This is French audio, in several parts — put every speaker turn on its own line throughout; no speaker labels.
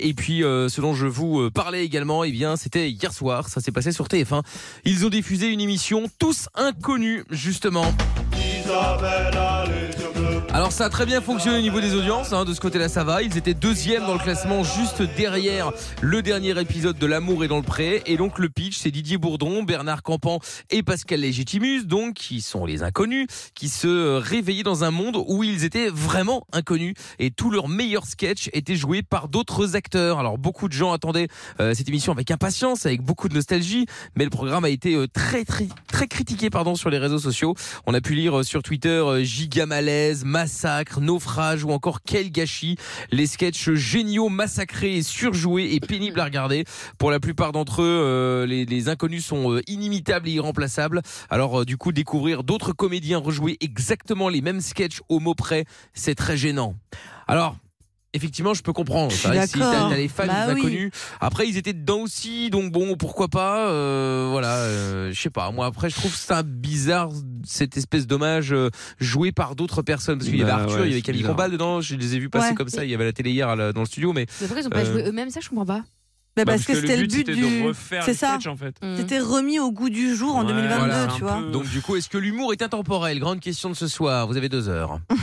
Et puis, euh, ce dont je vous euh, parlais également, eh bien, c'était hier soir. Ça s'est passé sur TF1. Ils ont diffusé une émission tous inconnus, justement. Alors ça a très bien fonctionné au niveau des audiences, hein, de ce côté-là ça va. Ils étaient deuxième dans le classement juste derrière le dernier épisode de L'amour et dans le pré. Et donc le pitch c'est Didier Bourdon, Bernard Campan et Pascal Légitimus, donc qui sont les inconnus, qui se réveillaient dans un monde où ils étaient vraiment inconnus. Et tous leurs meilleurs sketchs étaient joués par d'autres acteurs. Alors beaucoup de gens attendaient euh, cette émission avec impatience, avec beaucoup de nostalgie, mais le programme a été euh, très très très critiqué pardon sur les réseaux sociaux. On a pu lire euh, sur Twitter euh, giga malaise, massacre, naufrage ou encore quel gâchis. Les sketchs géniaux, massacrés, et surjoués et pénibles à regarder. Pour la plupart d'entre eux, euh, les, les inconnus sont euh, inimitables et irremplaçables. Alors euh, du coup, découvrir d'autres comédiens rejouer exactement les mêmes sketchs au mot près, c'est très gênant. Alors. Effectivement, je peux comprendre.
Je suis
T'as- Oh, si
d'accord.
t'as- t'as les fans
Bah
des
oui.
inconnus, après, ils étaient dedans aussi, donc bon, pourquoi pas. euh, voilà, euh, je sais pas. Moi, après, je trouve ça bizarre, cette espèce d'hommage euh, joué par d'autres personnes. Parce qu'il y
Bah
avait Arthur,
ouais,
il y avait
c'est
Camille
bizarre.
Combal dedans, je les ai vus passer
Ouais.
comme ça. Il y avait la télé hier à la- dans le studio, mais
C'est vrai, ils ont pas
Euh.
joué eux-mêmes, ça je comprends pas.
Bah,
Bah,
parce, que c'était le but,
c'était
du.
de refaire
C'est
les
ça.
sketchs, en fait.
Mm.
C'était remis au goût du jour en
Ouais,
2022,
voilà,
tu
un
vois.
peu.
donc du coup, est-ce que l'humour est intemporel Grande question de ce soir. Vous avez deux heures.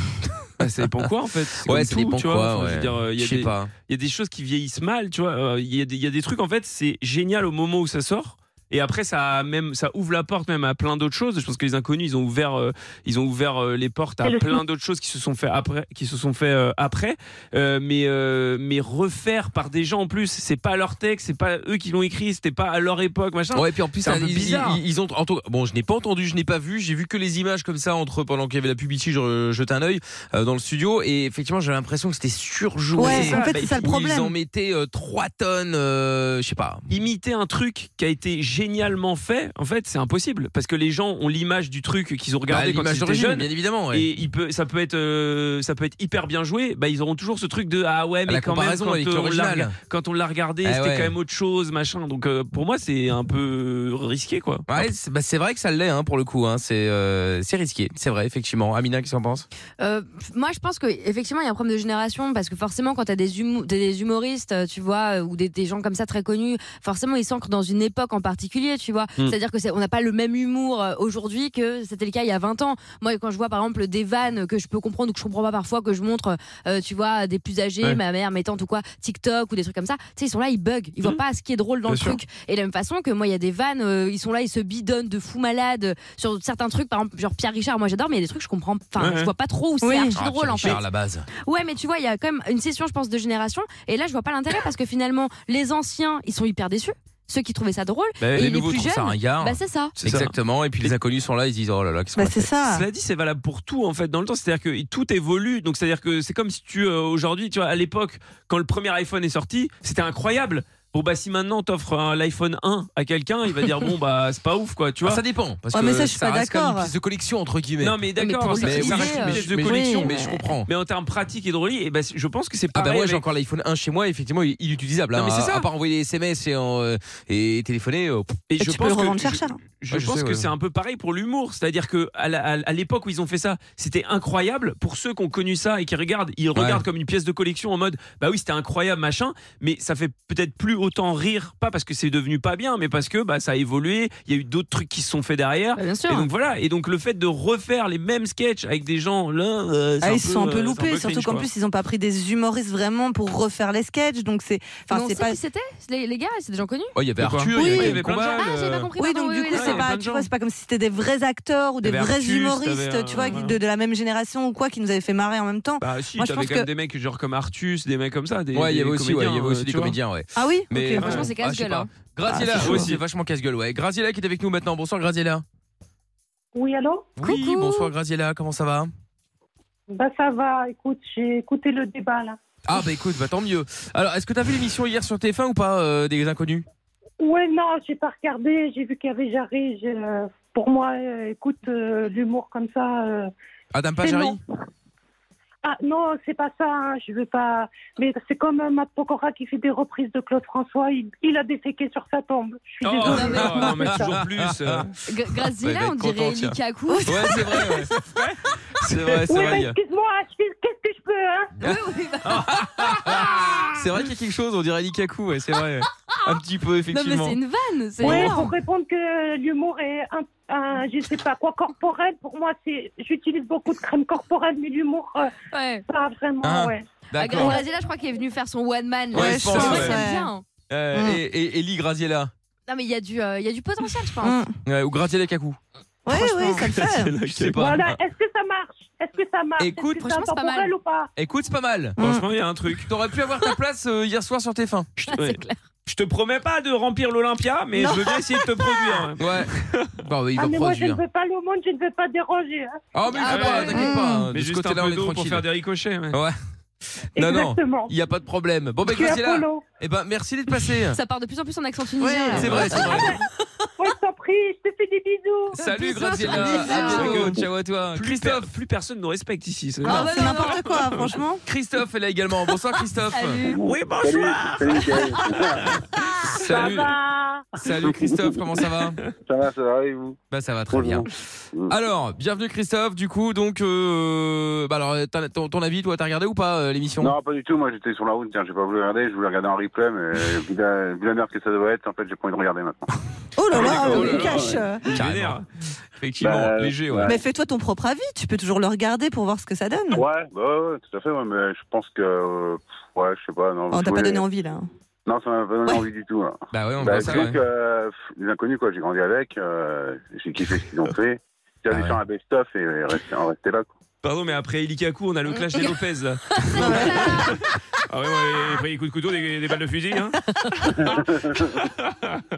Bah, ça dépend quoi en fait. C'est
Ouais,
comme
ça
tout,
dépend
tu vois.
quoi,
Enfin, je veux
ouais.
dire, euh, il y
Je
a
sais
des-
pas.
il y a des choses qui vieillissent mal, tu vois. Euh, Il y, a des- il y a des trucs en fait, c'est génial au moment où ça sort. Et après, ça, même, ça ouvre la porte même à plein d'autres choses. Je pense que les inconnus, ils ont ouvert, euh, ils ont ouvert euh, les portes à plein d'autres choses qui se sont fait après, qui se sont fait euh, après. Euh, mais, euh, mais refaire par des gens en plus, c'est pas leur texte, c'est pas eux qui l'ont écrit, c'était pas à leur époque, machin.
Ouais, et puis en plus, hein,
C'est un peu
ils,
bizarre.
ils- ils ont. en tout cas, bon, je n'ai pas entendu, je n'ai pas vu, j'ai vu que les images comme ça entre pendant qu'il y avait la pub ici, je jetais un œil euh, dans le studio et effectivement, j'avais l'impression que c'était surjoué.
Ouais,
c'est ça,
en fait,
bah,
c'est ça le
Où
problème.
Ils en mettaient 3 tonnes, euh, je sais pas.
imiter un truc qui a été génialement fait, en fait, c'est impossible parce que les gens ont l'image du truc qu'ils ont regardé
Bah,
quand
l'image
ils étaient
d'origine,
jeunes.
bien évidemment. ouais.
Et il peut, ça peut être, euh, ça peut être hyper bien joué. Bah, ils auront toujours ce truc de ah ouais, mais
Bah, la
quand même,
comparaison
quand,
avec
euh, on l'a,
l'original.
rega- quand on l'a regardé,
Eh
c'était
ouais.
quand même autre chose, machin. Donc euh, pour moi, c'est un peu risqué, quoi.
Ouais, c'est bah, c'est vrai que ça l'est hein, pour le coup. Hein, c'est euh, c'est risqué, c'est vrai effectivement. Amina, qu'est-ce que t'en penses
Euh, moi, je pense que effectivement, il y a un problème de génération parce que forcément, quand t'as des, humo- t'as des humoristes, euh, tu vois, euh, ou des, des gens comme ça très connus, forcément, ils s'ancrent dans une époque en particulier, tu vois.
Mm.
C'est-à-dire que c'est- on n'a pas le même humour euh, aujourd'hui que c'était le cas il y a 20 ans. Moi, quand je vois par exemple des vannes que je peux comprendre ou que je comprends pas parfois, que je montre, euh, tu vois, à des plus âgés,
Ouais.
ma mère, mes tantes ou quoi, TikTok ou des trucs comme ça, tu sais, ils sont là, ils bug, ils voient
Mm.
pas ce qui est drôle dans
Bien
le
sûr.
truc. Et de la même façon que moi, il y a des vannes, euh, ils sont là, ils se bidonnent de fou malade sur certains trucs, par exemple, genre Pierre Richard, moi j'adore, mais il y a des trucs que je comprends, enfin,
Ouais,
je
ouais.
vois pas trop où c'est
Oui.
archi
Ah,
drôle en fait.
Pierre Richard, à la base.
Ouais, mais tu vois, il y a quand même une session, je pense, de génération. Et là, je vois pas l'intérêt parce que finalement, les anciens, ils sont hyper déçus. Ceux qui trouvaient ça drôle,
Bah,
Et il
les
est
nouveaux
plus
trouvent ça
jeune.
ringard.
bah c'est ça.
c'est ça.
Exactement. Et puis les inconnus sont là, ils disent oh là là, qu'est-ce qu'on
Bah,
a
c'est
fait
ça.
Cela dit, c'est valable pour tout en fait dans le temps. C'est-à-dire que tout évolue. Donc c'est-à-dire que c'est comme si tu euh, aujourd'hui, tu vois, à l'époque, quand le premier iPhone est sorti, c'était incroyable. Bon bah si maintenant t'offres un- l'iPhone 1 à quelqu'un, il va dire bon bah c'est pas ouf quoi, tu
Ah,
vois.
Ça dépend. Parce
Ouais,
que
Oh, mais ça, je suis pas
reste comme une
d'accord.
pièce de collection entre guillemets.
non mais
mais
d'accord,
pour
ça,
mais
l'utiliser,
ça
oui,
reste une
euh,
pièce de
mais-
collection.
oui,
mais je comprends.
Mais en termes pratiques et drôle, eh ben, je pense que c'est
Ah bah
pareil.
moi j'ai
avec-
encore l'iPhone 1 chez moi effectivement il est inutilisable
Non,
hein,
mais c'est
à-
ça.
à part envoyer des SMS et, en, euh, et téléphoner euh, pff,
et
Et
je
tu peux le
pense que-
revendre
je-
cher, cher.
Je,
Ouais, je
pense
sais,
que
ouais.
c'est un peu pareil pour l'humour, c'est-à-dire que à la- à à l'époque où ils ont fait ça, c'était incroyable pour ceux qui ont connu ça et qui regardent, ils regardent comme une pièce de collection en mode bah oui c'était incroyable machin, mais ça fait peut-être plus autant rire, pas parce que c'est devenu pas bien, mais parce que bah ça a évolué, il y a eu d'autres trucs qui se sont faits derrière.
Bah, bien sûr.
Et donc voilà, et donc le fait de refaire les mêmes sketchs avec des gens là, euh, c'est
Ah,
un
ils se sont un
euh,
peu
c'est
loupés, surtout
cringe,
qu'en
quoi.
plus ils n'ont pas pris des humoristes vraiment pour refaire les sketchs, donc c'est,
Mais
enfin
on
c'est
sait
pas.
qui c'était les, les gars, c'est des gens connus.
oh il y avait
De quoi
Arthur
Oui,
il y
il y
avait,
avait plein de
Combat,
gens.
Ah, j'ai
euh,
pas compris.
Oui,
pardon,
donc du coup
oui,
c'est
oui,
pas,
plein de
tu
gens.
vois, c'est pas comme si c'était des vrais acteurs ou des
Il y avait
vrais
Artus,
humoristes,
t'avais un-
tu vois,
ouais.
de, de la même génération ou quoi, qui nous avaient fait marrer en même temps.
Bah si,
Moi, je
t'avais
pense
quand même
que-
des mecs genre comme Artus, des mecs comme ça, des
ouais il y
des
avait aussi ouais, il y avait
comédiens,
aussi
euh, tu
des
vois. euh,
comédiens ouais
Ah oui,
mais
Ok.
franchement, c'est
ouais. Ah, je sais
casse-gueule,
pas.
hein.
Graziella
Ah, c'est
ouais,
chaud.
c'est vachement casse-gueule ouais Graziella qui est avec nous maintenant bonsoir Graziella
Oui, alors
oui
Coucou.
bonsoir Graziella comment ça va
Bah ça va, écoute, j'ai écouté le débat là.
ah bah écoute bah tant mieux alors est-ce que t'as vu l'émission hier sur TF1 ou pas euh, des inconnus
Ouais, non, j'ai pas regardé, j'ai vu qu'il y avait Jarry. j'ai, euh, Pour moi, euh, écoute, euh, l'humour comme ça. euh,
Adam
c'est
Pajari
non. Ah non, c'est pas ça, hein, je veux pas. Mais c'est comme euh, Matt Pokora qui fait des reprises de Claude François, il, il a déféqué sur sa tombe. Je suis
Oh,
désolée.
non, non, mais toujours plus. euh.
G-
Ouais, elle va
Grazilla,
être
on dirait
contente, tiens.
Likaku.
Ouais, c'est vrai. ouais. C'est vrai, c'est
Oui,
vrai. Ah,
mais
il y a-
excuse-moi, je fais- qu'est-ce que je peux, hein
Oui, oui, bah,
C'est vrai qu'il y a quelque chose, on dirait Likaku, ouais, c'est vrai. ouais. Un petit peu,
Non, mais
effectivement.
c'est une vanne, c'est
Ouais,
énorme.
pour répondre que euh, l'humour est un, un- je sais pas quoi, corporel, pour moi, c'est, j'utilise beaucoup de crème corporelle, mais l'humour, euh,
Ouais.
pas vraiment,
Ah.
ouais.
Ah,
D'accord.
Grazilla, je crois qu'il est venu faire son one man. là.
Ouais, je pense,
Moi,
ouais.
j'aime bien.
Euh,
Mm.
et, et, et Lee Graziella.
Non, mais il y, a du, euh, il y a du potentiel, je pense.
Mm.
Ouais, ou Graziella Kaku.
Ouais, ouais, ça le fait.
Je sais pas.
Voilà, est-ce que ça marche Est-ce que ça marche
Écoute,
Est-ce que
franchement, c'est pas mal.
corporel ou pas
Écoute, c'est pas mal.
Mm.
Franchement, il y a un truc.
T'aurais pu avoir ta place euh, hier soir sur TF1.
Je te,
C'est
ouais.
clair.
Je te promets pas de remplir l'Olympia, mais
Non.
je veux bien essayer de te produire. hein.
Ouais. Bon, mais il
Ah,
va
mais moi, je ne
produire.
veux pas le monde, je ne veux pas déranger. hein.
Ah,
Oh,
mais
Ah,
ça va,
ouais.
t'inquiète pas. hein,
Mais
de ce
juste un
côté-là, on
peu
est
d'eau pour
tranquille.
faire des ricochets. ouais.
Non, non.
Exactement.
Il n'y a pas de problème. Bon, ben,
Tu es
Graziella,
Apollo.
eh ben, merci d'être passé.
Ça part de plus en plus en accent tunisien.
Ouais,
là.
C'est vrai, c'est vrai.
Moi, je t'en prie, je te fais des bisous.
Ah,
Salut,
Bisous,
Graziella.
bisous.
À bientôt. Ciao à toi.
Plus
Christophe.
per- plus personne nous respecte ici. c'est-
Ah,
Non,
bah,
c'est
non,
n'importe quoi, hein, franchement. Ah,
Christophe est là également. Bonsoir, Christophe.
Salut.
Oui,
Salut,
bonjour.
salut Mickaël.
Ça
Salut.
va.
Salut, Christophe. Comment ça va
Ça va, ça va, et vous
Bah, ça va très bien.
Bonjour.
Alors, bienvenue Christophe, du coup, donc, euh, bah alors, t'as- ton, ton avis, toi, t'as regardé ou pas euh, l'émission
Non, pas du tout, moi j'étais sur la route, tiens, j'ai pas voulu regarder, je voulais regarder en replay, mais euh, vu la, vu la merde que ça doit être, en fait, j'ai pas envie de regarder maintenant.
Oh là là,
Oh là
le
là,
cache. euh.
Carrément.
Vénère.
Effectivement,
Bah,
léger, ouais.
Mais fais-toi ton propre avis, tu peux toujours le regarder pour voir ce que ça donne.
Ouais, bah ouais, ouais, tout à fait, ouais, mais je pense que. euh, pff, ouais, je sais pas, non.
On
je
t'a Oh, pas
voulais-
donné envie là.
Non, ça m'a pas donné envie du tout. Là.
Bah ouais, on
Bah,
voit
c'est
ça,
vrai
ouais.
que euh, pff, les inconnus, quoi, j'ai grandi avec, euh, j'ai kiffé ce qu'ils ont fait. J'ai
Ah
allé
ouais.
sur un best-of et resté- on restait là, quoi.
Pardon, mais après Elikaku, on a le clash des Lopez. Là. ah ouais, ouais, après les coups de couteau, des, des balles de fusil. Hein.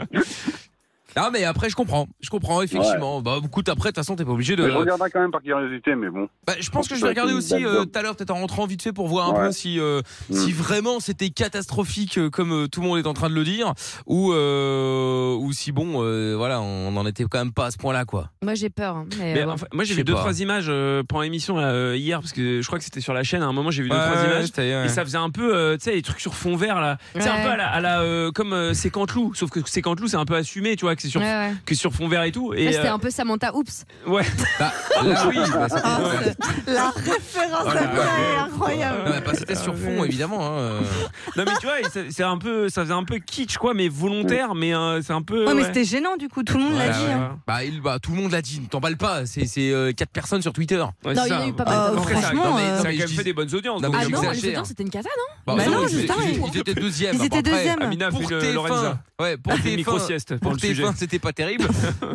Non, mais après, je comprends, je comprends, effectivement. Bah, écoute, après, de toute façon, t'es pas obligé de.
Mais je regarderai quand même par curiosité, mais bon.
Bah, je pense que je vais regarder aussi euh, tout à l'heure, peut-être en rentrant vite fait pour voir un
Ouais.
peu si, euh,
Mm.
si vraiment c'était catastrophique euh, comme euh, tout le monde est en train de le dire, ou, euh, ou si bon, euh, voilà, on n'en était quand même pas à ce point-là, quoi.
Moi, j'ai peur. hein, Mais,
Mais
bon.
enfin, moi, j'ai
Je sais
vu deux,
pas.
trois images euh, pendant l'émission là, euh, hier, parce que je crois que c'était sur la chaîne. À un moment, j'ai vu deux, trois images. Et ça faisait un peu, euh, tu sais, les trucs sur fond vert là. C'est un
Ouais.
peu à la, à la, euh, comme euh, c'est Canteloup, sauf que c'est Canteloup, c'est un peu assumé, tu vois, que c'est sur,
Ouais, ouais.
que sur fond vert et tout.
Là,
Et,
C'était
euh,
un peu Samantha Oups.
ouais.
Bah, là, oui, bah, c'était-
Ah,
ouais.
c'est- la référence
Oh là
après
là.
est incroyable.
Non, mais pas, c'était sur fond, évidemment. hein, euh.
Non mais tu vois, c'est- c'est un peu, ça faisait un peu kitsch quoi, mais volontaire, mais euh, c'est un peu.
Ouais, mais
ouais.
c'était gênant du coup, tout le monde
Ouais,
l'a dit.
ouais.
hein.
Bah, il, bah, tout le monde l'a dit, ne t'emballe pas, c'est 4 personnes sur Twitter.
Ouais,
Non,
c'est
il y en a
ça.
eu pas mal.
Après, ça a-
franchement,
non, mais
euh,
ça a
mais
quand
je
même
dis-
fait des bonnes audiences.
Non,
donc
mais
Ah non,
j'exagère.
les audiences, c'était une cata, non
Bah,
Bah
ils-
non,
ils-
justin,
ils,
ils-
ils étaient deuxièmes.
ils étaient
après. euh,
deuxièmes.
Amina
Pour
fait le
TF1,
Lorenza.
ouais, pour
Elle fait
TF1,
micro-sieste pour
pour
le sujet.
TF1 c'était pas terrible,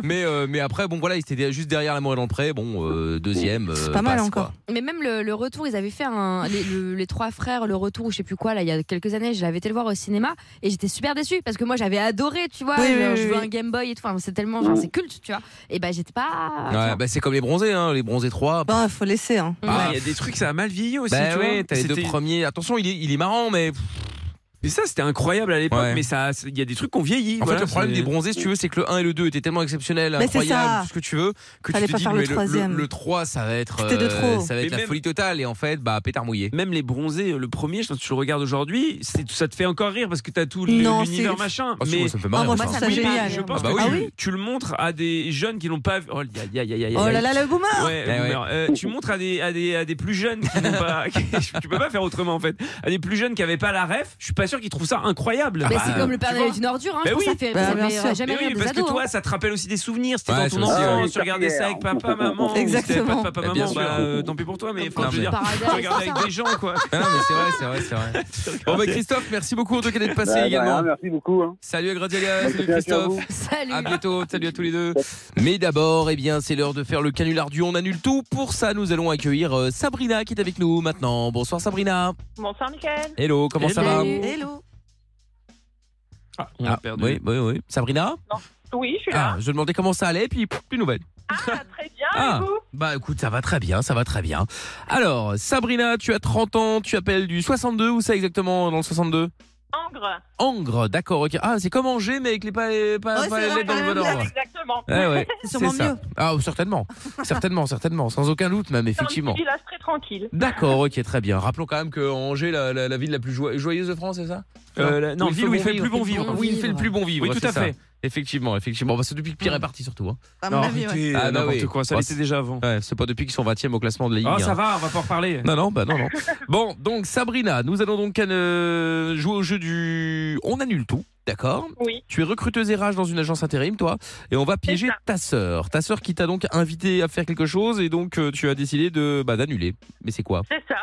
mais euh, mais après bon voilà, ils étaient juste derrière la moelle dans le pré, bon euh, deuxième.
C'est
euh,
pas mal
passe,
encore.
Mais même le, le retour, ils avaient fait un, les, le- les trois frères, le retour ou je sais plus quoi, là, il y a quelques années, je l'avais été le voir au cinéma et j'étais super déçue parce que moi j'avais adoré, tu vois,
Oui,
je,
oui,
je
oui,
veux
oui.
un Game Boy et tout, enfin, c'est tellement, genre, c'est culte, tu vois. Et ben j'étais pas.
quoi. Ouais, bah, c'est comme les bronzés, hein, les bronzés 3
Bah, faut laisser. Hein.
tu vois.
Ah,
il y a des trucs, ça a mal vieilli aussi.
Bah
tu
ouais,
vois.
t'as les deux
C'était-
premiers. Attention, il est, il est marrant, mais pff,
Mais ça, c'était incroyable à l'époque,
Ouais.
mais ça, c'est- il y a des trucs qu'on vieillit.
en
voilà,
fait, le problème
c'est-
des bronzés, si tu veux, c'est que le 1 et le 2 étaient tellement exceptionnels,
Mais c'est
incroyables,
ça.
tout ce que tu veux, que
Fallait
tu te
pas
dis,
faire le
mais le,
troisième.
3, ça va être, euh,
C'était de trop.
ça va
Mais
être la
même-
folie totale, et en fait, bah, pétard mouillé.
Même les bronzés, euh, le premier, quand tu le regardes aujourd'hui, c'est- ça te fait encore rire parce que t'as tout
Non,
l'univers
c'est-
machin.
Ah, si,
mais
moi, ça me fait
Ah,
marrer.
moi, je
enfin.
trouve ça
oui,
génial.
je pense
Ah bah
que
oui.
tu- tu le montres à des jeunes qui l'ont pas vu. Oh, aïe, aïe, aïe, aïe, aïe,
Oh là
aïe.
là, le boomer
Ouais,
Eh
boomer. Euh, tu montres à des, à des, à des plus jeunes qui n'ont pas. tu peux pas faire autrement en fait. À des plus jeunes qui n'avaient pas la ref, je suis pas sûr qu'ils trouvent ça incroyable.
Mais
bah,
c'est comme le Père
tu
Noël
vois.
est une ordure, hein,
Bah
je pense que
oui.
ça fait,
Bah,
ça
bien
fait, euh,
sûr.
jamais
Mais
rien
oui,
des
parce que
ados.
toi,
hein.
ça te rappelle aussi des souvenirs. C'était dans
Ouais,
ton
ça aussi,
enfance,
ouais.
tu regardais ça avec papa, maman. ou si t'avais pas de
Exactement.
papa,
Bah,
maman,
bien sûr.
bah, euh, tant pis pour toi, mais
Comme
enfin, je veux dire,
par
tu ah,
hasard,
regardais
c'est
avec
ça.
des gens quoi.
Ah, non, mais c'est vrai, c'est vrai, c'est vrai. Bon, bah, Christophe, merci beaucoup en tout cas d'être passé
Bah, de
également.
rien, merci beaucoup. Hein.
Salut à
Bonne
Graziella, salut
continuation à vous.
Christophe.
Salut.
À bientôt, salut à tous les deux. Mais d'abord, eh bien, c'est l'heure de faire le canular du on annule tout. Pour ça, nous allons accueillir euh, Sabrina qui est avec nous maintenant. Bonsoir Sabrina.
Bonsoir, Mickaël.
Hello, comment ça va
Hello.
Hello.
Ah, on
Ah, Oui, oui, oui. Sabrina
Oui, je suis là.
Ah, je demandais comment ça allait, puis pff, plus nouvelle.
Ah, très bien,
Ah.
et vous
Bah écoute, ça va très bien, ça va très bien. Alors, Sabrina, tu as 30 ans, tu appelles du 62, où ça exactement dans le 62
En
Angre.
Angre, d'accord. ok. Ah, c'est comme Angers, mais avec les pas, pas,
Ouais,
pas
c'est
les
vrai,
lettres bah, dans le bon ordre.
Exactement.
Ouais, Eh ouais,
C'est sûrement
ça.
mieux.
Ah, certainement, certainement, certainement, sans aucun doute même,
C'est un petit
effectivement.
village très tranquille.
D'accord, ok, très bien. Rappelons quand même que Angers, la, la- la ville la plus joye- joyeuse de France, c'est ça
Euh, la- non,
Où il
ville
fait
où il
bon
fait le plus bon vivre.
Oui, il fait le
vivre.
plus bon vivre.
Oui, tout
c'est
à
ça.
fait.
Effectivement, effectivement. Bah, c'est depuis que Pierre est parti surtout. Hein.
À mon
Non,
avis, ouais.
arrêtez,
Ah, bah
n'importe
oui.
quoi, ça
Bah,
l'était déjà avant.
Ouais, c'est pas depuis qu'ils sont 20e au classement de la Ligue.
Ah,
hein.
ça va, on va pas en reparler.
Non, non, bah non, non. Bon, donc Sabrina, nous allons donc euh, jouer au jeu du. On annule tout, d'accord
Oui.
Tu es recruteuse RH dans une agence intérim, toi, et on va piéger
ça.
ta sœur. Ta sœur qui t'a donc invité à faire quelque chose, et donc euh, tu as décidé de bah, d'annuler. Mais c'est quoi
C'est ça.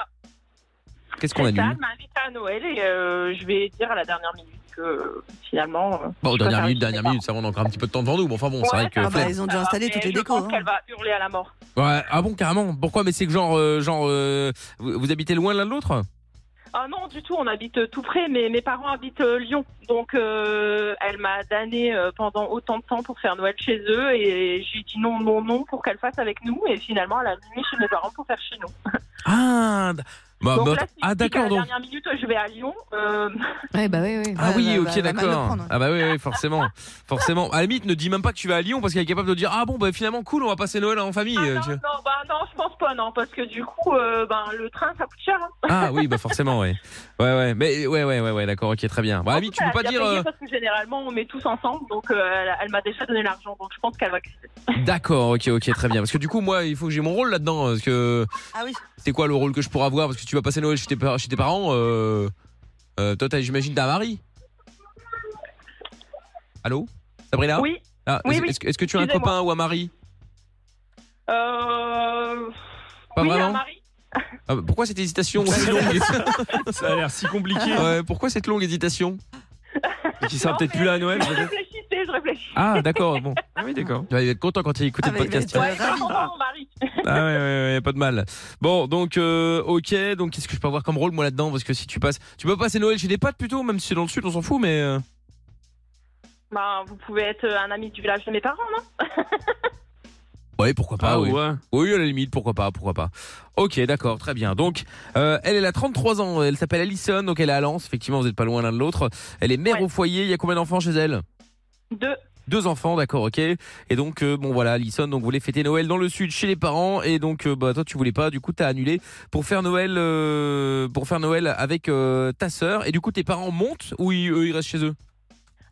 Qu'est-ce qu'on
C'est ça. Elle
annule
m'a invité à Noël et euh, je vais dire à la dernière minute que euh, finalement. euh,
Bon,
je
dernière
préfère
minute,
que
dernière
je sais
minute, ça va, on a encore un petit peu de temps devant nous. Bon, enfin bon, c'est
Ouais,
vrai que.
Ah bah,
flemme.
ils ont
pas.
déjà installé
Mais
toutes les
je
décos.
pense
hein.
qu'elle va hurler à la mort.
Ouais, ah bon, carrément. Pourquoi Mais c'est que genre, euh, genre, euh, vous, vous habitez loin l'un de l'autre
Ah non, du tout, on habite euh, tout près, mais mes parents habitent euh, Lyon. Donc, euh, elle m'a damné euh, pendant autant de temps pour faire Noël chez eux et j'ai dit non, non, non pour qu'elle fasse avec nous. Et finalement, elle a mis chez mes parents pour faire chez nous.
Ah, d- bah,
donc
bah,
là, c'est
ah d'accord.
À la
Donc,
dernière minute, je vais à Lyon. Euh,
Ouais, bah oui, oui.
Ah
Ouais,
oui,
bah,
ok,
bah, va mal le
d'accord.
prendre.
Ah bah oui, oui, forcément, forcément. À la limite, ne dis même pas que tu vas à Lyon parce qu'elle est capable de dire ah bon bah finalement cool, on va passer Noël en famille.
ah
euh,
non,
tu vois.
non, bah, non, je pense pas, non, parce que du coup, euh, ben, le train, ça coûte cher. hein.
Ah oui, bah forcément, ouais, ouais, ouais, mais ouais, ouais, ouais, ouais d'accord, ok, très bien. Bah, à la
En
limite,
plus,
tu
elle
peux
a
pas
bien
dire
payé
euh,
Parce que généralement, on met tous ensemble, donc euh, elle, elle m'a déjà donné l'argent, donc je pense qu'elle va.
d'accord, ok, ok, très bien. Parce que du coup, moi, il faut que j'ai mon rôle là-dedans. Parce que
Ah oui.
c'est quoi le rôle que je pourrais avoir Parce que tu vas passer Noël chez tes, par- chez tes parents. Euh... euh, toi, t'as- j'imagine t'as un mari. Allô, Sabrina.
Oui,
Ah,
oui,
est-ce-
oui.
Est-ce que- est-ce que tu as un
Excusez-moi.
copain ou un mari
euh...
Pas
oui,
vraiment
un mari.
Ah, bah, Pourquoi cette hésitation aussi longue
Ça a l'air si compliqué.
Ouais, Pourquoi cette longue hésitation
Qui sera
Non,
peut-être
mais
plus là à Noël.
Je réfléchissais, je réfléchissais.
Ah, d'accord, bon.
Ah oui, d'accord.
Il va être content quand il écoute
Ah,
le
bah, il va
podcast.
être-
Ouais,
ravi.
non, non, bah, mon mari.
Ah, ouais, ouais, ouais, pas de mal. Bon, donc, euh, ok, donc qu'est-ce que je peux avoir comme rôle, moi, là-dedans Parce que si tu passes. Tu peux passer Noël chez des potes plutôt, même si c'est dans le sud, on s'en fout, mais. euh,
Ben, vous pouvez être un ami du village de mes parents, non
Ouais, pourquoi pas,
Ah
oui.
ouais.
Oui, à la limite, pourquoi pas, pourquoi pas. Ok, d'accord, très bien. Donc, euh, elle, elle a 33 ans, elle s'appelle Alison, donc elle est à Lens, effectivement, vous êtes pas loin l'un de l'autre. Elle est mère
Ouais.
au foyer, il y a combien d'enfants chez elle
Deux.
Deux enfants, d'accord, ok. Et donc, euh, bon voilà, Alison, donc voulait fêter Noël dans le sud chez les parents, et donc euh, bah toi tu voulais pas, du coup t'as annulé pour faire Noël, euh, pour faire Noël avec euh, ta sœur, et du coup tes parents montent ou ils, eux, ils restent chez eux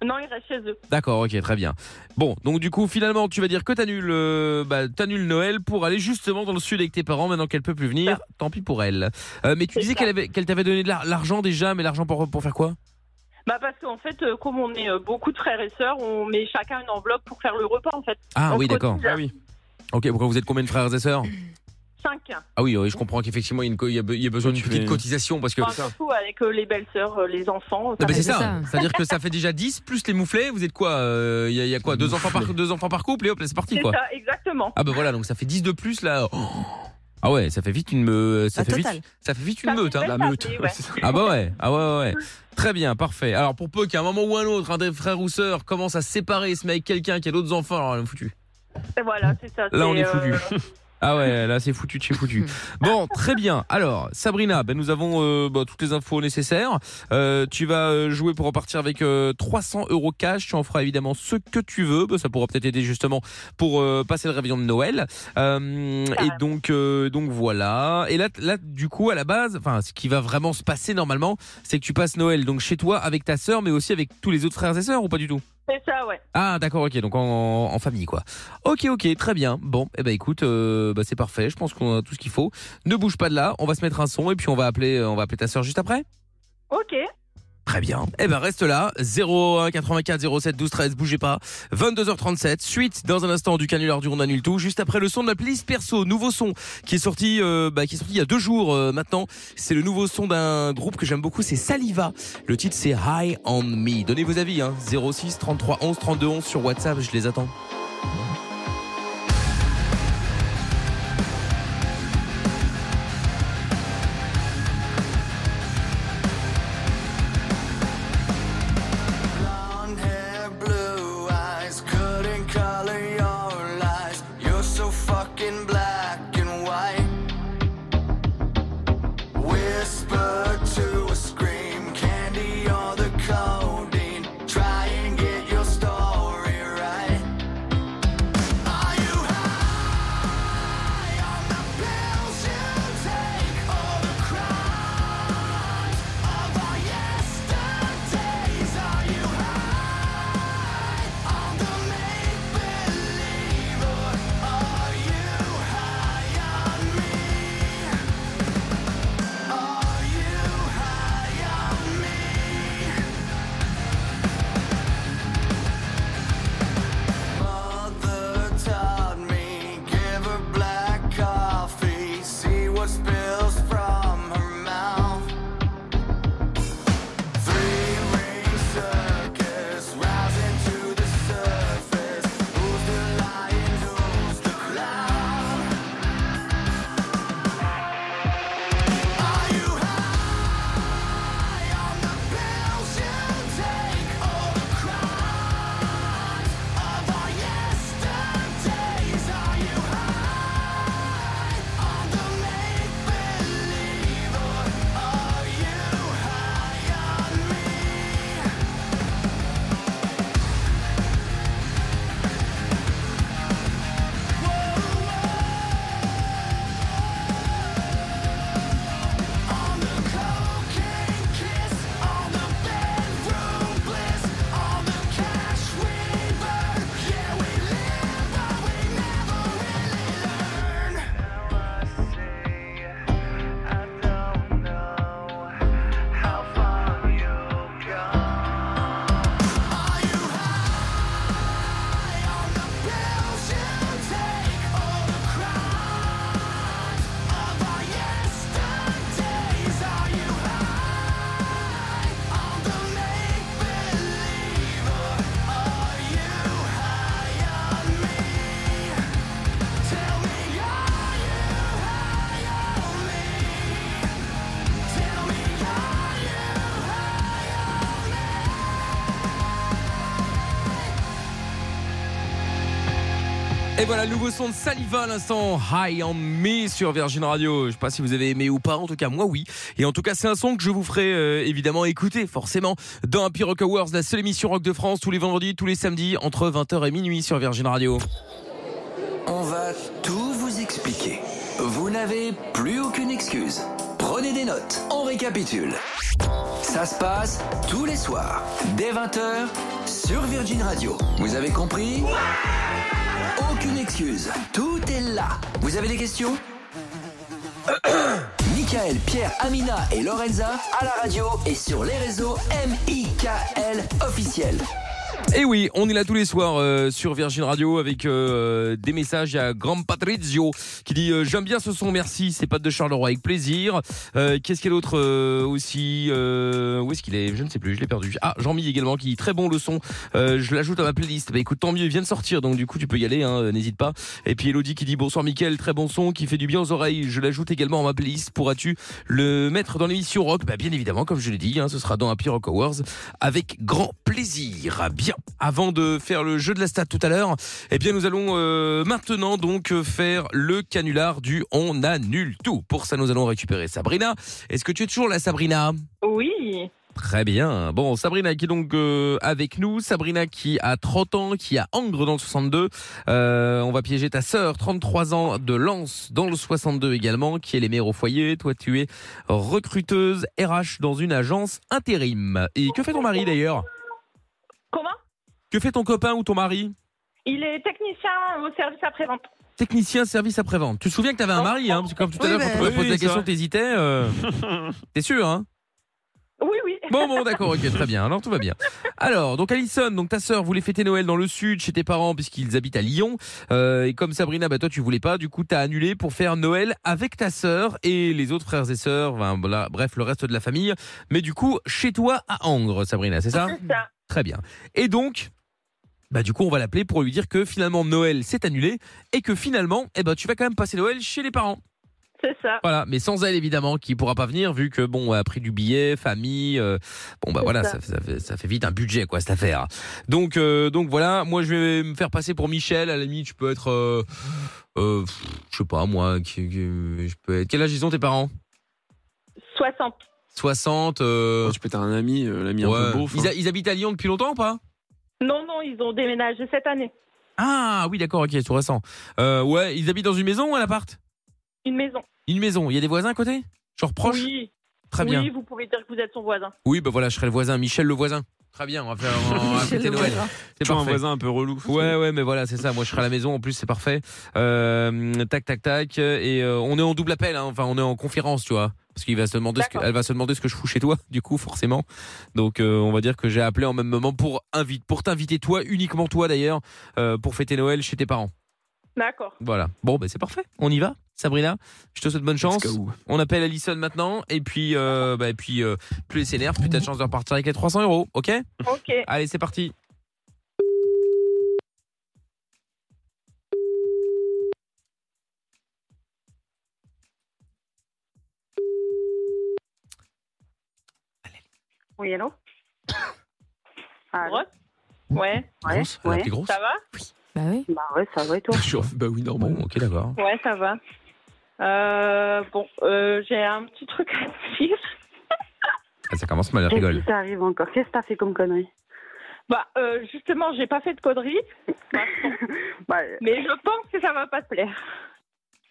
Non, ils restent chez eux.
D'accord, ok, très bien. Bon, donc du coup finalement tu vas dire que t'annules, euh, bah, t'annules Noël pour aller justement dans le sud avec tes parents maintenant qu'elle peut plus venir. Tant pis pour elle. Euh, mais tu
C'est
disais
ça.
qu'elle avait, qu'elle t'avait donné de l'ar- l'argent déjà, mais l'argent pour pour faire quoi
Bah, parce qu'en fait, euh, comme on est euh, beaucoup de frères et sœurs, on met chacun une enveloppe pour faire le repas, en fait.
Ah
On
oui,
se
d'accord.
cotise à
oui.
Ok, pourquoi vous êtes combien de frères et sœurs
Cinq.
Ah oui, oui, je comprends qu'effectivement il y a une co- il y a be- il y a besoin d'une
Tu
petite
fais-
cotisation parce que.
Enfin, surtout avec euh, les belles sœurs, euh, les enfants.
Non, mais
Ah,
c'est
c'est
ça.
ça.
C'est-à-dire que ça fait déjà 10 plus les mouflets. Vous êtes quoi euh, Il y, a- il y a quoi deux enfants, par, deux enfants par couple et hop, là, c'est parti
C'est
quoi.
ça, exactement.
Ah bah voilà, donc ça fait 10 de plus là. Oh. Ah ouais, ça fait vite une me- ça
La
fait vite,
totale.
ça fait vite
Ça
une
fait
meute. hein.
une belle La meute. tablée, ouais.
Ah bah ouais, ah ouais, ouais, ouais. Très bien, parfait. Alors pour peu qu'à un moment ou un autre, un des frères ou sœurs commence à se séparer, et se met avec quelqu'un qui a d'autres enfants, alors là, on est foutu.
Et voilà, c'est ça.
Là on
c'est,
est
euh,
foutu. Ah ouais, là c'est foutu, de chez foutu. Bon, très bien. Alors, Sabrina, ben, nous avons euh, bah, toutes les infos nécessaires. Euh, tu vas euh, jouer pour repartir avec euh, 300 euros cash. Tu en feras évidemment ce que tu veux. Bah, ça pourra peut-être aider justement pour euh, passer le réveillon de Noël. Euh, et
Carrément.
donc, euh, donc voilà. Et là, t- là, du coup, à la base, enfin, ce qui va vraiment se passer normalement, c'est que tu passes Noël donc chez toi avec ta sœur, mais aussi avec tous les autres frères et sœurs ou pas du tout
euh, C'est ça, ouais.
ah d'accord ok donc en, en famille quoi. Ok ok très bien bon eh ben écoute euh, bah, c'est parfait je pense qu'on a tout ce qu'il faut. Ne bouge pas de là on va se mettre un son et puis on va appeler euh, on va appeler ta sœur juste après.
Ok.
Très bien. Eh ben reste là 01 84 07 12 13 bougez pas 22h37 suite dans un instant du canular du on annule tout juste après le son de la playlist perso nouveau son qui est sorti euh, bah, qui est sorti il y a deux jours euh, maintenant c'est le nouveau son d'un groupe que j'aime beaucoup c'est Saliva le titre c'est High on Me donnez vos avis hein 06 33 11 32 11 sur WhatsApp je les attends.
Blonde hair, blue eyes, couldn't color your lies. You're so fucking black and white. Whisper to a scream, candy or the
Et voilà, nouveau son de Saliva à l'instant, High on Me sur Virgin Radio. Je sais pas si vous avez aimé ou pas, en tout cas moi oui. Et en tout cas c'est un son que je vous ferai euh, évidemment écouter forcément dans Happy Rock Awards, la seule émission rock de France tous les vendredis, tous les samedis entre 20h et minuit sur Virgin Radio.
On va tout vous expliquer. Vous n'avez plus aucune excuse. Prenez des notes, on récapitule. Ça se passe tous les soirs, dès 20h, sur Virgin Radio. Vous avez compris Aucune excuse, tout est là. Vous avez des questions Michael, Pierre, Amina et Lorenza à la radio et sur les réseaux MIKL officiel.
Et oui, on est là tous les soirs euh, sur Virgin Radio avec euh, des messages à Grand Patrizio qui dit euh, j'aime bien ce son, merci, c'est pas de Charleroi avec plaisir. Euh, Qu'est-ce qu'il y a d'autre euh, aussi euh, Où est-ce qu'il est, Je ne sais plus, je l'ai perdu. Ah, Jean-Mi également qui dit très bon le son, Euh, je l'ajoute à ma playlist. Bah écoute, tant mieux, il vient de sortir donc du coup tu peux y aller, hein, n'hésite pas. Et puis Elodie qui dit bonsoir Mickaël, très bon son qui fait du bien aux oreilles, je l'ajoute également à ma playlist. Pourras-tu le mettre dans l'émission rock Bah bien évidemment, comme je l'ai dit, hein, ce sera dans Happy Rock Awards avec grand plaisir. Ah, Bien, avant de faire le jeu de la stat tout à l'heure, eh bien nous allons euh, maintenant donc euh, faire le canular du on annule tout. Pour ça, nous allons récupérer Sabrina. Est-ce que tu es toujours là, Sabrina
Oui.
Très bien. Bon, Sabrina qui est donc euh, avec nous. Sabrina qui a 30 ans, qui a Angre dans le 62. Euh, on va piéger ta sœur, 33 ans, de Lens dans le 62 également, qui est les mères au foyer. Toi, tu es recruteuse RH dans une agence intérim. Et que fait ton mari d'ailleurs
Comment
Que fait ton copain ou ton mari
Il est technicien au service après-vente.
Technicien service après-vente. Tu te souviens que t'avais un mari, hein Parce que comme tout à
Oui,
l'heure,
bah,
quand tu
Oh.
m'as
oui,
posé la
c'est
question,
vrai.
t'hésitais. euh, T'es sûr, hein
Oui, oui.
Bon, bon, d'accord, ok, très bien. Alors tout va bien. Alors, donc Alison, donc ta sœur voulait fêter Noël dans le sud chez tes parents puisqu'ils habitent à Lyon. Euh, et comme Sabrina, bah toi tu voulais pas, du coup t'as annulé pour faire Noël avec ta sœur et les autres frères et sœurs, enfin, voilà, bref le reste de la famille. Mais du coup chez toi à Angres, Sabrina, c'est ça
C'est ça.
Très bien. Et donc. Bah du coup on va l'appeler pour lui dire que finalement Noël s'est annulé et que finalement eh ben tu vas quand même passer Noël chez les parents.
C'est ça.
Voilà, mais sans elle évidemment, qui pourra pas venir vu que bon, a pris du billet, famille, euh, bon bah
C'est
voilà,
ça.
ça. fait- ça fait, ça fait vite un budget quoi cette affaire. Donc euh, donc voilà, moi je vais me faire passer pour Michel. À la limite, je peux être, euh, euh, pff, je sais pas moi, qui- qui- je peux être. Quel âge ils ont tes parents
60.
60. euh,
Oh, tu peux être un ami, euh, l'ami un
ouais.
peu beauf. hein.
ils, a- ils habitent à Lyon depuis longtemps ou pas
Non, non, ils ont déménagé cette année.
Ah oui, d'accord, ok, tout récent. Euh, ouais, ils habitent dans une maison ou un appart
Une maison.
Une maison. Il y a des voisins à côté Genre proche
Oui.
Très bien.
Oui, vous pouvez dire que vous êtes son voisin.
Oui, bah voilà, je serai le voisin, Michel le voisin. Très bien, on va faire euh, on va
Michel Le
fêter Noël.
Bourgeois.
C'est
Tu vois, un
parfait.
voisin un peu relou.
Ouais, ouais, mais voilà, c'est ça. Moi, je serai à la maison. En plus, c'est parfait. Euh, tac, tac, tac. Et euh, on est en double appel. hein. Enfin, on est en conférence, tu vois. Parce qu'il va se demander, ce que-
D'accord.
elle va se demander ce que je fous chez toi, du coup, forcément. Donc, euh, on va dire que j'ai appelé en même moment pour invite, pour t'inviter toi, uniquement toi d'ailleurs, euh, pour fêter Noël chez tes parents.
D'accord.
Voilà. Bon, ben c'est parfait. On y va, Sabrina. Je te souhaite bonne chance.
Jusqu'à où
On appelle Alison maintenant. Et puis, euh, bah, et puis, euh, plus elle s'énerve, plus t'as de chance de repartir avec les 300 euros. Ok
Ok.
Allez, c'est parti.
Oui, allô Ah,
Grosse Ouais.
Ouais,
Grosse Elle a
ouais.
appelé grosse
Ça va
Bah oui.
Bah ouais, ça va et toi
Genre, bah oui, normal.
Bon, ok, d'accord.
Ouais, ça va. Euh, bon, euh, j'ai un petit truc à te dire.
Ah, ça commence mal, elle
Qu'est-ce
rigole.
qui t'arrive encore Qu'est-ce que t'as fait comme connerie
Bah, euh, justement, j'ai pas fait de conneries,
Bah,
mais je pense que ça va pas te plaire.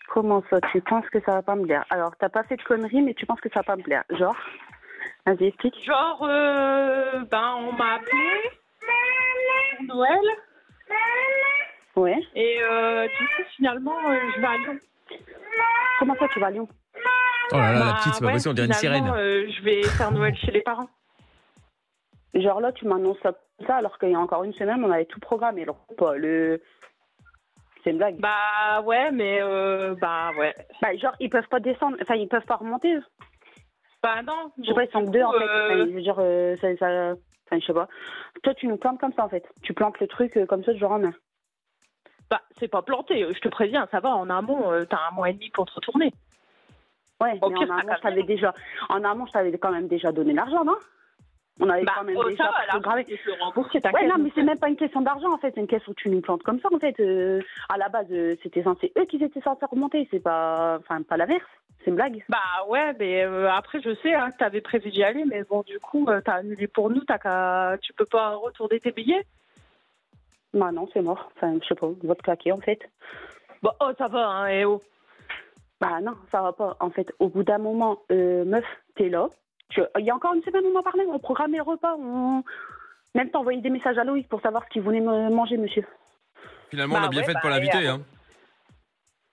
comment ça Tu penses que ça va pas me plaire Alors, t'as pas fait de conneries, mais tu penses que ça va pas me plaire. Genre Vas-y, explique.
Genre, euh, ben, on m'a appelé pour Noël,
Ouais.
et euh, du coup, finalement, euh, je vais à Lyon.
Comment ça, tu vas à Lyon
Oh là là, la
Bah,
petite, c'est pas
ouais,
possible, on dirait une
finalement,
sirène.
euh, je vais faire Noël chez les parents.
Genre là, tu m'annonces ça comme ça, alors qu'il y a encore une semaine, on avait tout programmé. Le repas, le. C'est une blague.
Bah, ouais, mais, euh, bah, ouais.
Bah, genre, ils peuvent pas descendre, enfin, ils peuvent pas remonter. eux.
Bah, non.
Je sais pas, ils sont que deux en fait. Enfin, je veux dire, euh, ça. ça- Enfin, je sais pas. Toi, tu nous plantes comme ça en fait. Tu plantes le truc euh, comme ça du jour en main.
Bah, c'est pas planté, je te préviens, ça va, en amont, euh, t'as un mois et demi pour te retourner.
Ouais,
Au
mais
pire,
en
ça
amont, je
va
t'avais déjà. En amont, je t'avais quand même déjà donné l'argent, non
On avait
Bah,
quand même
autant,
déjà
alors,
programmé.
tu te rembourses ta
Ouais,
case.
non, mais c'est même pas une question d'argent en fait, c'est une question où tu nous plantes comme ça en fait. Euh, à la base, euh, c'était censé eux qui étaient censés remonter, c'est pas, enfin, pas l'inverse, c'est une blague.
Bah ouais, mais euh, après je sais, hein, que t'avais prévu d'y aller, mais bon du coup euh, t'as annulé pour nous, t'as qu'à- tu peux pas retourner tes billets.
Bah non, c'est mort. Enfin, je sais pas, votre claquer en fait.
Bon oh ça va, hein, eh oh.
Bah non, ça va pas. En fait, au bout d'un moment, euh, meuf, t'es là. Tu- Il y a encore une semaine, on en parlait, on programmait le repas, on. Même t'envoyais des messages à Loïc pour savoir ce qu'il voulait me- manger, monsieur.
Finalement, on
Bah
a bien
ouais,
fait de
bah,
pas l'inviter.
et,
Hein.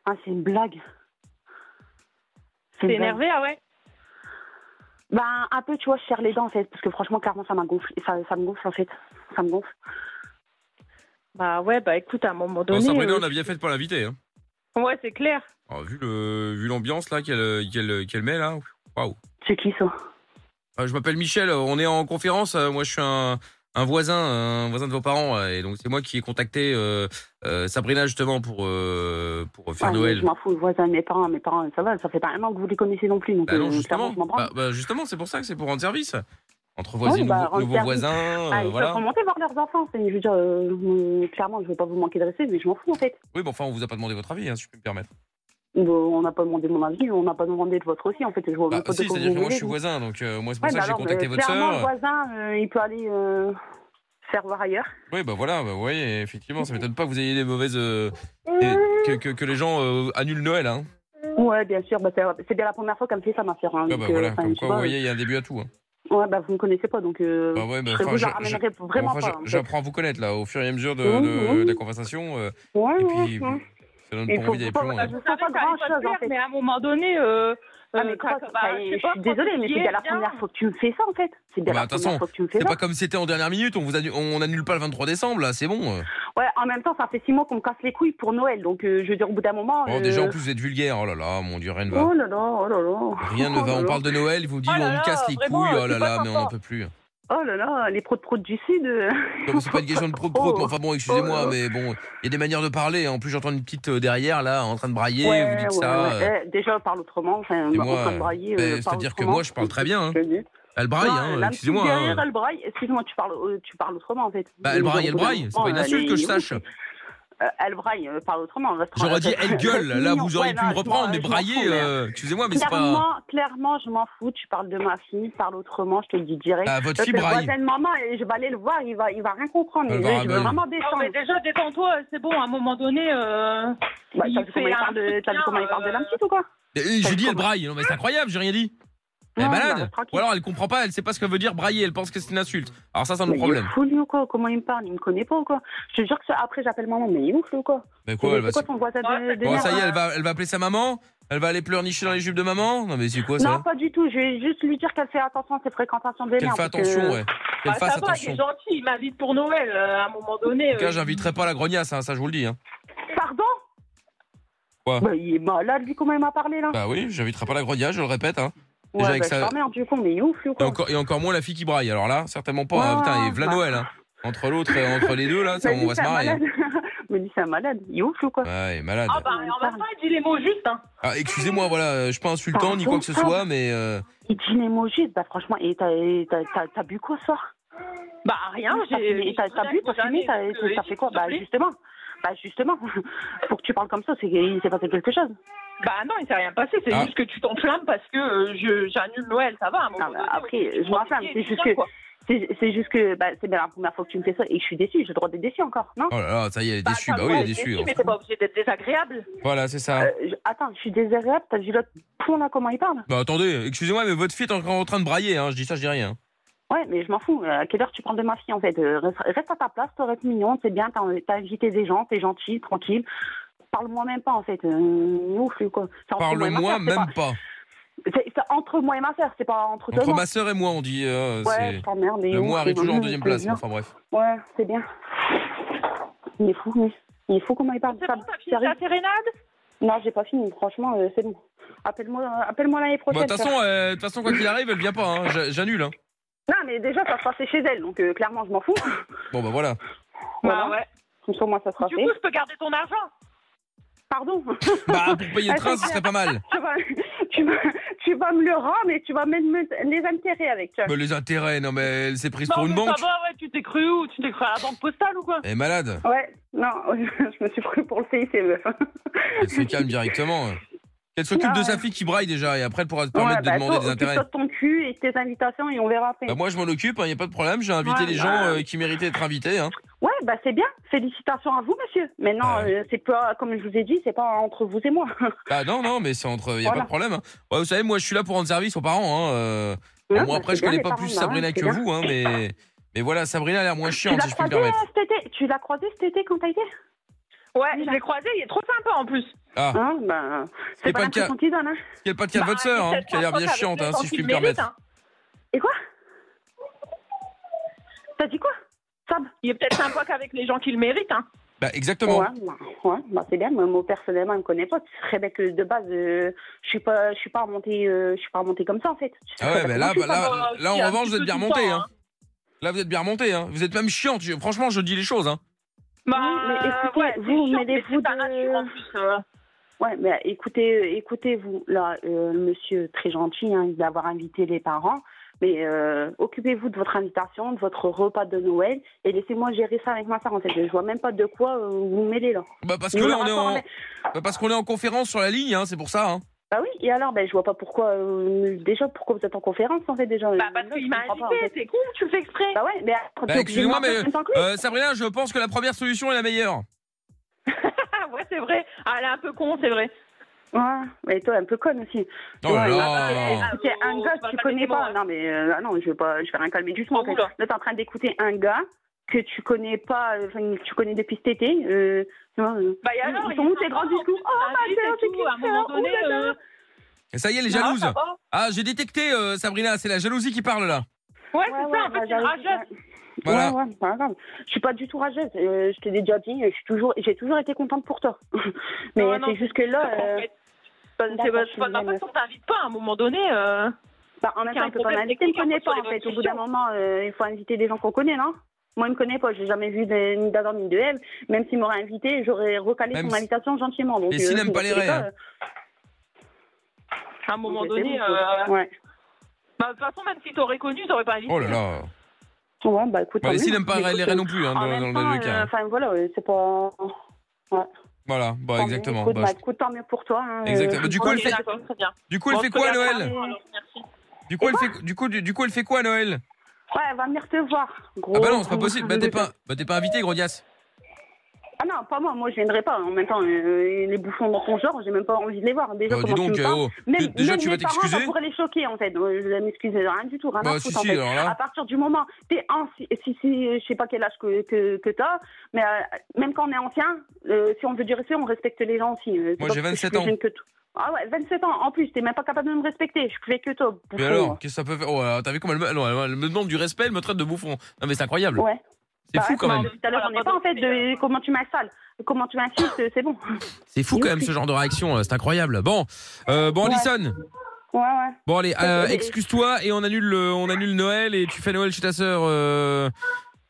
Ah, c'est une blague. C'est
T'es
une blague.
énervé, ah ouais
Ben, un peu, tu vois, je serre les dents, en fait, parce que franchement, clairement, ça m'a gonflé. Ça, ça me gonfle, en fait. Ça me gonfle.
Bah ouais, bah écoute, à un moment
Bon,
donné.
Sabrina,
euh,
on a bien fait de pas l'inviter. Hein.
Ouais, c'est clair.
Alors, vu le- vu l'ambiance là qu'elle qu'elle qu'elle met là. Waouh.
C'est qui, ça
Euh, Je m'appelle Michel. On est en conférence. euh, Moi, je suis un, un voisin, un voisin de vos parents. euh, Et donc, c'est moi qui ai contacté euh, euh, Sabrina justement pour euh, pour faire
Ah, mais
Noël.
Je m'en fous, voisin, mes parents, mes parents, ça va, ça fait pas un an que vous les connaissez non plus. Donc,
Bah non,
euh, clairement,
justement.
je m'en branle.
Bah, bah, justement, c'est pour ça que c'est pour rendre service. Entre voisins,
Oui, bah,
nouveaux-
rendre
nouveaux
service.
voisins. euh,
ah, ils peuvent
voilà.
remonter voir leurs enfants. c'est- Je veux dire, euh, euh, clairement, je veux pas vous manquer de respect, mais je m'en fous, en fait.
Oui, mais enfin, on vous a pas demandé votre avis, hein, si je peux me permettre.
Bon, on n'a pas demandé mon avis, on n'a pas demandé le vôtre aussi, en fait. Je vois
Bah,
même pas de
si,
quoi
c'est-à-dire
vous
que moi, je
voulez,
suis
vous.
voisin, donc euh, moi, c'est pour
Ouais,
ça
bah
que j'ai
alors,
contacté
euh,
votre
clairement, le
sœur.
voisin, euh, il peut aller euh, se faire voir ailleurs.
Oui, bah voilà, bah, vous voyez, effectivement, ça m'étonne pas que vous ayez des mauvaises. euh, des- que, que, que les gens euh, annulent Noël. Hein.
Ouais, bien sûr, bah, c'est c'est bien la première fois qu'elle me fait ça, ma sœur. hein,
Ouais,
donc,
bah
euh,
voilà,
enfin,
comme
je
quoi,
sais
vous
pas,
voyez, il y a un début à tout. hein.
Ouais, bah vous me connaissez pas, donc euh,
Bah ouais,
je
bah,
serais-
enfin,
vous la
je-
ramènerai vraiment
Enfin,
pas. hein.
je-
en fait.
j'apprends à vous connaître, là, au fur et à mesure de,
Oui,
de-
oui.
de la conversation. euh,
Ouais,
et
ouais, ouais.
puis, ça donne
Il
pas
faut
envie d'aller
pas-
plus loin. hein.
je sais
Ça
pas
va, t'arrives
grand-chose,
te faire,
en fait.
Mais à un moment donné, euh,
Ah,
euh,
mais
t'as-
quoi,
bah,
enfin,
je sais
je
pas,
suis désolée, mais c'est
t'oublier,
bien la
bien.
première fois que tu me fais ça en fait. C'est bien
Bah,
la
de toute
première
façon,
fois que tu me fais
C'est
ça.
pas comme c'était en dernière minute, on, vous annu- on annule pas le 23 décembre, là, c'est bon. euh.
Ouais, en même temps, ça fait six mois qu'on me casse les couilles pour Noël, donc euh, je veux dire, au bout d'un moment.
Oh,
euh,
déjà, en plus, vous êtes vulgaire. Oh là là, mon dieu, rien ne va.
Oh là là, oh là là.
Rien ne
Oh
va,
là
on
là.
parle de Noël, vous me dites
Oh là
on me
là,
casse les
vraiment,
couilles, oh
c'est
là
pas
là, mais on n'en
sympa.
peut plus.
Oh là là, les proutes proutes du Sud. euh,
Non, mais c'est pas une question de pro pro,
Oh.
mais enfin bon, excusez-moi,
Oh.
mais bon, il y a des manières de parler. hein. En plus, j'entends une petite euh, derrière, là, en train de brailler, vous dites ça.
ouais,
euh,
ouais. Eh, déjà, on parle autrement. Enfin,
Et
bah,
moi,
on peut brailler,
ben,
euh, parle
c'est-à-dire que
autrement.
moi, je parle très bien, hein.
Je dis.
elle braille,
Non,
hein,
la petite
excusez-moi. hein.
Derrière, elle braille. Excuse-moi, tu parles, euh, tu parles autrement en fait.
Bah, elle braille, elle braille, c'est pas une
Elle
insulte que
est-
je sache.
Euh, elle braille, euh, parle autrement. elle va se prendre
J'aurais
la
dit
tête.
elle gueule, là, vous auriez
Ouais,
pu
non,
me
je m'en-
reprendre, mais
je m'en
brailler,
fous, mais-
euh, excusez-moi, mais c'est pas.
Clairement, clairement, je m'en fous. Tu parles de ma fille, parle autrement, je te le dis direct.
Ah, votre
Parce
fille
que le
braille.
voisin de maman, et je vais aller le voir, il va, il va rien comprendre.
Elle
Il
va bah,
veut- je
ramener.
veux vraiment
Non, Ah, mais
descendre.
déjà, détends-toi, c'est bon, à un moment donné. euh,
Bah,
il
T'as vu
fait
comment il
un
parle de,
truc
t'as vu
bien,
comment il parle de la
euh,
petite ou quoi
Eh, eh, J'ai dit elle
comment-
braille, non mais c'est incroyable, j'ai rien dit. Elle est
Non, il va
malade.
rester tranquille.
Ou alors elle comprend pas, elle sait pas ce que veut dire brailler, elle pense que c'est une insulte. Alors ça, c'est un autre
Mais il est
problème.
fou lui ou quoi Comment il me parle Il me connaît pas ou quoi Je te jure que ça- après j'appelle maman, mais il est ouf lui ou quoi
Mais
Mais
quoi, elle va
C'est quoi
se-
ton voisin de,
Ouais,
de
Bon,
merde,
ça y est,
hein
elle va, elle va appeler sa maman, elle va aller pleurnicher dans les jupes de maman. Non mais c'est quoi
Non,
ça
pas du tout. Je vais juste lui dire qu'elle fait attention à ses fréquentations de
Qu'elle
merde,
fait
parce que- Ah,
attention, ouais. Qu'elle
bah,
fasse
ça va, il
attention.
est gentil, il m'invite pour Noël, euh, à un moment donné.
En tout cas,
euh,
j'inviterai pas la grognasse, hein, ça je vous le dis. hein.
Pardon
Quoi
Bah, il est malade, lui, comment il m'a parlé, là
Bah oui, j'inviterai pas la grognasse, je le répète. Hein.
Ouais,
avec
bah,
ça-
je t'emmerde, du coup, mais il est ouf, lui,
Et,
quoi.
encore, et encore moins la fille qui braille. Alors là, certainement pas. hein.
Ouais,
Putain, et v'là
bah.
Noël. hein. Entre l'autre et entre les deux, là, ça,
Mais lui,
on va se
c'est un
marrer. hein.
malade. Mais lui, c'est un malade, il est ouf, lui, quoi.
Ouais, elle est malade.
Ah, bah, en même temps, il dit les mots justes, hein.
Ah, excusez-moi, voilà, euh, je suis pas insultant ni quoi que ce soit, mais euh,
Il dit les mots juste, bah, franchement, et t'as- et t'as t'as- t'as bu quoi, ce soir
Bah, rien,
T'as fumé-
j'ai.
T'as t'as bu, t'as fumé, t'as t'as- t'as fait quoi Bah, justement. Bah, justement, pour que tu parles comme ça, c'est qu'il s'est passé quelque chose.
Bah non, il s'est rien passé, c'est
Ah.
juste que tu t'enflammes parce que euh, je- j'annule Noël, ça va, à un moment
Ah, bah,
donné,
après,
oui, tu
je
prends
m'enflamme,
des
Ah, c'est
billets,
juste
tout
que-
ça, quoi.
C'est c'est juste que bah, c'est bien la première fois que tu me fais ça et je suis déçue, j'ai le droit d'être déçue encore, non
oh là là, ça y est, elle est
Bah,
déçue.
t'as
Bah
le
oui, elle
droit
est
d'être
déçue.
déçu,
hein.
Mais t'es pas obligé d'être désagréable.
Voilà, c'est ça.
Euh, je- Attends, je suis désagréable, t'as vu l'autre point là, comment il parle
Bah attendez, excusez-moi, mais votre fille est encore en train de brailler. Hein. Je dis ça, je dis rien.
Ouais, mais je m'en fous. euh, À quelle heure tu parles de ma fille en fait Euh, reste, reste à ta place, t'aurais été mignon, c'est bien, t'as t'as invité des gens, t'es gentil, tranquille. Parle-moi même pas en fait. Euh, ouf, quoi. C'est entre moi et ma
Parle-moi
sœur, c'est
même pas.
pas- C'est c'est entre moi et ma soeur, c'est pas entre, deux.
Entre
moi.
ma sœur et moi, on dit. euh,
Ouais,
c'est-
je t'emmerde. et
Le
ouf,
moi arrive
c'est
toujours en
bon,
deuxième
c'est
place. mais
bien.
Enfin bref.
Ouais, c'est bien. Il est fou, lui. Il est fou comment il parle.
C'est
ça,
bon, t'as fini
sérieux.
ta sérénade
Non, j'ai pas fini, franchement, euh, c'est bon. Appelle-moi appelle l'année
Bah, De
prochaine.
toute
sœur.
façon, euh, de toute façon, quoi qu'il arrive, elle vient pas. hein. J'a- J'annule. Hein.
Non, mais déjà, ça sera fait chez elle, donc euh, clairement, je m'en fous.
Bon, bah voilà.
Voilà.
Bah ouais.
Comme ça, moi, ça sera
Du
fait.
coup, je peux garder ton argent.
Pardon.
Bah, pour payer le train, ce serait pas mal.
Tu m'as- tu m'as- tu vas me le rendre et tu vas même me les intéresser avec. tu vois.
Mais les intérêts, non mais elle s'est prise
Bah,
Non,
Bah, pour une
mais
banque.
Ça va, ouais, tu t'es cru où Tu t'es cru à la banque postale ou quoi
Elle est malade.
Ouais, non, je me suis pris pour le CIC, meuf.
Elle se calme directement. Qu'elle s'occupe
Non,
de sa
ouais.
fille qui braille déjà et après elle pourra se permettre
Ouais,
de
bah,
demander
toi,
des intérêts.
occupe-toi de ton cul et tes invitations et on verra après.
Bah moi je m'en occupe, il n'y a pas de problème, j'ai invité
Ouais,
les
bah.
gens euh, qui méritaient d'être invités. hein.
Ouais, bah c'est bien. Félicitations à vous, monsieur. Maintenant,
Ah ouais.
euh, c'est pas, comme je vous ai dit, c'est pas entre vous et moi.
Ah non, non, mais c'est entre... Il n'y a pas
Voilà.
de problème. hein. Ouais, vous savez, moi je suis là pour rendre service aux parents. Hein. euh. Bon,
Non,
moi
bah,
après
c'est
je
bien,
connais
les
pas plus
parents, bah,
Sabrina
ouais,
que
c'est bien.
vous, hein, mais... mais voilà, Sabrina a l'air moins
Tu
chiante
l'as
si je puis me
croisé
permettre.
euh, cet été Tu l'as croisé cet été quand t'as été
Ouais, je l'ai croisé, il est trop sympa en plus.
Ah,
Hein, bah,
C'est
C'est
pas
pas
le cas.
l'impression qu'ils donnent. Hein.
ce n'est pas
Bah,
le cas de votre sœur, hein, qui a l'air bien chiante hein, si je puis me permettre.
Et quoi T'as dit quoi Sab
Il est peut-être sympa qu'avec les gens qu'il mérite. Hein.
Bah exactement.
Ouais, bah, ouais, bah, c'est bien. Moi, moi, personnellement, elle me connaît pas. Tu serais bien que de base, euh, je suis pas, je suis pas remontée, euh, je suis pas remontée comme ça en fait. Tu
Ah
serais
ouais,
bien
bah
que moi, je
là, bah,
suis
là,
pas-
pas-
là, en
c'est un
revanche,
petit
vous êtes
peu
bien
tout
remonté.
le temps,
Hein. Là, vous êtes bien remonté. Hein. Vous êtes même chiante. je- Franchement, je dis les choses. Hein.
Bah,
mais écoutez,
ouais, c'est
vous
chiant,
mettez
mais c'est
vous
pas
de-
nature, en plus, euh.
Ouais, mais écoutez, écoutez vous là, euh, le monsieur très gentil hein, d'avoir invité les parents, mais euh, occupez-vous de votre invitation, de votre repas de Noël, et laissez-moi gérer ça avec ma soeur. En fait, je vois même pas de quoi euh, vous mêler là.
Bah, parce que
Nous,
là,
le
on est
rapport
en,
avec-
bah, parce qu'on est en conférence sur la ligne. Hein, c'est pour ça. Hein.
Bah oui, et alors, ben je vois pas pourquoi. euh, déjà, pourquoi vous êtes en conférence en fait déjà
Bah, parce
Là,
qu'il
je
m'a
comprends pas, en
invité,
fait.
c'est con, tu le fais exprès.
Bah ouais, mais après,
Bah,
t'es obligé de
excusez-moi,
me rappeler en même temps que lui.
Euh, Sabrina, je pense que la première solution est la meilleure.
Ah, ouais, c'est vrai. Ah, elle est un peu con, c'est vrai.
Ouais, mais toi, un peu conne aussi.
Non, Oh là,
Ouais,
là.
Ah,
C'est un
oh,
gars
tu vas
que tu
pas
connais
laisser
pas.
moi.
Non, mais euh, ah non, je vais pas, je vais rien calmer du tout. en fait.
Oula.
Là, t'es en train d'écouter un gars que tu connais pas, euh, enfin, que tu connais depuis cet été. Euh, tu vois, euh,
Bah, et alors,
ils sont où tes grands discours Oh, ma
sœur,
soeur, c'est qui
À un moment donné,
oh
euh,
Et ça y est, les
ah,
jalouses.
ça va.
Ah, j'ai détecté, euh, Sabrina. C'est la jalousie qui parle là.
Ouais, c'est ça, en fait, c'est une rageuse.
Voilà.
Ouais, ouais, c'est pas grave. Je suis pas du tout rageuse. euh, je te l'ai déjà dit. Je suis toujours, j'ai toujours été contente pour toi. mais
Non, non,
c'est juste que là,
En
euh,
fait, c'est pas- c'est pas-
d'accord,
c'est
je
pas
suis
de ma
une
faute, on t'invite pas à un moment donné. euh.
bah, en même temps,
qu'il y a un
il peut pas m'inviter.
problème
Il me
technique
connaît
sur
pas
les
en fait. Au bout
discussions.
d'un moment, euh, il faut inviter des gens qu'on connaît, non moi, il me connaît pas, j'ai jamais vu de- ni d'Adam ni de Ève. Même s'il m'aurait invité, j'aurais recalé
Même
son
si-
invitation gentiment. Donc,
Et s'il n'aime
dans
pas les
tous
raies,
cas,
hein.
euh,
À un moment
c'est
donné,
bon,
euh,
Ouais.
bah, de toute façon, même si t'aurais connu, t'aurais pas invité. hein.
Oh là là.
Ouais, bah écoute.
Bah,
tant
les s'il
mieux.
n'aime pas
Mais
les
écoute,
raies non plus, hein,
en
dans,
même
dans les deux
temps,
cas.
euh, Enfin, voilà, euh, c'est pas.
Voilà, bah
tant
exactement.
mieux, Écoute,
Bah,
bah,
je-
écoute, tant mieux pour toi. hein,
Exactement. Bah, Du coup,
Ok,
elle fait-
d'accord, très bien.
Du coup, elle
Bon,
fait
je
quoi,
regarde ça,
Noël
alors, merci.
Du coup, elle fait, du coup, du, du coup, elle fait quoi, Noël
Ouais, elle va venir te voir. Gros,
Ah bah non, c'est pas
gros,
possible. Bah t'es pas, bah, t'es pas invité, Grognasse.
Ah non, pas moi, moi je viendrai pas. En même temps, euh, les bouffons dans ton genre, j'ai même pas envie de les voir. Déjà,
Bah, dis
comment
donc,
tu me
euh,
parles
oh.
Même,
Tu- déjà
même
tu vas
mes parents, ça
t'excuser.
pourrait les choquer en fait. Euh, Je vais m'excuser, rien du tout, rien
Bah
à
si
foutre en
si,
fait.
alors
À
là.
partir du moment, t'es ancien, si, si, euh, je sais pas quel âge que, que, que t'as, mais euh, même quand on est ancien, euh, si on veut du respect, on respecte les gens aussi. Euh, c'est
Moi,
pas
j'ai
parce que je suis
27
plus
ans.
jeune que toi. Ah ouais, 27 ans, en plus, t'es même pas capable de me respecter, je suis plus vieille que toi.
Mais
bouffon.
alors, qu'est-ce que ça peut faire Oh, alors, t'as vu comment elle me... non, elle- elle me demande du respect, elle me traite de bouffon. Non mais c'est incroyable.
Ouais.
C'est
Bah
fou
ouais,
quand
bah,
même.
Tout à l'heure, on n'est pas en fait de comment tu m'assales, comment tu m'insultes, c'est bon.
C'est fou quand même ce genre de réaction, là, c'est incroyable. Bon, euh, bon
Ouais.
Alison.
Ouais, ouais.
Bon allez, euh,
Et-
excuse-toi et on annule, le- on annule Noël et tu fais Noël chez ta sœur. euh,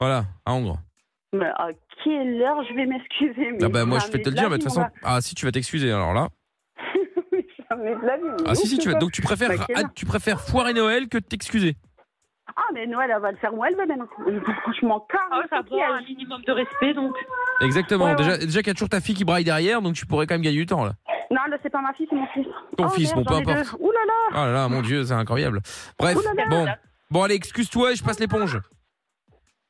Voilà, à Angre.
Mais à quelle heure je vais m'excuser mais
Ah bah moi je
jamais
vais te le
de la
dire, mais de toute
vie,
façon. Ah si, tu vas t'excuser alors là.
mon gars. Jamais de la vie, mais
Ah si
ouf,
si, tu
quoi.
vas. Donc tu préfères,
Bah, quelle heure
ah, tu préfères foirer Noël que de t'excuser.
Ah, mais Noël, elle va le faire Euh, où elle veut maintenant. Je m'en carre.
Ah ouais, ça
c'est qui,
prend un
elle
minimum de respect, donc.
Exactement.
Ouais, ouais.
Déjà, déjà qu'il y a toujours ta fille qui braille derrière, donc tu pourrais quand même gagner du temps là.
Non, là, c'est pas ma fille, c'est mon fils.
Ton
Oh,
fils,
merde,
bon, peu
j'en ai
importe.
deux. Ouh là là,
Oh là là, mon dieu, c'est incroyable. Bref,
Ouh là là.
bon. Bon, allez, excuse-toi et je passe l'éponge.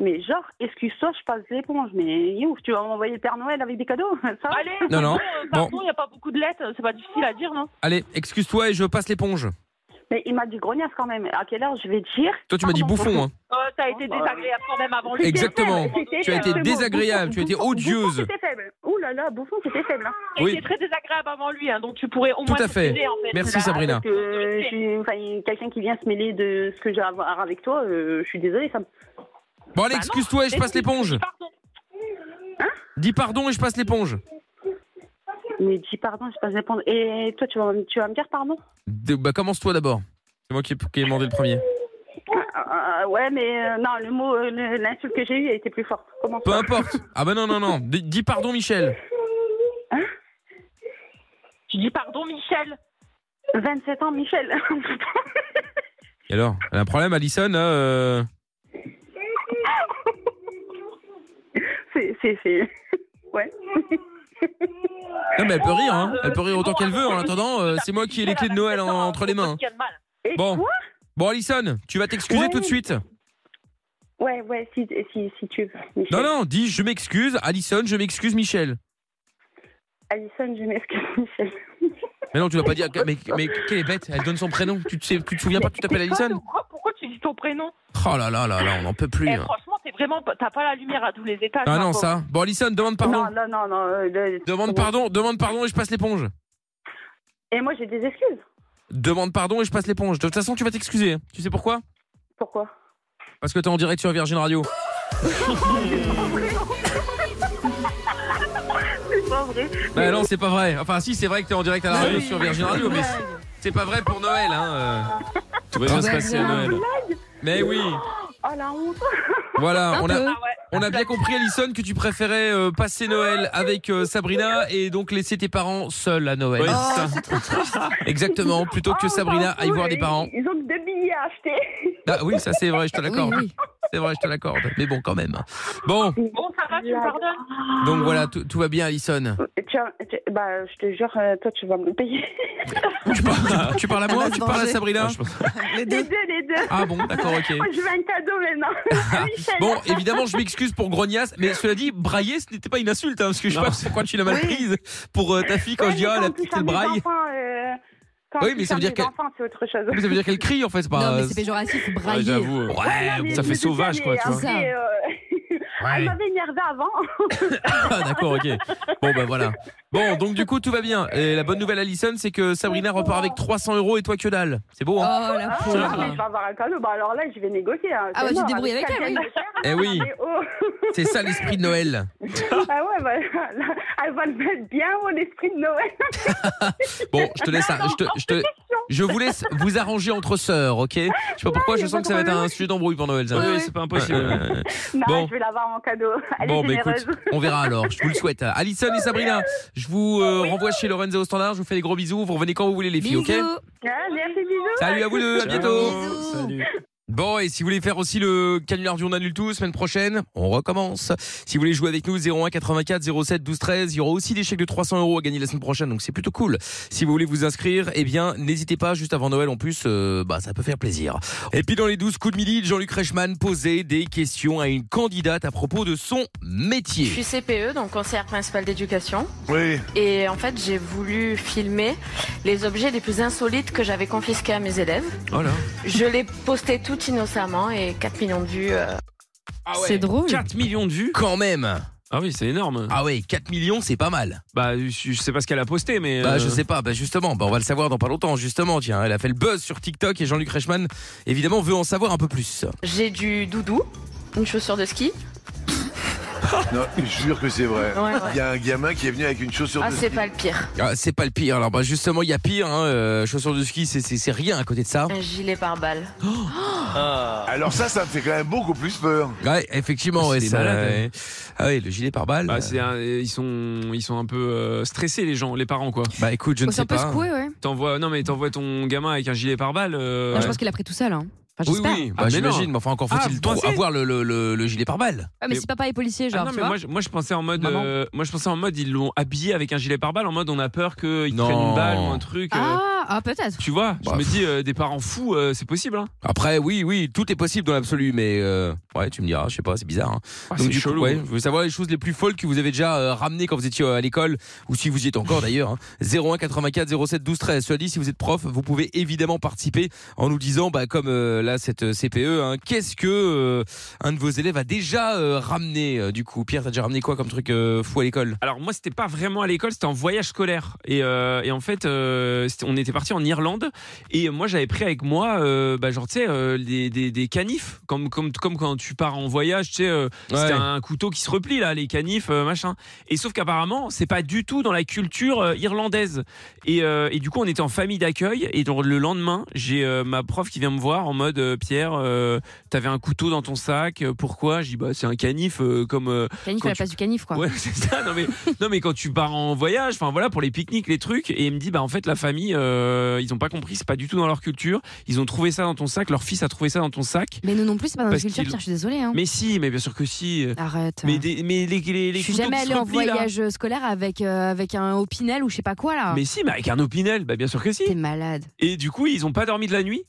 Mais genre, excuse-toi, je passe l'éponge. Mais you, tu vas m'envoyer le Père Noël avec des cadeaux ça va
Allez,
Non, non.
Pardon, il n'y a pas beaucoup de lettres, c'est pas difficile à dire, non
Allez, excuse-toi et je passe l'éponge.
Mais il m'a dit grognasse quand même. À quelle heure je vais dire
Toi, tu m'as dit
Pardon,
bouffon. Hein.
Euh, T'as été
bah,
désagréable quand même avant le
C'était
Exactement.
faible, c'était
Tu as été
faible, c'est bon.
désagréable, tu as été
Bouffon,
odieuse.
Bouffon, C'était faible. Ouh là là, bouffon, c'était faible. hein.
T'as
Oui.
été très désagréable avant lui, hein, donc tu pourrais au
Tout
moins.
à fait.
t'excuser, en fait.
Merci,
Là,
Sabrina.
Parce que j'ai- enfin, quelqu'un qui vient se mêler de ce que j'ai à voir avec toi, euh, je suis désolée, ça me-
Bon,
Bah
allez,
non,
excuse-toi et je passe l'éponge.
Pardon. Hein
Dis pardon et je passe l'éponge.
Mais dis pardon, je passe répondre. Et toi, tu vas, tu vas me dire pardon
De- bah, commence-toi d'abord. C'est moi qui, qui ai demandé le premier.
Ah, ah, Ouais, mais euh, non, le mot, euh, le- l'insulte que j'ai eue, elle était plus forte. Comment
Peu
ça
importe. Ah bah non, non, non. D- Dis pardon, Michel.
Je dis pardon, Michel.
27 ans, Michel.
Et alors Elle a un problème, Alison euh...
c'est, c'est, c'est. Ouais.
Non, mais elle peut rire, hein. Elle peut rire autant qu'elle veut. En attendant, euh, c'est moi qui ai les clés de Noël en- entre les mains.
Et
Bon.
quoi
Bon, Alison, tu vas t'excuser tout de suite.
Ouais, ouais, si, si, si tu veux. Michel.
Non, non, dis je m'excuse, Alison, je m'excuse, Michel.
Alison, je m'excuse, Michel.
Mais non, tu vas pas dire. Mais, mais quelle est bête, elle donne son prénom. Tu te, sais- tu te souviens pas que tu t'appelles Alison
Pourquoi, pourquoi tu dis ton prénom
Oh là là là là, on n'en peut plus.
Eh,
hein.
Franchement, t'es vraiment, pas- t'as pas la lumière à tous les étages.
Ah
ma
non,
pauvre.
ça. Bon, Alison, demande pardon.
Non, non, non, non. euh, le-
Demande pardon, demande pardon et je passe l'éponge.
Et moi, j'ai des excuses.
Demande pardon et je passe l'éponge. De toute façon, tu vas t'excuser. hein. Tu sais pourquoi
Pourquoi
Parce que t'es en direct sur Virgin Radio.
C'est pas vrai.
Bah non, c'est pas vrai. Enfin, si, c'est vrai que t'es en direct
Ah
à la radio
oui.
sur Virgin Radio, mais c'est- c'est pas vrai pour Noël, hein.
Ah.
euh.
Tout va
bah,
bien se passer à Noël.
Mais oui.
Oh la honte.
Voilà,
Un
on
peu.
Ah
a, on a bien compris, Alison, que tu préférais euh, passer Noël avec euh, Sabrina et donc laisser tes parents seuls à Noël.
Ouais,
C'est
c'est
ça.
ça.
Exactement, plutôt que
Oh,
Sabrina
on s'en
aille
fout,
voir des
ils-
parents.
Ils ont que deux billets à acheter.
Ah oui, ça c'est vrai, je te l'accorde.
Oui,
C'est vrai, je te l'accorde. Mais bon, quand même. Bon,
Bon, Sarah, tu me
Blague.
pardonnes
donc voilà, tout, tout va bien, Alison.
Tiens, tiens, bah, je te jure, euh, toi, tu vas me le payer.
Tu parles, tu parles à
Elle
moi
va
ou tu
se
parles à
venger.
Sabrina
Ah, je pense-
Les
Les
deux.
deux, les deux.
Ah bon, d'accord, ok.
Oh, je veux un cadeau maintenant. Michel.
Bon, évidemment, je m'excuse pour Grognasse, mais cela dit, brailler, ce n'était pas une insulte, hein, parce que je sais
Non.
pas pourquoi tu l'as mal
Oui.
prise pour euh, ta fille quand
Ouais,
je dis,
mais
ah, la
quand
petite,
tu
elle
sens des
braille.
enfants, euh, quand
Oui,
tu
mais ça
sens
veut dire
des
qu'elle-
enfants, c'est autre chose.
Mais ça veut dire qu'elle crie, en fait, c'est pas.
Non, mais c'est péjoratif, c'est
Ouais,
brailler.
J'avoue. euh,
Ouais,
Non, mais
ça
je
fait
me
sauvage,
souviens,
quoi,
mais
tu vois.
après, hein, euh, Elle
ouais.
m'avait énervé avant.
Ah, d'accord, ok. Bon, bah voilà. Bon, donc du coup, tout va bien. Et la bonne nouvelle, Alison, c'est que Sabrina repart avec 300 euros et toi que dalle. C'est beau,
Oh
hein
la
Ah,
pauvre.
non, mais je vais avoir un cadeau. Bah, alors là, je vais négocier. hein.
Ah
C'est
ouais, tu te
mort,
débrouilles avec elle,
quelqu'un
oui.
de cher,
Eh oui,
mais oh.
c'est ça l'esprit de Noël.
Ah ouais, bah, là, elle va le mettre bien, mon esprit de Noël.
Bon, je te laisse. un- je, te, je, te- je vous laisse vous arranger entre sœurs, ok Je sais pas pourquoi,
y
je
a
sens
pas
que ça va
de
être un sujet d'embrouille pour Noël. ça.
Oui, oui, c'est pas impossible.
Ouais, ouais, ouais.
Non,
Bon.
je vais l'avoir en cadeau. Elle
Bon,
est
bah écoute,
généreuse.
on verra alors. Je vous le souhaite. Alison et Sabrina, je vous euh, renvoie chez Lorenzo au standard. Je vous fais des gros bisous. Vous revenez quand vous voulez, les filles, ok
Bisous.
Ah, merci, bisous.
Salut à vous deux, à
Ciao.
bientôt.
Bisous.
Salut.
Bon, et si vous voulez faire aussi le canular du On annule tout, semaine prochaine, on recommence. Si vous voulez jouer avec nous, 01 84 07 12 13, il y aura aussi des chèques de 300 euros à gagner la semaine prochaine, donc c'est plutôt cool. Si vous voulez vous inscrire, eh bien, n'hésitez pas, juste avant Noël en plus, euh, bah, ça peut faire plaisir. Et puis dans les 12 coups de midi, Jean-Luc Reichmann posait des questions à une candidate à propos de son
hein.
métier.
Je suis CPE, donc conseillère principale d'éducation.
Oui.
Et en fait, j'ai voulu filmer les objets les plus insolites que j'avais confisqués à mes élèves.
Oh là.
Je les postais tout innocemment et 4 millions de vues. euh,
C'est drôle.
4 Ah millions de vues
Quand même
Ah oui, c'est énorme.
Ah ouais, 4 millions, c'est pas mal.
Bah, je, je sais pas ce qu'elle a posté, mais.
Bah,
euh,
je sais pas, bah, justement, bah, on va le savoir dans pas longtemps, justement, tiens, elle a fait le buzz sur TikTok et Jean-Luc Reichmann, évidemment, veut en savoir un peu plus.
J'ai du doudou, une chaussure de ski.
Non, je jure que c'est vrai.
Ouais, ouais.
Il y a un gamin qui est venu avec une chaussure
Ah,
de
c'est
ski.
pas le pire.
Ah, c'est pas le pire. Alors, bah, justement, il y a pire. Hein, euh, chaussures de ski, c'est- c'est c'est rien à côté de
Oh.
ça.
Un gilet pare-balles.
Alors ça, ça me fait quand même beaucoup plus peur.
Ouais, effectivement,
Ah,
ouais,
c'est
ça,
malade. hein.
ouais. Ah oui, le gilet pare-balles.
bah,
Bah,
c'est un- ils, sont, ils sont un peu euh, stressés, les gens, les parents, quoi.
Bah, écoute, je ne
On s'est
sais
Oh, un peu
pas.
secoué,
Euh,
ouais.
T'envoies, non, mais t'envoies ton gamin avec un gilet pare-balles. euh,
Non, Je pense qu'il a pris tout seul. hein. Enfin,
Oui,
j'espère.
oui,
Ah,
bah,
mais
j'imagine. Mais enfin, encore
Ah,
faut-il
vous
trop-
pensez
avoir le, le, le, le gilet pare-balles.
Ouais, mais
Mais-
si papa est policier,
Ah
genre.
non,
tu
mais
vois.
moi je, moi, je pensais en mode,
Maman.
euh, moi je pensais en mode ils l'ont habillé avec un gilet pare-balles en mode on a peur qu'ils
Non.
prennent une balle ou un truc. euh,
Ah, ah, peut-être.
Tu vois,
Bah,
je me dis euh, des parents fous, euh, c'est possible. Hein.
Après, oui, oui, tout est possible dans l'absolu, mais euh, ouais, tu me diras, je sais pas, c'est bizarre. hein.
Ah,
Donc
c'est
du coup,
chelou.
ouais, je veux savoir les choses les plus folles que vous avez déjà euh, ramenées quand vous étiez euh, à l'école ou si vous y êtes encore d'ailleurs. Hein. 01 84 07 12 13. Cela dit, si vous êtes prof, vous pouvez évidemment participer en nous disant, bah, comme euh, là cette euh, CPE, hein, qu'est-ce que euh, un de vos élèves a déjà euh, ramené euh, du coup. Pierre, t'as déjà ramené quoi comme truc euh, fou à l'école
Alors moi c'était pas vraiment à l'école, c'était en voyage scolaire et, euh, et en fait euh, c'était- on était parti en Irlande et moi j'avais pris avec moi euh, bah, genre tu sais euh, des, des, des canifs comme comme comme quand tu pars en voyage tu sais euh,
Ouais.
c'était un couteau qui se replie là les canifs euh, machin et sauf qu'apparemment c'est pas du tout dans la culture euh, irlandaise et, euh, et du coup on était en famille d'accueil et donc, le lendemain j'ai euh, ma prof qui vient me voir en mode mode euh, Pierre, euh, t'avais un couteau dans ton sac, euh, pourquoi Je dis bah c'est un canif euh, comme. euh,
Canif
quand
à la
tu-
place du canif, quoi.
Ouais, c'est ça. Non mais, non mais quand tu pars en voyage, enfin voilà, pour les pique-niques, les trucs, et il me dit bah en fait la famille, euh, ils ont pas compris, c'est pas du tout dans leur culture. Ils ont trouvé ça dans ton sac, leur fils a trouvé ça dans ton sac.
Mais nous non plus, c'est pas dans notre
Parce
culture,
qu'il-
Pierre, je suis désolée. hein.
Mais si, mais bien sûr que si.
Arrête.
Mais, des- mais les, les, les
je suis
couteaux
jamais
qui se
allée en
replient, là.
voyage scolaire avec, euh, avec un opinel ou je sais pas quoi là.
Mais si, mais avec un opinel, bah bien sûr que si.
T'es malade.
Et du coup, ils ont pas dormi de la nuit.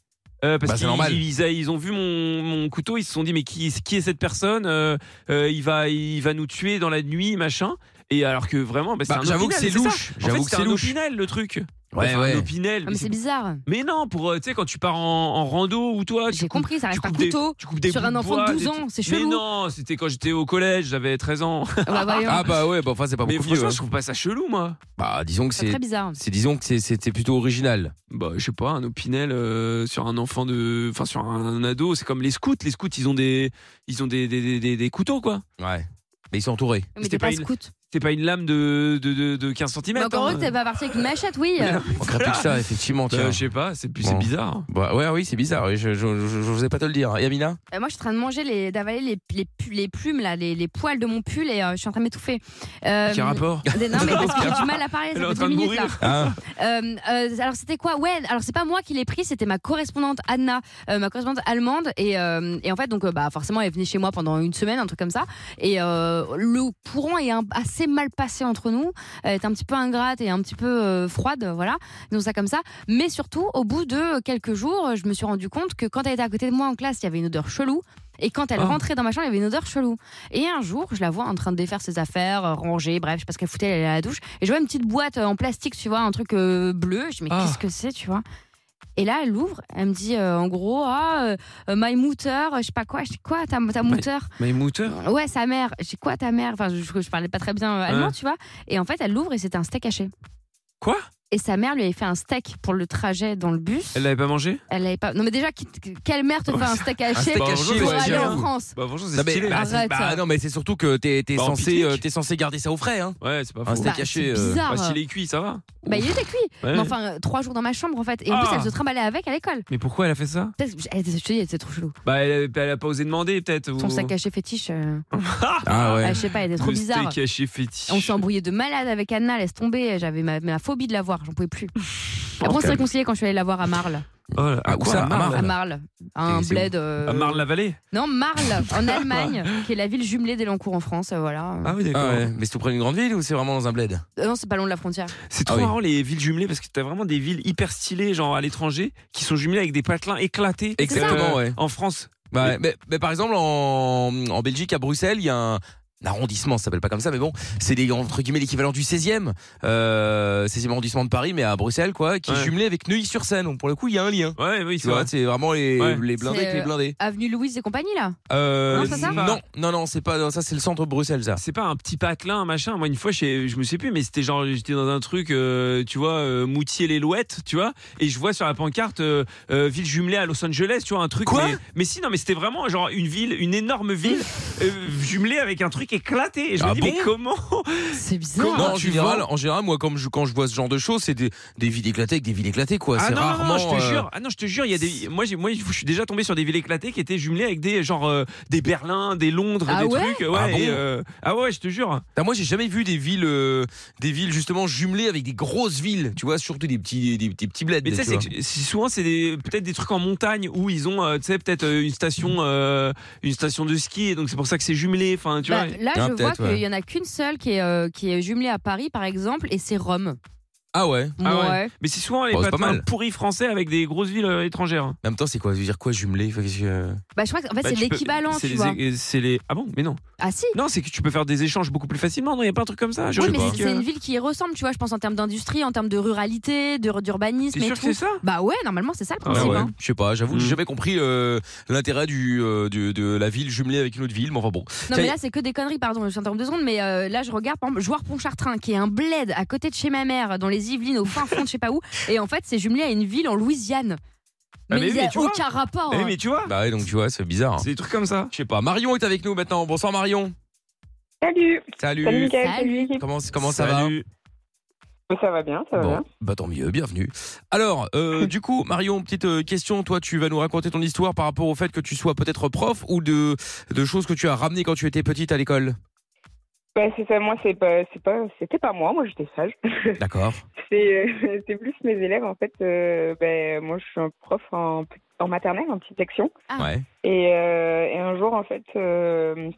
euh, parce
Bah, c'est
qu'ils-
normal.
Ils, a- ils ont vu mon, mon couteau, ils se sont dit mais qui, qui est cette personne Euh, euh, Il va il va nous tuer dans la nuit machin. Et alors que vraiment, bah, c'est
Bah,
un
j'avoue que
opinel,
c'est
ça.
louche.
En fait,
J'avoue que
c'était
c'est
un
louche.
opinel le truc.
Ouais,
Enfin,
ouais.
Un opinel.
Ah, mais c'est bizarre.
Mais non, pour euh, tu sais quand tu pars en, en rando ou toi, j'ai
compris, ça reste un
des-
couteau
tu coupes des
sur
bouts
un
de
enfant de
bois,
12
des
ans,
trucs.
c'est
Mais
chelou.
non, c'était quand j'étais au collège, j'avais 13 ans.
bah, voyons.
Ah bah ouais, bah enfin c'est pas
Mais
beaucoup
franchement,
mieux.
je trouve pas ça chelou moi.
Bah disons que
C'est
c'est
très bizarre.
C'est disons que c'est- c'était plutôt original.
Bah, je sais pas, un opinel euh, sur un enfant de, enfin sur un ado, c'est comme les scouts. Les scouts, ils ont des, ils ont des, des, des, des- des couteaux quoi.
Ouais. Mais ils sont entourés.
Mais t'es pas scout.
C'était pas une lame de, de, de, de 15 cm.
Mais encore heureux
euh.
que t'es pas parti avec une machette, oui.
On craint plus que ça, effectivement.
Bah,
Tiens.
je sais pas, c'est c'est bizarre.
Bah, ouais, oui, c'est bizarre. oui, Je, je, je, je- je osais pas te le dire. Yamina
Euh, moi, je suis en train de manger, les, d'avaler les, les, pu- les plumes, là, les, les poils de mon pull et euh, je suis en train de m'étouffer. Euh,
Quel rapport
des- Non, mais parce que j'ai du mal à parler,
Elle est
ça
en
fait
train
deux
de
minutes
mourir.
là.
Ah.
Euh, euh, alors c'était quoi Ouais, alors c'est pas moi qui l'ai pris, c'était ma correspondante Anna, euh, ma correspondante allemande. Et, euh, et en fait, donc euh, bah forcément, elle venait chez moi pendant une semaine, un truc comme ça. Et euh, le courant est un- assez mal passé entre nous. Elle était un petit peu ingrate et un petit peu euh, froide, voilà. Donc ça comme ça. Mais surtout, au bout de quelques jours, je me suis rendu compte que quand elle était à côté de moi en classe, il y avait une odeur chelou. Et quand elle
Ah.
rentrait dans ma chambre, il y avait une odeur chelou. Et un jour, je la vois en train de défaire ses affaires, euh, ranger, bref, je sais pas ce qu'elle foutait, elle allait à la douche. Et je vois une petite boîte euh, en plastique, tu vois, un truc euh, bleu. Je me dis, mais
Ah.
qu'est-ce que c'est, tu vois Et là, elle l'ouvre, elle me dit, euh, en gros, ah, euh, euh, my mouter, je sais pas quoi. Je dis, quoi, ta, ta mouter
Mais mouteur.
Ouais, sa mère. J'ai quoi ta mère Enfin, je, je parlais pas très bien euh, allemand,
Ouais.
tu vois. Et en fait, elle l'ouvre et c'était un steak haché.
Quoi
Et sa mère lui avait fait un steak pour le trajet dans le bus.
Elle l'avait pas mangé
Elle avait pas. Non, mais déjà, qui- quelle mère te fait un steak haché
steak
pour
haché, ouais,
aller en
j'avoue.
France
Bah, franchement,
Non, mais- bah, c'est-
Arrête.
bah, non, mais c'est surtout que t'es t'es
Bah, en
censé,
pique-nique.
euh, t'es censé garder ça au frais. Hein.
Ouais, c'est pas
Un
faux.
steak
Bah,
haché. euh,
c'est bizarre.
Bah, s'il est cuit, ça va.
Bah, il était cuit.
Ouais.
Mais enfin, euh, trois jours dans ma chambre, en fait. Et en plus,
Ah.
elle se trimballait avec à l'école.
Mais pourquoi elle a fait ça
Peut-être que- elle était- Je te dis, elle était trop chelou.
Bah, elle, a- elle a pas osé demander peut-être.
Son
ou-
sac caché fétiche. euh,
Ah
ouais. Ah, je sais pas, elle est trop
Le
bizarre.
steak haché fétiche.
On s'est embrouillé de malade avec Anna, laisse tomber. J'avais ma, ma phobie de la voir, j'en pouvais plus. Après, on s'est
calme.
réconcilié quand je suis allée la voir à Marle.
Oh là, à
Ah, où
quoi,
ça,
à
à
Marle
À Marle. À un
C'est- c'est
bled.
où
euh,
À Marle-la-Vallée
Non, Marle, en Allemagne, qui est la ville jumelée d'Elancourt en France. euh, voilà.
Ah oui,
Ah
d'accord.
ouais, Mais c'est tout près d'une grande ville ou c'est vraiment dans un bled
Euh, non, c'est pas loin de la frontière.
C'est
Ah
trop marrant les villes jumelées parce que t'as vraiment des villes hyper stylées, genre à l'étranger, qui sont jumelées avec des patelins éclatés.
Exactement, ouais.
En France.
Bah, ouais, mais, mais par exemple, en, en Belgique, à Bruxelles, il y a un, un arrondissement, ça s'appelle pas comme ça, mais bon, c'est les- entre guillemets l'équivalent du 16e, euh, 16e arrondissement de Paris, mais à Bruxelles, quoi, qui est
Ouais.
jumelé avec Neuilly-sur-Seine. Donc pour le coup, il y a un lien.
Ouais, oui,
Tu vois, c'est vraiment les,
Ouais.
les blindés
C'est,
avec les
euh,
blindés.
Avenue Louise et compagnie, là
Ah,
Euh,
Non, c'est ça
non, non, non, c'est pas non, ça, c'est le centre de Bruxelles, ça.
C'est pas un petit patelin, machin. Moi, une fois, je, je me sais plus, mais c'était genre, j'étais dans un truc, euh, tu vois, euh, Moutier-les-Louettes, tu vois, et je vois sur la pancarte euh, euh, ville jumelée à Los Angeles, tu vois, un truc. mais, mais si, non, mais c'était vraiment genre une ville, une énorme ville euh, jumelée avec un truc éclaté. Et je
Ah
me dis,
bon
mais comment
C'est
Comment
Non, en
tu
général,
vends
en général, moi, quand je, quand je vois ce genre de choses, c'est des, des villes éclatées avec des villes éclatées, quoi.
ah
c'est
non, non,
rarement.
non, je te
euh,
jure. Ah non, je te jure, il y a des. Moi, j'ai- moi, je suis déjà tombé sur des villes éclatées qui étaient jumelées avec des genre euh, des Berlin, des Londres,
Ah
des
ouais
trucs. Ouais,
Ah bon
et, euh, ah ouais, je te jure.
Ah, moi, j'ai jamais vu des villes, euh, des villes justement jumelées avec des grosses villes, tu vois, surtout des petits, des, des petits bleds.
Mais tu sais,
tu
c'est
vois.
que- c'est souvent c'est des- peut-être des trucs en montagne où ils ont, euh, tu sais, peut-être euh, une station, euh, une station de ski, et donc c'est pour ça que c'est jumelé. Enfin, tu
Bah,
vois.
Hein, Ah,
Là, je vois qu'il y en a qu'une seule qui est, euh, qui est jumelée à Paris, par exemple, et c'est Rome.
Ah ouais.
Ah ouais.
Ouais.
Mais c'est souvent les
Bon, c'est pas
patins
mal.
pourris français avec des grosses villes euh, étrangères.
En même temps, c'est quoi Ça veut dire quoi jumelé Enfin, qu'est-ce que-
Bah, je crois qu'en fait,
Bah,
c'est
tu peux-
l'équivalent,
c'est
tu
les-
vois.
C'est les. Ah bon Mais non.
Ah si
Non, c'est que tu peux faire des échanges beaucoup plus facilement. Non, il y a pas un truc comme ça. Ah, je
Oui,
sais
mais
pas.
c'est c'est une ville qui y ressemble, tu vois, je pense en termes d'industrie, en termes de ruralité, de- d'urbanisme.
T'es
et
sûr que
tout.
c'est ça
Bah ouais, normalement, c'est ça le
Ah
principe.
ouais,
hein.
Je sais pas, j'avoue,
Mm.
j'ai jamais compris euh, l'intérêt du, euh, du- de la ville jumelée avec une autre ville, mais enfin bon.
Non
Ça y
mais
est.
là c'est que des conneries pardon je t'interromps deux secondes mais euh, là je regarde par exemple joueur Pontchartrain qui est un bled à côté de chez ma mère dans les Yvelines au fin fond de je sais pas où et en fait c'est jumelé à une ville en Louisiane
Ah,
mais,
mais
il
oui,
n'y a
mais tu vois.
aucun rapport hein.
Eh tu vois
Bah ouais, donc tu vois, c'est bizarre.
C'est des trucs comme ça.
Je sais pas. Marion est avec nous maintenant. Bonsoir Marion.
Salut.
Salut.
Salut, Mickaël, salut.
Comment, comment ça va
Salut.
Ça va bien, ça va
Bon.
bien.
Bah tant mieux, bienvenue. Alors, euh, du coup, Marion, petite euh, question. Toi, tu vas nous raconter ton histoire par rapport au fait que tu sois peut-être prof ou de, de choses que tu as ramenées quand tu étais petite à l'école.
Bah, c'est ça, moi, c'est pas, c'est pas, c'était pas moi, moi j'étais sage.
D'accord.
c'est, euh, c'est plus mes élèves, en fait. euh, ben, moi, je suis un prof en, en maternelle, en petite section.
Ah.
Ouais.
Et, euh, et un jour, en fait, euh,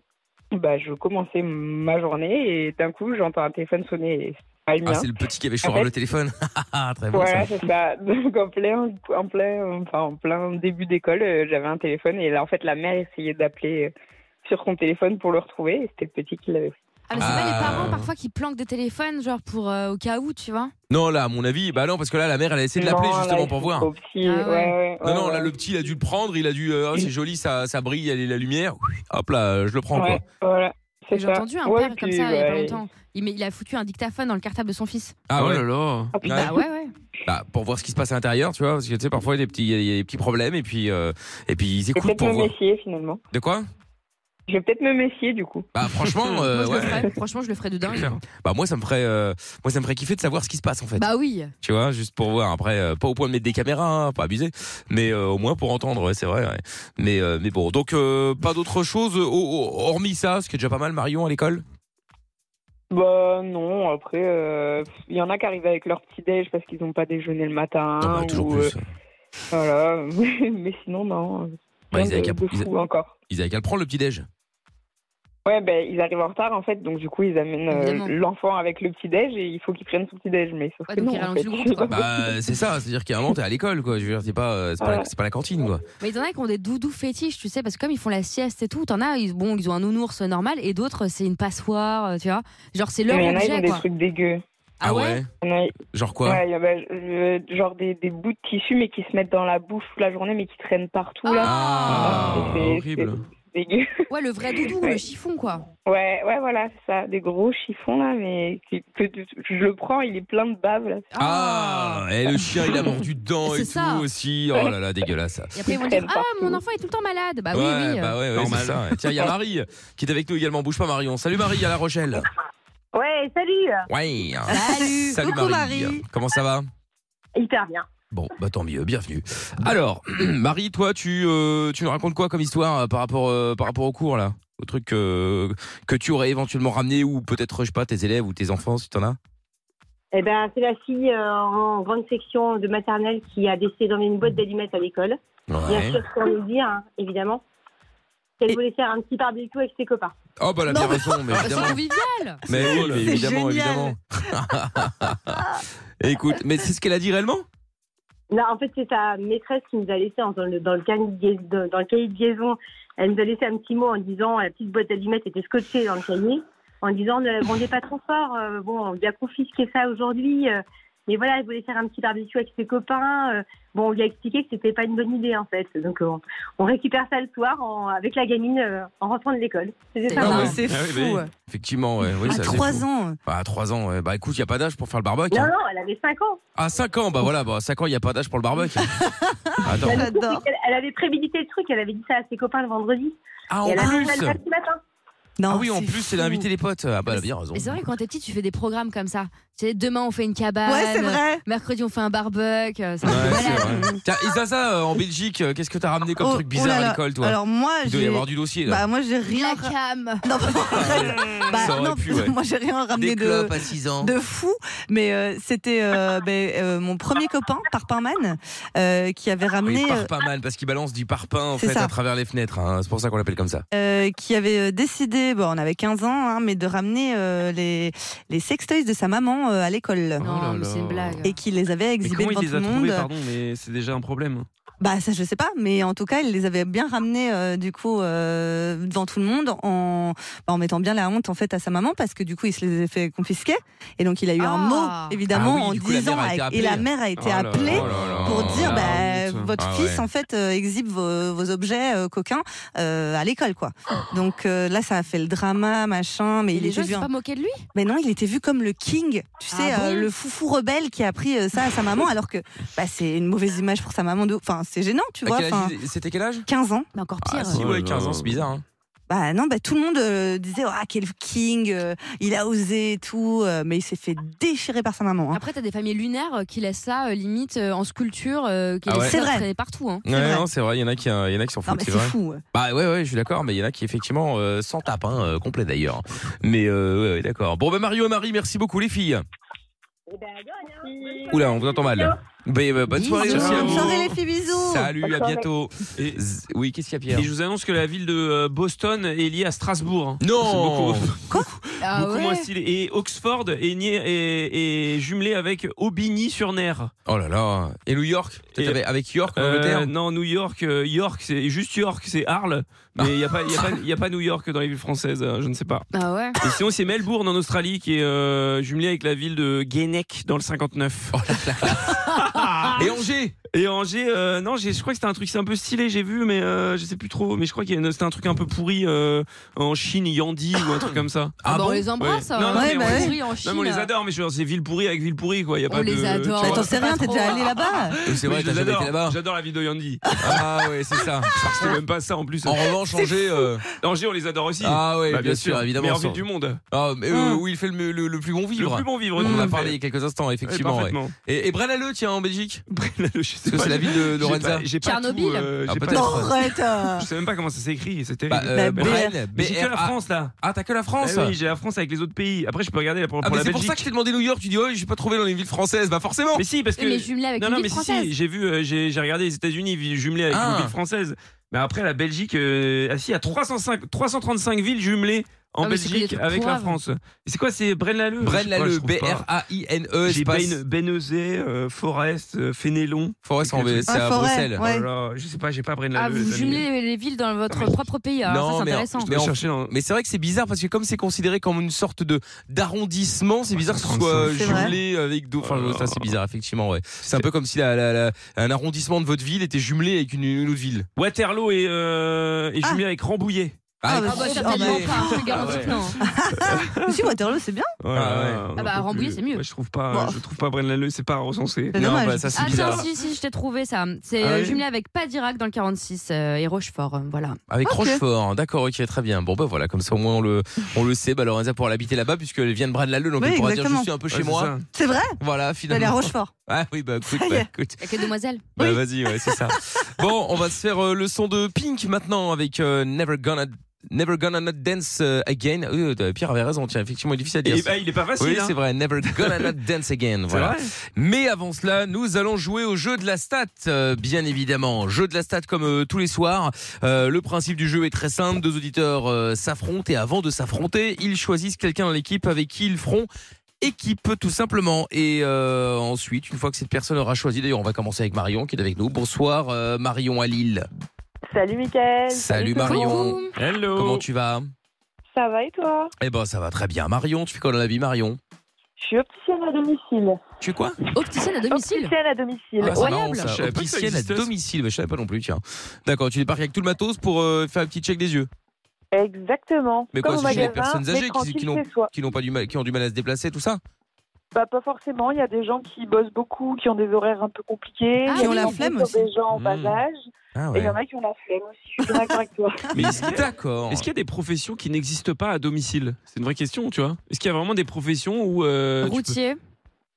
bah, je commençais ma journée et d'un coup, j'entends un téléphone sonner. et c'est pas le
Ah,
mien.
c'est le petit qui avait
En
chouré
fait,
le téléphone. Ah, Très bon.
voilà,
Ben, ça.
c'est ça. Donc en plein, en plein, enfin en plein début d'école, euh, j'avais un téléphone et là en fait la mère essayait d'appeler euh, sur son téléphone pour le retrouver et c'était le petit qui l'avait pris.
Ah, mais c'est pas les parents parfois qui planquent des téléphones, genre pour euh, au cas où, tu vois.
Non, là, à mon avis, bah non, parce que là, la mère, elle a essayé de l'appeler
Non, là,
justement
il
pour
faut
voir.
au petit, Ah ouais. ouais, ouais,
non, non,
ouais,
là, le petit, il a dû le prendre, il a dû. euh, Ah, c'est joli, ça, ça brille, elle est la lumière. Hop là, je le prends,
Ouais,
quoi.
voilà. C'est
J'ai
ça.
entendu un
Ouais,
père comme
puis,
ça il y a
bah,
pas longtemps. Il, met- il a foutu un dictaphone dans le cartable de son fils.
Ah ouais.
Bah ouais, ouais.
Bah, pour voir ce qui se passe à l'intérieur, tu vois, parce que tu sais, parfois, il y a des petits, il y a- il y a des petits problèmes, et puis, euh, et puis ils
Je vais
écoutent
peut-être
pour
me
voir.
méfier finalement.
De quoi
Je vais peut-être me méfier du coup.
Bah, franchement,
Moi,
euh,
je le
ouais.
ferais. Franchement, je le ferais de dingue.
Bah, moi, ça me ferait, euh, moi, ça me ferait kiffer de savoir ce qui se passe, en fait.
Bah oui.
Tu vois, juste pour voir. Après, euh, pas au point de mettre des caméras, hein, pas abusé, mais euh, au moins pour entendre, ouais, c'est vrai. ouais. Mais, euh, mais bon, donc euh, pas d'autre chose euh, oh, oh, hormis ça, ce qui est déjà pas mal, Marion, à l'école.
Bah non, après, euh, il y en a qui arrivent avec leur petit déj parce qu'ils n'ont pas déjeuné le matin.
bah,
ou, euh, voilà, mais sinon non.
Bah,
Rien
ils avaient
de-
qu'à-
de
ils
fou encore.
Ils avaient qu'à le prendre le petit déj.
Ouais, ben ils arrivent en retard en fait, donc du coup ils amènent euh,
Évidemment.
l'enfant avec le petit déj et il faut qu'il prenne son petit déj, mais sauf que non. en fait.
Bah, c'est ça, c'est-à-dire qu'à un moment t'es à l'école, quoi. Je veux dire, t'es pas, euh, c'est pas, la- c'est pas la cantine, quoi.
Mais il y en a qui ont des doudous fétiches, tu sais, parce que comme ils font la sieste et tout, t'en as, ils, bon, ils ont un nounours normal et d'autres, c'est une passoire, euh, tu vois. Genre, c'est leur
Mais il y en a, ils
objet,
ont des
quoi.
trucs dégueux.
Ah ouais
Il y en a-
Genre quoi
Ouais, il y a, ben, euh, genre des, des bouts de tissu mais qui se mettent dans la bouche toute la journée mais qui traînent partout là.
Ah,
Et c'est-
horrible.
c'est dégueu.
Ouais, le vrai doudou,
Ouais.
le chiffon, quoi.
Ouais, ouais, voilà, c'est ça, des gros chiffons là, mais qui- que, tu- je le prends, il est plein de bave là.
Ah, et le chien il a mordu dedans et
C'est ça.
tout aussi. Oh là là, dégueulasse. ça.
Et après, ils vont dire Ah, mon enfant est tout le temps malade. Bah oui,
ouais,
oui. euh.
bah ouais, ouais,
Normal.
c'est ça. Et Tiens, il y a Marie qui est avec nous également. Bouge pas, Marion. Salut Marie à La Rochelle.
Ouais, salut
Ouais.
Salut. Coucou, Marie.
Comment ça va
Hyper bien.
Bon, bah tant mieux, bienvenue. Alors, Marie, toi, tu, euh, tu nous racontes quoi comme histoire euh, par rapport, euh, par rapport au cours, là Au truc euh, que tu aurais éventuellement ramené ou peut-être, je sais pas, tes élèves ou tes enfants, si t'en as
Eh ben, c'est la fille euh, en grande section de maternelle qui a décidé d'emmener une boîte d'allumettes à l'école. Bien sûr, sans nous le dire, hein, évidemment. Elle voulait faire un petit barbecue avec ses copains.
Oh, bah, la bien raison, mais
Bah, C'est
évidemment.
convivial.
Mais oui, mais
C'est
évidemment,
génial.
évidemment. Écoute, mais c'est ce qu'elle a dit réellement
Non, en fait, c'est sa maîtresse qui nous a laissé en- dans le, dans le, cahier, de liaison- dans dans le cahier de liaison. Elle nous a laissé un petit mot en disant la petite boîte d'allumettes était scotchée dans le cahier, en disant ne grondez pas trop fort. euh, bon, on lui a confisqué ça aujourd'hui. euh, mais voilà, elle voulait faire un petit barbecue avec ses copains. euh, bon, on lui a expliqué que c'était pas une bonne idée en fait. Donc, euh, on, on récupère ça le soir en- avec la gamine euh, en rentrant de l'école. C'était
Ah
ça.
ouais. Ah oui, bah oui. Effectivement, ouais, oui,
À
ça, c'est
trois
fou.
ans.
Bah, à 3 ans, ouais. Bah écoute, il n'y a pas d'âge pour faire le barbecue.
Non,
hein.
non, elle avait 5 ans.
À 5 ans, bah voilà, bah, 5 ans, il n'y a pas d'âge pour le barbecue. Attends.
Bah, le truc, c'est qu'elle- Elle avait prémédité le truc, elle avait dit ça à ses copains le vendredi.
Ah, en
Et elle a fait
plus.
ça le samedi matin.
ah oui, en plus, elle a invité les potes. Ah bah, elle a bien raison.
Mais c'est vrai que quand t'es petit, tu fais des programmes comme ça. Tu sais, demain, on fait une cabane.
Ouais, c'est vrai.
Mercredi, on fait un barbecue. euh, ça-
Ouais, c'est vrai. Tiens, et Zaza, euh, en Belgique, euh, qu'est-ce que t'as ramené comme
Oh,
truc bizarre
oh là là.
à l'école, toi
Alors moi,
Il doit y
j'ai-
avoir du dossier, là.
Bah moi j'ai rien.
La cam.
Non, bah, bah,
Ça aurait
non,
pu, ouais.
moi j'ai rien ramené
Des
de
clopes à six ans.
de fou. Mais euh, c'était euh, ben, euh, mon premier copain, Parpinman, euh, qui avait
Oui,
ramené. euh,
parpaing mal, parce qu'il balance du parpaing, en
C'est
fait,
ça.
à travers les fenêtres. hein. C'est pour ça qu'on l'appelle comme ça.
euh, qui avait euh, décidé, bon, on avait 15 ans, hein, mais de ramener euh, les, les sextoys de sa maman euh, à l'école.
Oh là mais là. c'est une blague.
Et qui les avait
Mais
exhibés
comment
devant
il les
tout
a
le monde.
trouvés, pardon, mais c'est déjà un problème. hein.
Bah ça je sais pas, mais en tout cas il les avait bien ramenés euh, du coup euh, devant tout le monde en, bah, en mettant bien la honte en fait à sa maman parce que du coup il se les avait fait confisquer et donc il a eu
Ah.
un mot évidemment
Ah oui, du
en
coup, la
disant
mère a été
à- et
appelée.
la mère a été
Oh là là,
appelée
oh là là,
pour
oh
dire
la
bah,
honte.
votre
Ah
fils
ouais.
en fait euh, exhibe vos, vos objets euh, coquins euh, à l'école quoi. Donc euh, là ça a fait le drama machin, mais
Et
il
les
était
gens, ils
vu
se sont
un-
pas moqués de lui
mais non, il était vu comme le king, tu
Ah
sais, euh,
bon
le foufou rebelle qui a pris euh, ça à sa maman, alors que bah, c'est une mauvaise image pour sa maman. De... Enfin, c'est gênant, tu
À
vois.
quel âge
enfin,
ils- C'était quel âge
15 ans.
Mais encore
Oh
Ah, si, ouais, 15 ans, c'est bizarre. hein.
Bah non, bah tout le monde euh, disait ah quel king, euh, il a osé et tout, euh, mais il s'est fait déchirer par sa maman. hein.
Après, t'as des familles lunaires euh, qui laissent ça euh, limite euh, en sculpture, euh, qui
Ah ouais.
laissent
C'est
ça
vrai.
traîner partout. hein.
Ouais, non, c'est vrai, il y en a qui, euh, il y en a qui s'en foutent.
mais
vrai.
c'est fou, ouais.
Bah ouais, ouais, je suis d'accord, mais il y en a qui effectivement euh, s'en tapent, hein, euh, complet d'ailleurs. Mais euh, ouais, ouais, d'accord. Bon, bah Mario et Marie, merci beaucoup les filles. Oula, on vous entend mal. Bah, bah, bonne soirée
Bisous.
aussi à
Bonne
vous.
soirée, les filles, bisous.
Salut, à bientôt.
Et-
oui, qu'est-ce qu'il y a Pierre
Et je vous annonce que la ville de euh, Boston est liée à Strasbourg. hein.
Non
C'est beaucoup,
Ah
beaucoup moins
ouais.
stylé. Et Oxford est, nié- est- est jumelé avec Aubigny-sur-Ner.
Oh là là. Et New York Peut-être
Et-
avec, avec York,
Euh,
Angleterre
non, New York, euh, York, c'est juste York, c'est Arles.
Ah.
Mais il n'y a, pas- y a, pas- y a pas New York dans les villes françaises, euh, je ne sais pas.
Ah ouais.
Et sinon, c'est Melbourne en Australie qui est euh, jumelé avec la ville de Guénec dans le 59.
Oh Et Angers
Et Angers, euh, non, j'ai- je crois que c'était un truc, c'est un peu stylé, j'ai vu, mais euh, je sais plus trop. Mais je crois que c'était un truc un peu pourri euh, en Chine, Yandi ou un truc comme ça.
Ah Ah bah, bon on les embrasse,
Ouais.
euh,
Non, non,
ouais,
mais
bah
on-
oui.
non, mais on
en
les
Chine.
adore, mais je veux dire, c'est ville pourrie avec ville pourrie, quoi. Y a pas
On les
de-
adore. Ah,
tu
Bah,
vois.
T'en sais rien, t'es déjà allé là-bas.
Oui, C'est
Oui,
vrai,
je
t'as
les
jamais été
adore.
là-bas.
J'adore la ville de Yandi.
Ah ouais, c'est ça.
C'était même pas ça en plus.
En revanche, Angers. euh,
Angers, on les adore aussi.
Ah ouais,
Bah,
bien sûr, évidemment.
Meilleure
ça-
ville du monde.
Ah, mais, euh,
Hum.
Où il fait le, le- le plus bon vivre.
Le plus bon vivre,
On
tout
en
à
a
fait.
parlé il y a quelques instants, effectivement. ouais.
parfaitement.
Et, et Brennaleux, tiens, en Belgique
Parce
que c'est la ville de
J'ai
Lorenza.
pas- j'ai pas
Tchernobyl.
tout, euh,
Ah,
j'ai pas
peut-être.
tout.
Non,
arrête, euh.
Je sais même pas comment ça s'écrit, c'est terrible.
Bah, euh,
Mais-
Bren,
mais J'ai que
BRA.
la France là.
Ah, t'as que la France
Eh oui, j'ai la France avec les autres pays. Après, je peux regarder pour,
Ah,
pour
mais
la
c'est pour
Belgique.
ça que je t'ai demandé New York. Tu dis, oh, j'ai pas trouvé dans les villes françaises. Bah, forcément.
Mais si, parce que.
Oui, mais jumelé avec
non,
une
non,
ville
mais si,
française.
si, j'ai vu, euh, j'ai j'ai regardé les États-Unis vi- jumelés avec
Ah.
une ville française. Mais après, la Belgique, euh, ah si, il y a 305, 335 villes jumelées en
Ah, mais c'est que des
Belgique
trucs
avec la
poivres.
France. Et C'est quoi, c'est Braine-l'Alleud Je sais pas, je
Braine-l'Alleud,
trouve pas.
B-R-A-I-N-E,
J'ai
E, espace.
Baine- Bénezet, euh, Forest, euh, Fénélon.
Forest, en- c'est à
Forêt,
Bruxelles.
ouais.
Oh là là, je sais pas, j'ai pas
Ah,
Braine-l'Alleud.
vous
les amis.
jumelez les- les villes dans votre propre pays. Alors Ah, ça, c'est
Ah, mais,
intéressant.
mais,
dois
en-
chercher un-
mais c'est vrai que c'est bizarre parce que comme c'est considéré comme une sorte de d'arrondissement, c'est bizarre que ce soit
35.
C'est vrai.
jumelé avec d'autres. Enfin,
Alors.
ça c'est bizarre effectivement. Ouais. C'est un peu comme si la- la- la- un arrondissement de votre ville était jumelé avec une, une autre ville.
Waterloo est, euh, est jumelé avec Rambouillet.
Ah,
Ah bah certainement
mais-
pas, je te garantis que non.
Mais si, Waterloo, c'est bien.
Ouais, ouais.
Ah
on
bah,
peut plus.
Rambouillet, c'est mieux.
Ouais, je trouve pas,
Bon.
je trouve pas Braine-l'Alleud, c'est pas recensé.
C'est
non,
dommage.
bah, ça c'est
Ah tiens,
bizarre.
si, si, je t'ai trouvé ça. C'est
Ah
euh,
oui
jumelé avec Padirac dans le 46 euh, et Rochefort. euh, voilà.
Avec
Ok.
Rochefort, d'accord, ok, très bien. Bon bah voilà, comme ça au moins on le, on le sait. Bah Lorenza pourra l'habiter là-bas puisqu'elle vient de Braine-l'Alleud, donc
Oui,
elle pourra dire
exactement.
je suis un peu chez
Ouais, c'est
moi.
ça.
C'est vrai T'es allé
Voilà,
à
finalement.
Rochefort.
Ah oui, bah écoute, bah,
Yeah.
écoute.
Avec les demoiselles.
Bah, vas-y, ouais, c'est ça. bon, on va se faire euh, le son de Pink maintenant avec euh, Never Gonna Never Gonna Not Dance euh, Again. Oui, euh, Pierre avait raison, tiens, effectivement, il est difficile à dire.
Et, bah, il est pas facile.
oui,
hein.
c'est vrai, Never Gonna Not Dance Again. Voilà.
vrai.
Mais avant cela, nous allons jouer au jeu de la stat, euh, bien évidemment. Jeu de la stat comme euh, tous les soirs. Euh, le principe du jeu est très simple. Deux auditeurs euh, s'affrontent et avant de s'affronter, ils choisissent quelqu'un dans l'équipe avec qui ils feront équipe tout simplement. Et euh, ensuite, une fois que cette personne aura choisi, d'ailleurs, on va commencer avec Marion qui est avec nous. Bonsoir euh, Marion à Lille.
Salut Mickaël.
Salut
Caro.
Marion.
Coucou.
Hello.
Comment tu vas
Ça va et toi
Eh ben, ça va très bien. Marion, tu fais quoi dans la vie, Marion
Je suis opticienne à domicile.
Tu es quoi
Opticienne à domicile.
Opticienne à domicile.
Ah, c'est
Ouais.
marrant, ça.
Je savais pas que ça
Opticienne à
existait, ça.
domicile, Bah, je savais pas non plus, tiens. D'accord, tu débarques avec tout le matos pour euh, faire un petit check des yeux.
Exactement.
Mais
Comme
quoi,
au
c'est chez les
magasin,
personnes
hein, mais
âgées qui-
tranquille
qui n'ont-
chez soi.
Qui n'ont pas du mal, qui ont du mal à se déplacer, tout ça.
Bah, pas forcément. Il y a des gens qui bossent beaucoup, qui ont des horaires un peu compliqués.
Ah,
Il y a
qui ont
des
la
gens
flemme
sont Des gens en
Mm.
bas âge.
Ah
Et il y en a qui ont la flemme aussi. Je suis d'accord avec toi.
Mais est-ce qu'il y a-
D'accord.
est-ce qu'il y a des professions qui n'existent pas à domicile C'est une vraie question, tu vois. Est-ce qu'il y a vraiment des professions où. euh, tu peux-
Routier.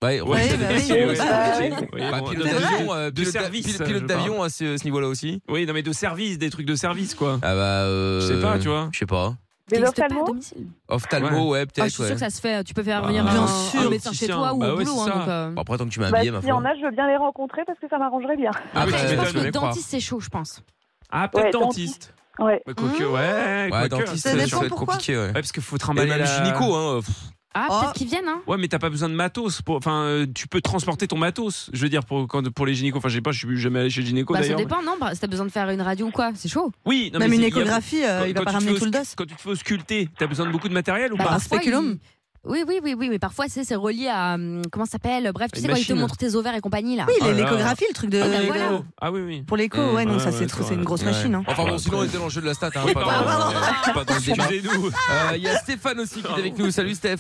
Ouais,
Ouais,
bah
ouais, c'est-
oui,
c'est-
oui,
c'est-
bah
c'est-
oui.
c'est-
Ouais,
bah,
bon,
Pilote
de-
d'avion, euh, pilote d'a-
service,
pilote-
je
pilote
parle.
d'avion à ce ce niveau-là aussi.
Oui, non, mais de service, des trucs de service, quoi.
Ah bah. euh,
Je sais pas, tu vois.
Je sais pas.
Des
T'existes pas à
ophtalmos
domicile.
Ophtalmo, ouais,
Ah,
peut-être.
je suis
ouais.
sûr que ça se fait. Tu peux faire
Ah,
venir
bien
un,
sûr,
un médecin chez
opticien.
toi ou
Bah
au
ouais,
boulot.
c'est
hein,
ça.
donc, euh,
Bon, après, tant que tu m'as
Bah,
habillé, ma
s'il y en
foi.
a, je veux bien les rencontrer parce que ça m'arrangerait bien.
Ah,
Oui,
bah,
je
Je
ouais,
pense
m'étonne,
que
mais croire.
dentiste, c'est chaud, je pense.
Ah, peut-être
Ouais,
dentiste.
Ouais.
Ouais, Bah, quoique, ouais.
Mmh. Ouais,
quoique.
dentiste,
Ça
ça
dépend
doit être
pourquoi.
compliqué, ouais.
Ouais, parce qu'il faut
Et
trimballer
même
la-
gynéco, hein. pff.
Ah,
Oh.
peut-être qu'ils viennent, hein.
Ouais, mais t'as pas besoin de matos. Pour... Enfin, euh, tu peux transporter ton matos. Je veux dire, pour, quand, pour les gynécos. Enfin, je sais pas, je suis jamais allé chez le gynéco
Bah, ça
d'ailleurs.
dépend, non bah, Si t'as besoin de faire une radio ou quoi, c'est chaud.
Oui, non,
Même
mais
une
c'est- il y a-
échographie, euh, il va
quand
pas
tu te
ramener tout
fais
le
auscul-
dos.
Quand tu te fais ausculter, t'as besoin de beaucoup de matériel ou
Bah,
pas
Un
parfois,
spéculum.
il- Oui, oui, oui, oui, mais parfois, c'est c'est relié à. hum, Comment ça s'appelle Bref, tu
Une
sais, quand ils te
machine.
montrent tes ovaires et compagnie, là.
Oui,
Oh là là.
l'échographie, le truc de.
Ah, bah voilà.
de-
Ah oui, oui.
Pour l'écho,
Mmh.
ouais, non,
Ouais,
ça c'est
ouais,
trop,
c'est
c'est une
vrai.
grosse machine. hein.
Enfin bon, sinon on était dans le jeu de la stat, hein, pas, dans,
pardon.
euh, pas dans le débat.
Excusez-nous.
Euh, Il y a Stéphane aussi qui est avec nous. Salut Steph.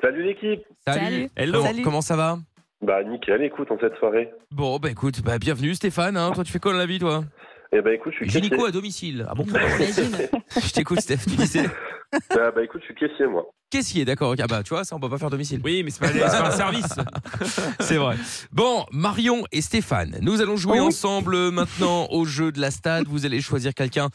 Salut l'équipe
Salut.
Hello.
Comment,
Salut.
comment ça va
Bah nickel, écoute, en cette soirée.
Bon, bah écoute, bah, bienvenue Stéphane. hein. Toi, tu fais quoi dans la vie, toi
Eh ben écoute, je suis
Gynéco
caissier.
à domicile. Ah bon Je t'écoute, Steph. Tu disais
Ah bah écoute, je suis caissier moi.
caissier, d'accord. ok. Ah bah, tu vois, ça, on peut pas faire domicile. Oui, mais c'est
pas- c'est pas un
service. c'est vrai. Bon, Marion et Stéphane, nous allons
Oh
jouer ensemble euh, maintenant au jeu de la stade. Vous allez choisir quelqu'un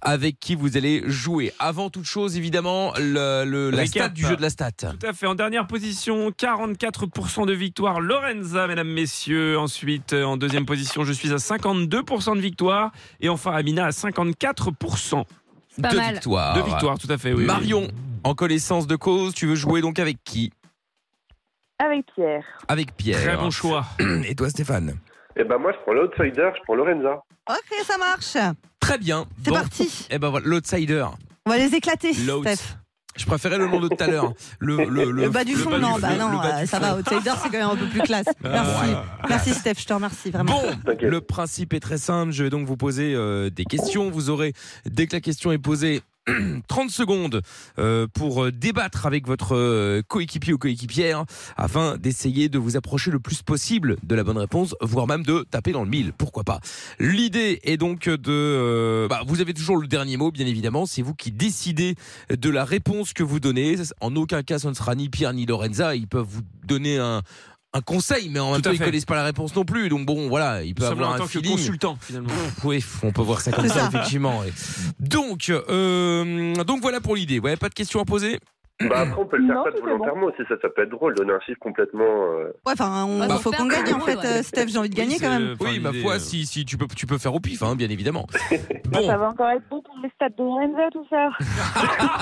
avec qui vous allez jouer. Avant toute chose, évidemment, le, le- la
Récap.
stade du jeu de la stade.
Tout à fait. En dernière position, 44% de victoire. Lorenza, mesdames, messieurs. Ensuite, euh, en deuxième position, je suis à 52% de victoire. Et enfin, Amina à 54%.
C'est pas
de
mal.
victoire. De victoire, tout à fait. Oui, oui.
Marion, en connaissance de cause, tu veux jouer donc avec qui
Avec Pierre.
Avec Pierre.
Très bon choix.
Et toi, Stéphane
Eh ben moi, je prends l'outsider, je prends Lorenza.
Ok, ça marche.
Très bien. C'est
parti.
Eh ben voilà, l'outsider.
On va les éclater,
L'out.
Steph.
Je préférais le nom de tout à l'heure. Le, le,
Le, bas du fond, non, bah non, euh, ça va. Outsider, c'est quand même un peu plus classe. Merci.
Ah, Ouais.
Merci, Steph, je te remercie vraiment.
Le principe est très simple. Je vais donc vous poser euh, des questions. Vous aurez, dès que la question est posée, 30 secondes euh, pour euh, débattre avec votre euh, coéquipier ou coéquipière afin d'essayer de vous approcher le plus possible de la bonne réponse, voire même de taper dans le mille, pourquoi pas. L'idée est donc de... euh, bah, vous avez toujours le dernier mot, bien évidemment, c'est vous qui décidez de la réponse que vous donnez. En aucun cas, ce ne sera ni Pierre ni Lorenza, ils peuvent vous donner un... un conseil, mais en même
Tout
temps,
à
ils
fait.
connaissent pas la réponse non plus. Donc bon, voilà, il peut
Nous sommes
avoir
en
un
tant que
feeling.
consultant, finalement.
Oui, on peut voir ça comme
C'est
ça,
ça.
effectivement. oui. Donc, euh, donc voilà pour l'idée. Vous n'avez pas de questions à poser
Bah après, on peut le faire
Non,
pas de
c'est bon.
volontairement aussi, ça, ça peut être drôle, donner un chiffre complètement. euh,
Ouais, enfin, on-
Bah,
faut
faut
qu'on
faire
gagne en
comme
fait,
on
euh, Steph. J'ai envie de gagner quand même.
Oui, ma foi,
euh,
si, si tu peux, tu peux faire au pif, hein, bien évidemment. Bon,
Ça va encore être bon pour les stats de Lorenza, tout ça.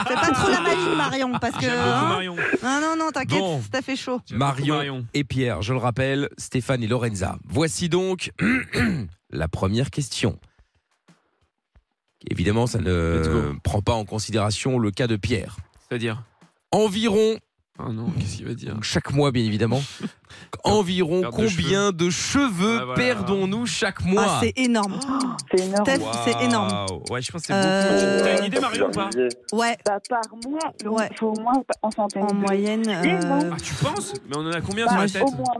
Fais pas trop la maligne, Marion, parce que.
Ah,
hein
J'aime beaucoup Marion.
Non, non, non, t'inquiète,
Bon.
Steph est chaud.
Marion, et Pierre, je le rappelle, Stéphane et Lorenza. Voici donc la première question. Évidemment, ça ne prend pas en considération le cas de Pierre.
C'est-à-dire
Environ.
Oh non, qu'est-ce qu'il va dire
Chaque mois, bien évidemment. environ
Perte de
combien de cheveux,
Ah, voilà.
perdons-nous chaque mois
Ah, c'est énorme.
Oh,
C'est énorme. Steph, c'est énorme.
Ouais, je pense que c'est
Euh,
beaucoup. T'as une idée, Marion, ou pas
Ouais.
Bah, par mois, il faut au moins en centaines.
En moyenne. euh,
Ah, tu penses Mais on en a combien
bah,
sur la tête
au moins.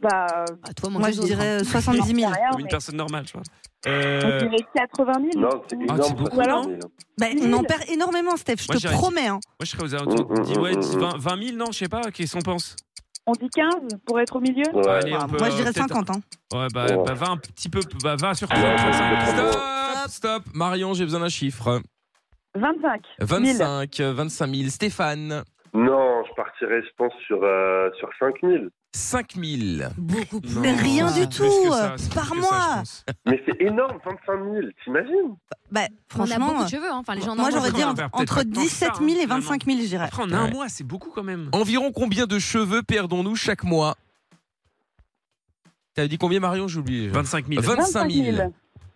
Bah,
toi, moi, Moi, je les autres, dirais, hein. euh, 70 000.
J'en sais rien,
Une
mais
personne normale, je pense.
On
Euh,
dirait 80 000.
Non, c'est énorme, Ah, c'est beaucoup,
Ou alors,
non
bah, on en perd énormément, Steph, je
Moi,
te
j'irais-
promets. hein.
Moi, je serais aux alentours de 10, ouais,
mm,
10,
mm.
20, 20 000, non, je sais pas, qu'est-ce qu'on pense
on dit 15 pour être au milieu
Ouais, allez, on peut,
Moi, je dirais
euh, peut-être-
50. Hein.
Ouais, bah,
Ouais.
bah, va un petit peu, bah, va sur 35.
Stop, stop. Marion, j'ai besoin d'un chiffre.
25.
25, 25 000. Stéphane,
Non, je partirais, je pense, sur, euh, sur 5000.
5 000.
Beaucoup
Mais rien du tout. Par mois.
Mais c'est énorme, 25 000, t'imagines
Bah,
On a
franchement.
beaucoup de cheveux, hein. enfin les gens en
Moi,
ont
j'aurais
beaucoup.
dit
on
en-
en perd peut-être
entre
pas tant que ça,
17 000 et 25 000, je dirais.
Après, en un mois, c'est beaucoup quand même.
Hmm. Environ combien de cheveux perdons-nous chaque mois T'avais dit combien, Marion J'ai oublié.
25 000.
25 000.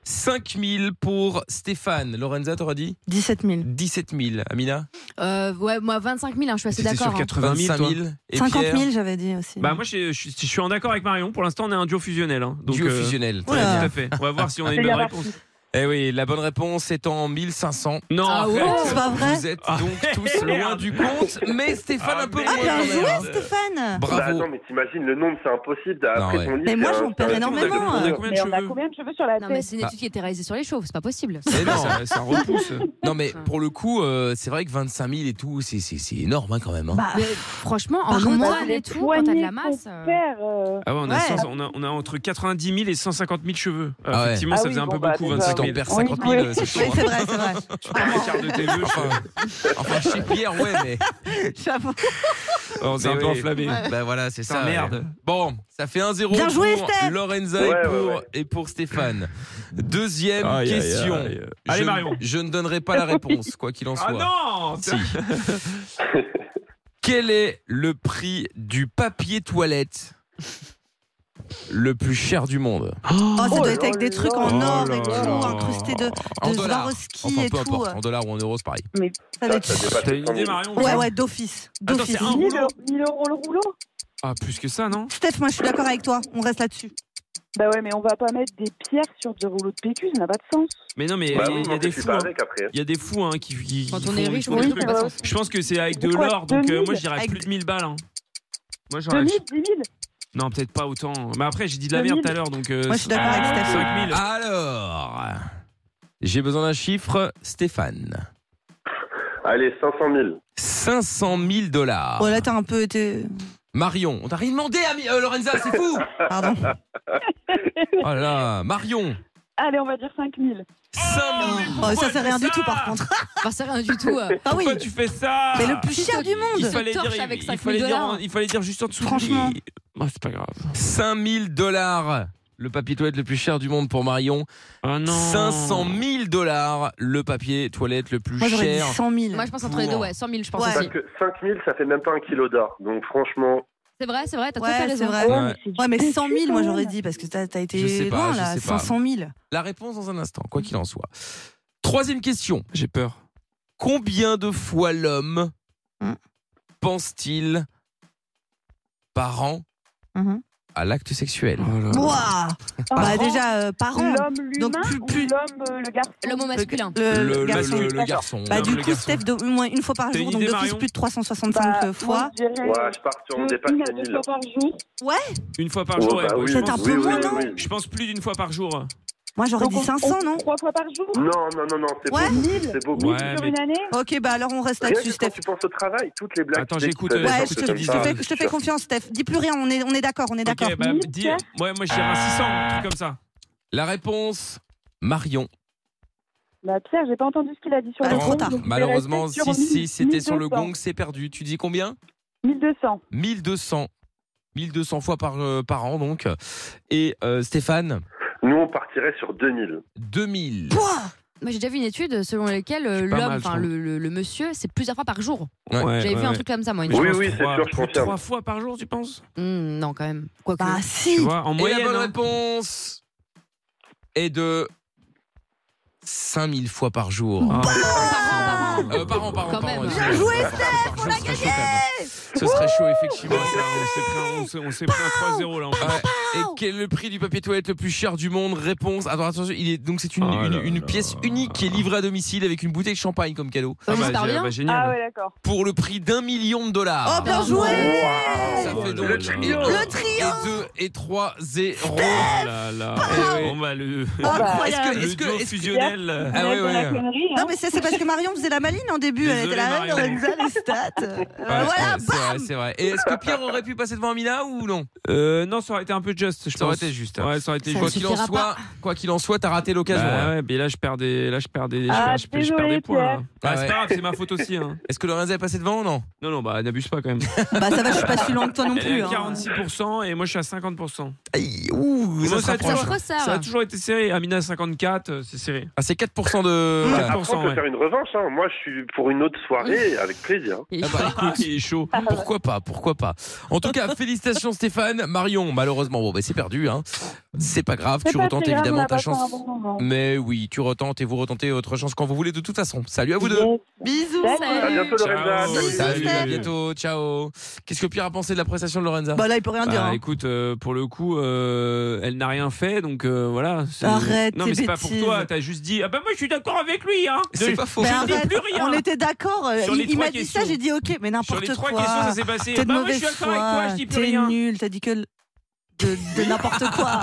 5 000 pour Stéphane. Lorenza, t'aurais dit
17 000.
17 000. Amina
Euh, ouais, moi 25 000, hein, je suis assez
T'étais
d'accord.
sur
hein.
80 000,
25
toi. Et
50
Pierre
000, j'avais dit aussi.
Bah moi je, je- je suis en accord avec Marion. Pour l'instant on est un duo fusionnel. Hein. Donc,
Duo
euh,
fusionnel.
ouais, tout à fait. On va voir si on a une
C'est bien
bonne réponse.
Eh oui, la bonne réponse étant 1500.
Non, Ah arrête. Ah. ouais, c'est pas
vrai.
Vous êtes donc tous loin du compte, mais Stéphane un peu
Ah,
moins.
bien
quand même.
joué, Stéphane
Bravo. Bah, attends, mais t'imagines, le nombre, c'est impossible. Après
ouais.
ton lit,
Mais moi,
c'est un-
j'en perds
c'est un-
énormément.
Euh,
euh,
Mais on a
combien de cheveux sur la tête
Non, mais c'est une étude
Ah.
qui a été réalisée sur les cheveux, c'est pas possible.
Mais non,
Ah. Eh ça- ça repousse.
Non, mais pour le coup, euh, c'est vrai que 25 000 et tout, c'est- c'est c'est énorme hein, quand même. hein.
Bah,
Bah,
Mais franchement, en
Par mois,
montagne
les
et tout, quand t'as de
poignées
la masse. euh,
Ah ouais, on, a
Ouais.
100 on, a, on a entre 90 000 et 150 000 cheveux. Euh,
Ah ouais.
Effectivement,
Ah
ça
oui,
faisait un
bon,
peu
bah,
beaucoup.
déjà.
25
T'en
000.
perds 50 000, euh, c'est chaud,
Oui,
hein.
c'est vrai, c'est vrai.
Tu perds un quart de tes vœux.
Enfin, chez Pierre, ouais, mais.
J'avoue.
Oh, On
s'est un peu enflammé. Ouais.
Bah voilà, c'est
Putain,
ça.
merde.
ouais. Bon, ça fait 1-0
Bien
pour
joué, Steph
Lorenza
Ouais,
et,
ouais,
pour, et pour Stéphane. Deuxième
Aïe, aïe,
question.
aïe.
Je
Allez,
ne-
Marion.
Je ne donnerai pas la réponse, quoi qu'il en soit.
Ah non
Si. Quel est le prix du papier toilette le plus cher du monde
Oh, ça doit
là
être avec des
là
trucs en
là
or et
là
tout,
là.
incrustés de, de Swarovski
Enfin,
et tout.
peu
euh.
importe, en dollars ou en euros, c'est pareil.
Mais ça doit être-
T'as une idée, Marion
Ouais, ouais, d'office.
Attends,
D'office.
c'est un rouleau
1000 euros le rouleau
Ah, plus que ça, non
Steph, moi, je suis d'accord avec toi. On reste là-dessus.
Bah ouais, mais on va pas mettre des pierres sur des rouleaux de PQ, ça n'a pas de sens.
Mais non, mais il
Bah
y,
oui,
a- il y
non,
a des
tu
fous.
pars
hein.
avec après.
Il y a des fous hein, qui, qui-
Quand
qui
on est
font-
riche,
qui font
on
des
est
trucs.
riche, on est-
Je pense que c'est avec de
Quoi,
l'or, donc euh, moi
2000?
je dirais
Avec
plus de 1000 balles. hein. Moi j'aurais.
2000, 10 000
Non, peut-être pas autant. Mais après, j'ai dit de la merde
2000.
tout à l'heure, donc.
Moi, je suis d'accord avec Steph.
5000.
Alors. J'ai besoin d'un chiffre, Stéphane.
Allez, 500 000.
500 000 dollars.
Oh là, t'as un peu été.
Marion, on t'a rien demandé, ami- euh, Lorenza, c'est fou Pardon. Oh là là, Marion,
Allez, on va dire 5000.
5000
Oh, ça, c'est rien du tout, par contre.
Bah, c'est rien du tout. euh.
Ah oui.
Pourquoi tu fais ça
Mais le plus cher du monde.
Il fallait,
Tu te
dire,
torches avec
il
5 000
fallait dire-
dollars.
il fallait dire juste en dessous.
Franchement.
Ah, c'est pas grave.
5000 dollars. Le papier toilette le plus cher du monde pour Marion. 500 000 dollars. Le papier toilette le plus cher.
000.
Moi, je pense entre les deux, ouais, 100 000, je pense
Parce
aussi.
que 5 000, ça fait même pas un kilo d'or. Donc franchement,
C'est vrai, c'est vrai, t'as tout
Ouais,
à fait
c'est
raison.
vrai.
Ouais, mais
Ouais, mais 100 000, moi, j'aurais dit, parce que t'as t'as
Je sais
été
pas,
loin,
je
là.
sais pas.
500 000.
La réponse dans un instant, quoi qu'il en soit. Troisième question. Mm. J'ai peur. Mm. Combien de fois l'homme pense-t-il par an Mm-hmm.
Mhm.
à l'acte sexuel
Ouah Bah, déjà, euh, par an.
L'homme,
Donc, plus, plus-
l'homme, euh, le garçon.
L'homme masculin.
Le,
Le-
le
le-
garçon.
le- le garçon.
Bah, du
Le
coup,
garçon.
Steph, de- au moins une fois par
T'as
jour,
une
donc
idée,
d'office
Marion
plus de 365
Bah,
euh, fois.
je dirais,
ouais, je pars sur on dépasse
une à
les
deux
1000.
fois par jour.
Ouais
Une fois par
Ouais,
jour.
bah
ouais,
oui,
je
Peut-être
pense-
un peu Oui, moins, oui, non oui.
Je pense plus d'une fois par jour.
Moi, ah, j'aurais
Donc,
dit
on-
500,
on-
non
Trois fois par jour
non, non, non, non, c'est
Ouais.
beaucoup. C'est beaucoup.
Ouais,
sur
mais-
une année
Ok, bah alors on reste
Rien
là-dessus,
que quand
Steph.
tu penses au travail, toutes les blagues.
Attends,
que tu
j'écoute,
fais,
euh,
des
Ouais,
gens
je
que
te,
tu
comme
dis
je
ça,
te fais, je te fais confiance, Steph. Dis plus rien, on est, on est d'accord, on est d'accord.
Ok, bah, dis-
euh,
Mille.
ouais, moi je dirais un 600, un truc comme ça.
La réponse, Marion.
Bah, Pierre, j'ai pas entendu ce qu'il a dit sur
Bah,
le
trop
gong,
tard.
donc je vais
Malheureusement,
rester sur
si, si, c'était sur le
1200.
gong, c'est perdu. Tu dis combien
1200.
1200. 1200 fois par, euh, par an, donc. Et euh, Stéphane,
Nous, on partirait sur 2000.
2000.
Pouah
Moi, j'ai déjà vu une étude selon laquelle
Je
euh,
suis pas
l'homme,
mal, je
enfin
trouve.
le, le- le monsieur, c'est plusieurs fois par jour.
Ouais.
J'avais
ouais,
vu un
ouais.
truc comme ça, moi. Une
Mais je
Oui,
fois.
pense
oui, c'est
trois-
sûr, je
plus de
confirme.
Trois fois par jour, tu penses
Hmm, non, quand même. Quoique.
Bah, si
Tu vois, en
Et la
moyenne.
bonne
hein.
réponse est de 5000 fois par jour.
Ah,
Par an, par an.
Euh, par an, par an,
Quand
par an,
même.
excusez-moi.
Bien joué,
Par an, par an, ce serait chaud, quand même. Ce serait chaud, effectivement.
Ouais, on s'est pris un- on s'est- on s'est pris un 3-0 là. en fait.
Ouais. Et quel est le prix du papier toilette le plus cher du monde Réponse. Attends, attention, il est donc c'est une,
Oh
une,
là
une
là.
pièce unique qui est livrée à domicile avec une bouteille de champagne comme cadeau
Ah,
bah,
j'espère
j'ai-
bien.
bah,
Ah
génial.
ouais, d'accord.
pour le prix d'un million de dollars.
Oh, bien joué
Ça fait donc
Le trio.
et-
Le trio
et 2 et 3 0.
Oh là là.
Bravo.
Bon, bah, le.
Oh,
Incroyable.
Le
Est-ce que-
duo
est-ce que-
fusionnel.
Ah ouais, ouais.
hein.
Non, mais c'est c'est parce que Marion faisait la maline en début. elle était
Désolé,
la reine,
Marion.
Lorenza, les stats. Euh,
Ouais,
voilà,
c'est- c'est vrai, c'est vrai. Et est-ce que Pierre aurait pu passer devant Amina ou non
Euh, non, ça aurait été un peu juste, je
Ça aurait
pense.
été juste. hein.
Ouais, ça aurait été
Ça
Quoi
juste.
qu'il en
suffira
soit, quoi qu'il en soit, t'as raté l'occasion.
Bah
hein.
ouais, mais là je perds des, là je perds des, je
Ah,
perds- je, perds- je perds des
désolé,
points. là.
Pierre.
Bah,
Ouais.
c'est pas grave, c'est ma faute aussi. Hein.
Est-ce que Lorenza est passé devant ou non
Non, non, bah n'abuse pas quand même.
Bah, ça va, je suis pas si lent que toi non
Elle
plus.
est à
hein.
46% et moi je suis à 50%.
Aïe, ouh,
Moi,
ça se
ça a
rapproche.
toujours- Ça a
Ça
toujours été serré. Amina 54, euh, c'est serré.
Ah, c'est 4% de.
Mmh.
Ah,
Après, on peut
100%, ouais.
faire une revanche. Hein. Moi, je suis pour une autre soirée avec plaisir.
ah bah,
Écoute, il est chaud.
pourquoi pas, pourquoi pas. En tout cas, félicitations Stéphane. Marion, malheureusement, bon, bah, c'est perdu. Hein. C'est pas grave,
C'est
tu
pas
retentes
très grave, on
évidemment
a
ta
passé un
chance.
bon moment.
Mais oui, tu retentes et vous retentez votre chance quand vous voulez de toute façon. Salut à vous deux.
Yes.
Bisous.
Salut.
À bientôt,
Ciao.
Lorenza.
Salut.
Salut, à
Salut.
bientôt, ciao. Qu'est-ce que Pierre a pensé de la prestation de Lorenza
Bah, là, il peut rien dire.
Bah,
hein.
écoute, euh, pour le coup, euh, elle n'a rien fait, donc euh, voilà. c'est-
Arrête
Non,
tes
mais c'est pas pour
bêtises.
toi. T'as juste dit, ah bah moi je suis d'accord avec lui, hein.
C'est pas faux.
Mais
je
arrête,
dis plus rien.
On était d'accord. euh,
Sur les
Il, il
trois
m'a dit ça,
questions.
j'ai dit ok, mais
Sur les
n'importe
trois
quoi.
questions, ça s'est passé.
T'es de
bah moi je
mauvaise
suis d'accord
foi.
avec toi, je dis plus
T'es
rien.
nul. T'as dit que de, de n'importe quoi.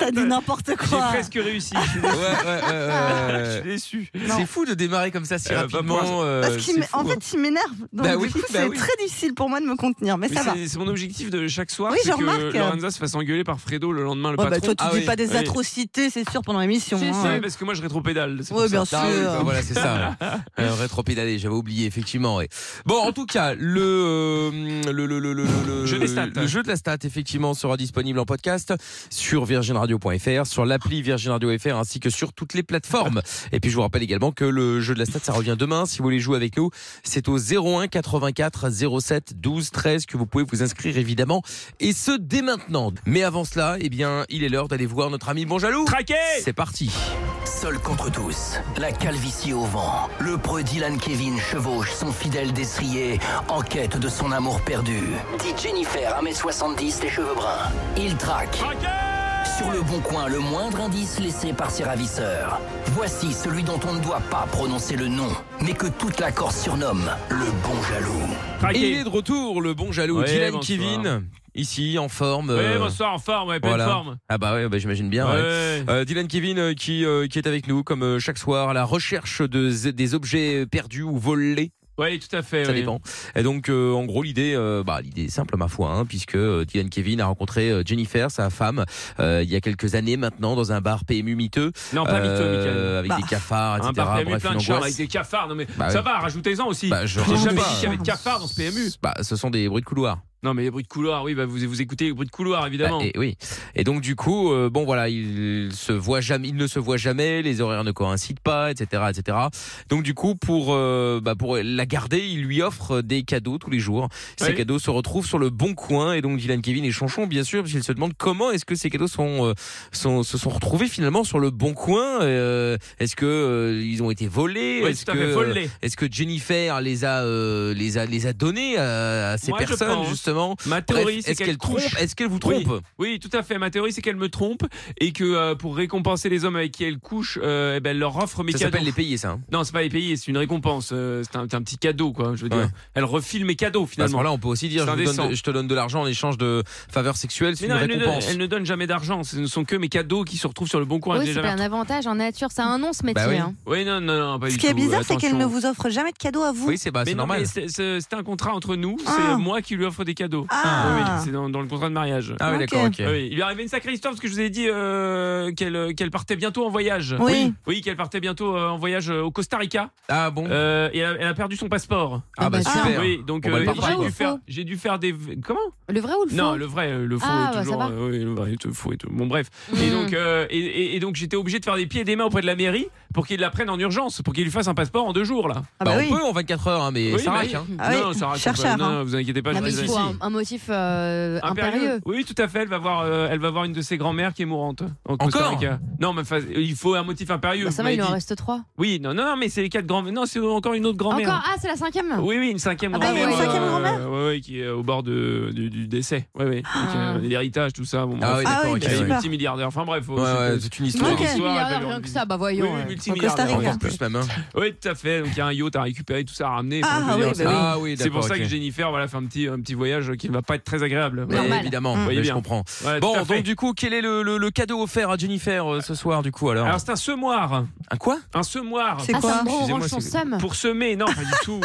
T'as dit n'importe
J'ai
quoi.
presque réussi. Je suis
Ouais, ouais, ouais, ouais, ouais,
je
ouais.
suis déçu.
C'est fou de démarrer comme ça si
Euh, bah,
rapidement.
moi,
euh,
Parce qu'il
c'est
m'é- en
fou, hein.
fait, il m'énerve. Donc,
Bah
du
oui,
coup,
bah
c'est
oui.
très difficile pour moi de me contenir, mais,
Mais
ça va.
c'est- C'est mon objectif de chaque soir,
Oui,
c'est
je
que
remarque.
Lorenza se fasse engueuler par Fredo le lendemain, le
Ouais, bah,
patron.
toi, tu
Ah
dis
oui,
pas des
oui.
atrocités, c'est sûr, pendant l'émission.
Si,
hein.
si.
Ouais, parce que moi je rétropédale. c'est pour
Ouais,
ça.
bien
Ah oui, bah
sûr.
voilà, c'est ça. euh, rétropédalé, j'avais oublié, effectivement. ouais. Bon, en tout cas, le, euh, le, le, le, le, le-
Jeu des stats.
le jeu de la stat, effectivement, sera disponible en podcast sur virginradio.fr, sur l'appli Virgin Radio FR, ainsi que sur toutes les plateformes. Et puis, je vous rappelle également que le jeu de la stat, ça revient demain. Si vous voulez jouer avec nous, c'est au 01 84 07 12 13 que vous pouvez vous inscrire, évidemment. Et ce, dès maintenant. Mais avant cela, eh bien, il est l'heure d'aller voir notre ami Bonjalou.
Traqué
C'est parti.
Seul contre tous, la calvitie au vent, le preux Dylan Kevin chevauche son fidèle destrier en quête de son amour perdu. Dit Jennifer, 1m70, les cheveux bruns. Il traque. Sur le bon coin, le moindre indice laissé par ses ravisseurs. Voici celui dont on ne doit pas prononcer le nom, mais que toute la Corse surnomme le bon jaloux.
Et il
Traqué
est de retour, le bon jaloux
Ouais,
Dylan
bonsoir.
Kevin. ici, en forme.
Ouais,
euh,
bonsoir, en forme, ouais, pleine
voilà.
forme.
Ah bah ouais, bah j'imagine bien. ouais.
Ouais.
Euh, Dylan Kevin euh, qui, euh, qui est avec nous comme euh, chaque soir à la recherche de, z- des objets euh, perdus ou volés.
Oui, tout à fait.
Ça
oui.
dépend. Et donc, euh, en gros, l'idée, euh, bah, l'idée est simple, ma foi, hein, puisque euh, Dylan Kevin a rencontré euh, Jennifer, sa femme, euh, il y a quelques années maintenant, dans un bar PMU miteux.
Non, pas miteux,
Euh,
Mickaël.
Avec
Bah.
des cafards, etc.
Un bar PMU
Bref,
plein de
une
chars
angoisse.
avec des cafards. Non mais
Bah
ça
oui.
va, rajoutez-en aussi.
Bah, je
J'ai
rajoute
jamais dit
pas.
qu'il y avait de cafards dans ce PMU.
Bah, ce sont des bruits de couloir.
Non mais les bruits de couloir, oui, bah, vous, vous écoutez les bruits de couloir évidemment.
Bah, et oui. Et donc du coup, euh, bon voilà, il se voit jamais, il ne se voit jamais, les horaires ne coïncident pas, etc., etc. Donc du coup, pour euh, bah, pour la garder, il lui offre des cadeaux tous les jours. Ces
Oui.
cadeaux se retrouvent sur le bon coin. Et donc Dylan Kevin et Chanchon, bien sûr, parce qu'ils se demandent comment est-ce que ces cadeaux sont, euh, sont se sont retrouvés finalement sur le bon coin. Euh, est-ce que euh, ils ont été volés
Oui,
Est-ce
tout à fait,
que
volés.
est-ce que Jennifer les a euh, les a les a donnés à, à ces
Moi, je
personnes
pense.
justement
Ma
Bref,
théorie, c'est
est-ce qu'elle trompe
couche.
Est-ce qu'elle vous
Oui.
trompe
Oui, tout à fait. Ma théorie, c'est qu'elle me trompe et que euh, pour récompenser les hommes avec qui elle couche, euh, eh ben, elle leur offre mes
Ça
cadeaux.
s'appelle les payer, ça. hein.
Non, c'est pas les payer, c'est une récompense. euh, c'est un, c'est un petit cadeau, quoi. Je veux dire,
Ouais.
elle refile mes cadeaux
Bah, à ce
finalement.
moment-là, on peut aussi dire
C'est
je, vous donne
indécent.
de- je te donne de l'argent en échange de faveurs sexuelles, c'est
Mais
une
non, elle, ne donne,
récompense.
elle ne donne jamais d'argent. Ce ne sont que mes cadeaux qui se retrouvent sur le bon
Oui,
coin. J'ai
c'est
jamais
pas un avantage en nature, ça a un nom ce métier.
Bah oui.
hein.
Oui, non, non, non, pas
Ah, Ce
du
qui est
tout. Euh,
bizarre, c'est qu'elle
Attention.
ne vous offre jamais de cadeaux à vous.
Mais non, mais c'est- C'est c'est un contrat entre nous, c'est
Ah.
moi qui lui offre des cadeaux.
Ah.
Oui, oui, c'est dans, dans le contrat de mariage.
Ah oui, Ok. d'accord, ok.
Oui, il lui est arrivé une sacrée histoire parce que je vous ai dit euh, qu'elle euh, qu'elle partait bientôt en voyage.
Oui. Oui.
Oui, qu'elle partait bientôt euh, en voyage euh, au Costa Rica. Euh,
Ah bon
Et elle a, elle a perdu son passeport.
Ah bah, super.
Oui, donc
Bon, bah,
euh,
le
j'ai
vrai ou
dû
le
faire-
faux
j'ai dû, faire des. Comment
Le vrai ou le faux
Non, le vrai, euh, le faux
Ah,
est
bah, ça
toujours.
va. Hmm.
euh, oui, le vrai est faux et tout. Bon, bref. Et donc, euh, et, et- et donc j'étais obligé de faire des pieds et des mains auprès de la mairie pour qu'ils la prennent en urgence, pour qu'ils lui fassent un passeport en deux jours là.
Bah, on peut en 24 heures, hein, mais
Oui,
ça
bah
raque.
oui.
hein.
Ah
non,
oui,
ça raconte
chercheur,
pas. Non,
hein.
non, vous inquiétez pas,
Ah,
je
mais
vais
il faut un, un motif euh, impérieux.
Oui, tout à fait. Elle va voir, euh, elle va voir une de ses grands-mères qui est mourante. au Costa
Encore
Rica. Non, mais enfin, il faut un motif impérieux.
Bah, ça
vous
va, il
m'avez
en
dit.
reste trois.
Oui, non, non, non, mais c'est les quatre grands. Non, c'est encore une autre grand-mère.
Encore Ah, c'est la cinquième
hein. Oui, oui, une cinquième
Ah bah, il y a
grand-mère.
une cinquième
euh,
grand-mère
ouais, ouais, qui est au bord de, du, du décès. Ouais, ouais. Donc, euh, L'héritage, tout ça. Bon,
Ah oui, d'accord, Ah oui, ok,
multi
super.
Multimilliardaire. Enfin bref,
Ouais, ouais, c'est une histoire.
Ok.
Il y a
Histoire, elle va lui
rien que ça, bah voyons.
Oui, oui,
ouais.
multimilliardaire.
Encore plus même. hein.
Oui, tout à fait. Donc il y a un yacht à récupérer, tout ça à ramener.
Ah,
Enfin, je veux
oui,
dire,
bah
c'est-
oui. Ah oui,
C'est pour
d'accord,
ça que
ok.
Jennifer voilà, fait un petit, un petit voyage qui ne va pas être très agréable.
Mais évidemment,
Vous
mais
voyez
je
bien.
comprends.
Ouais, tout
bon,
à fait.
donc du coup, quel est le, le- le cadeau offert à Jennifer euh, ce soir, du coup alors
Alors c'est un semoir.
Un quoi
Un semoir.
C'est Ah, quoi ça me branle son
c'est-
seum.
Pour semer, non, pas du tout.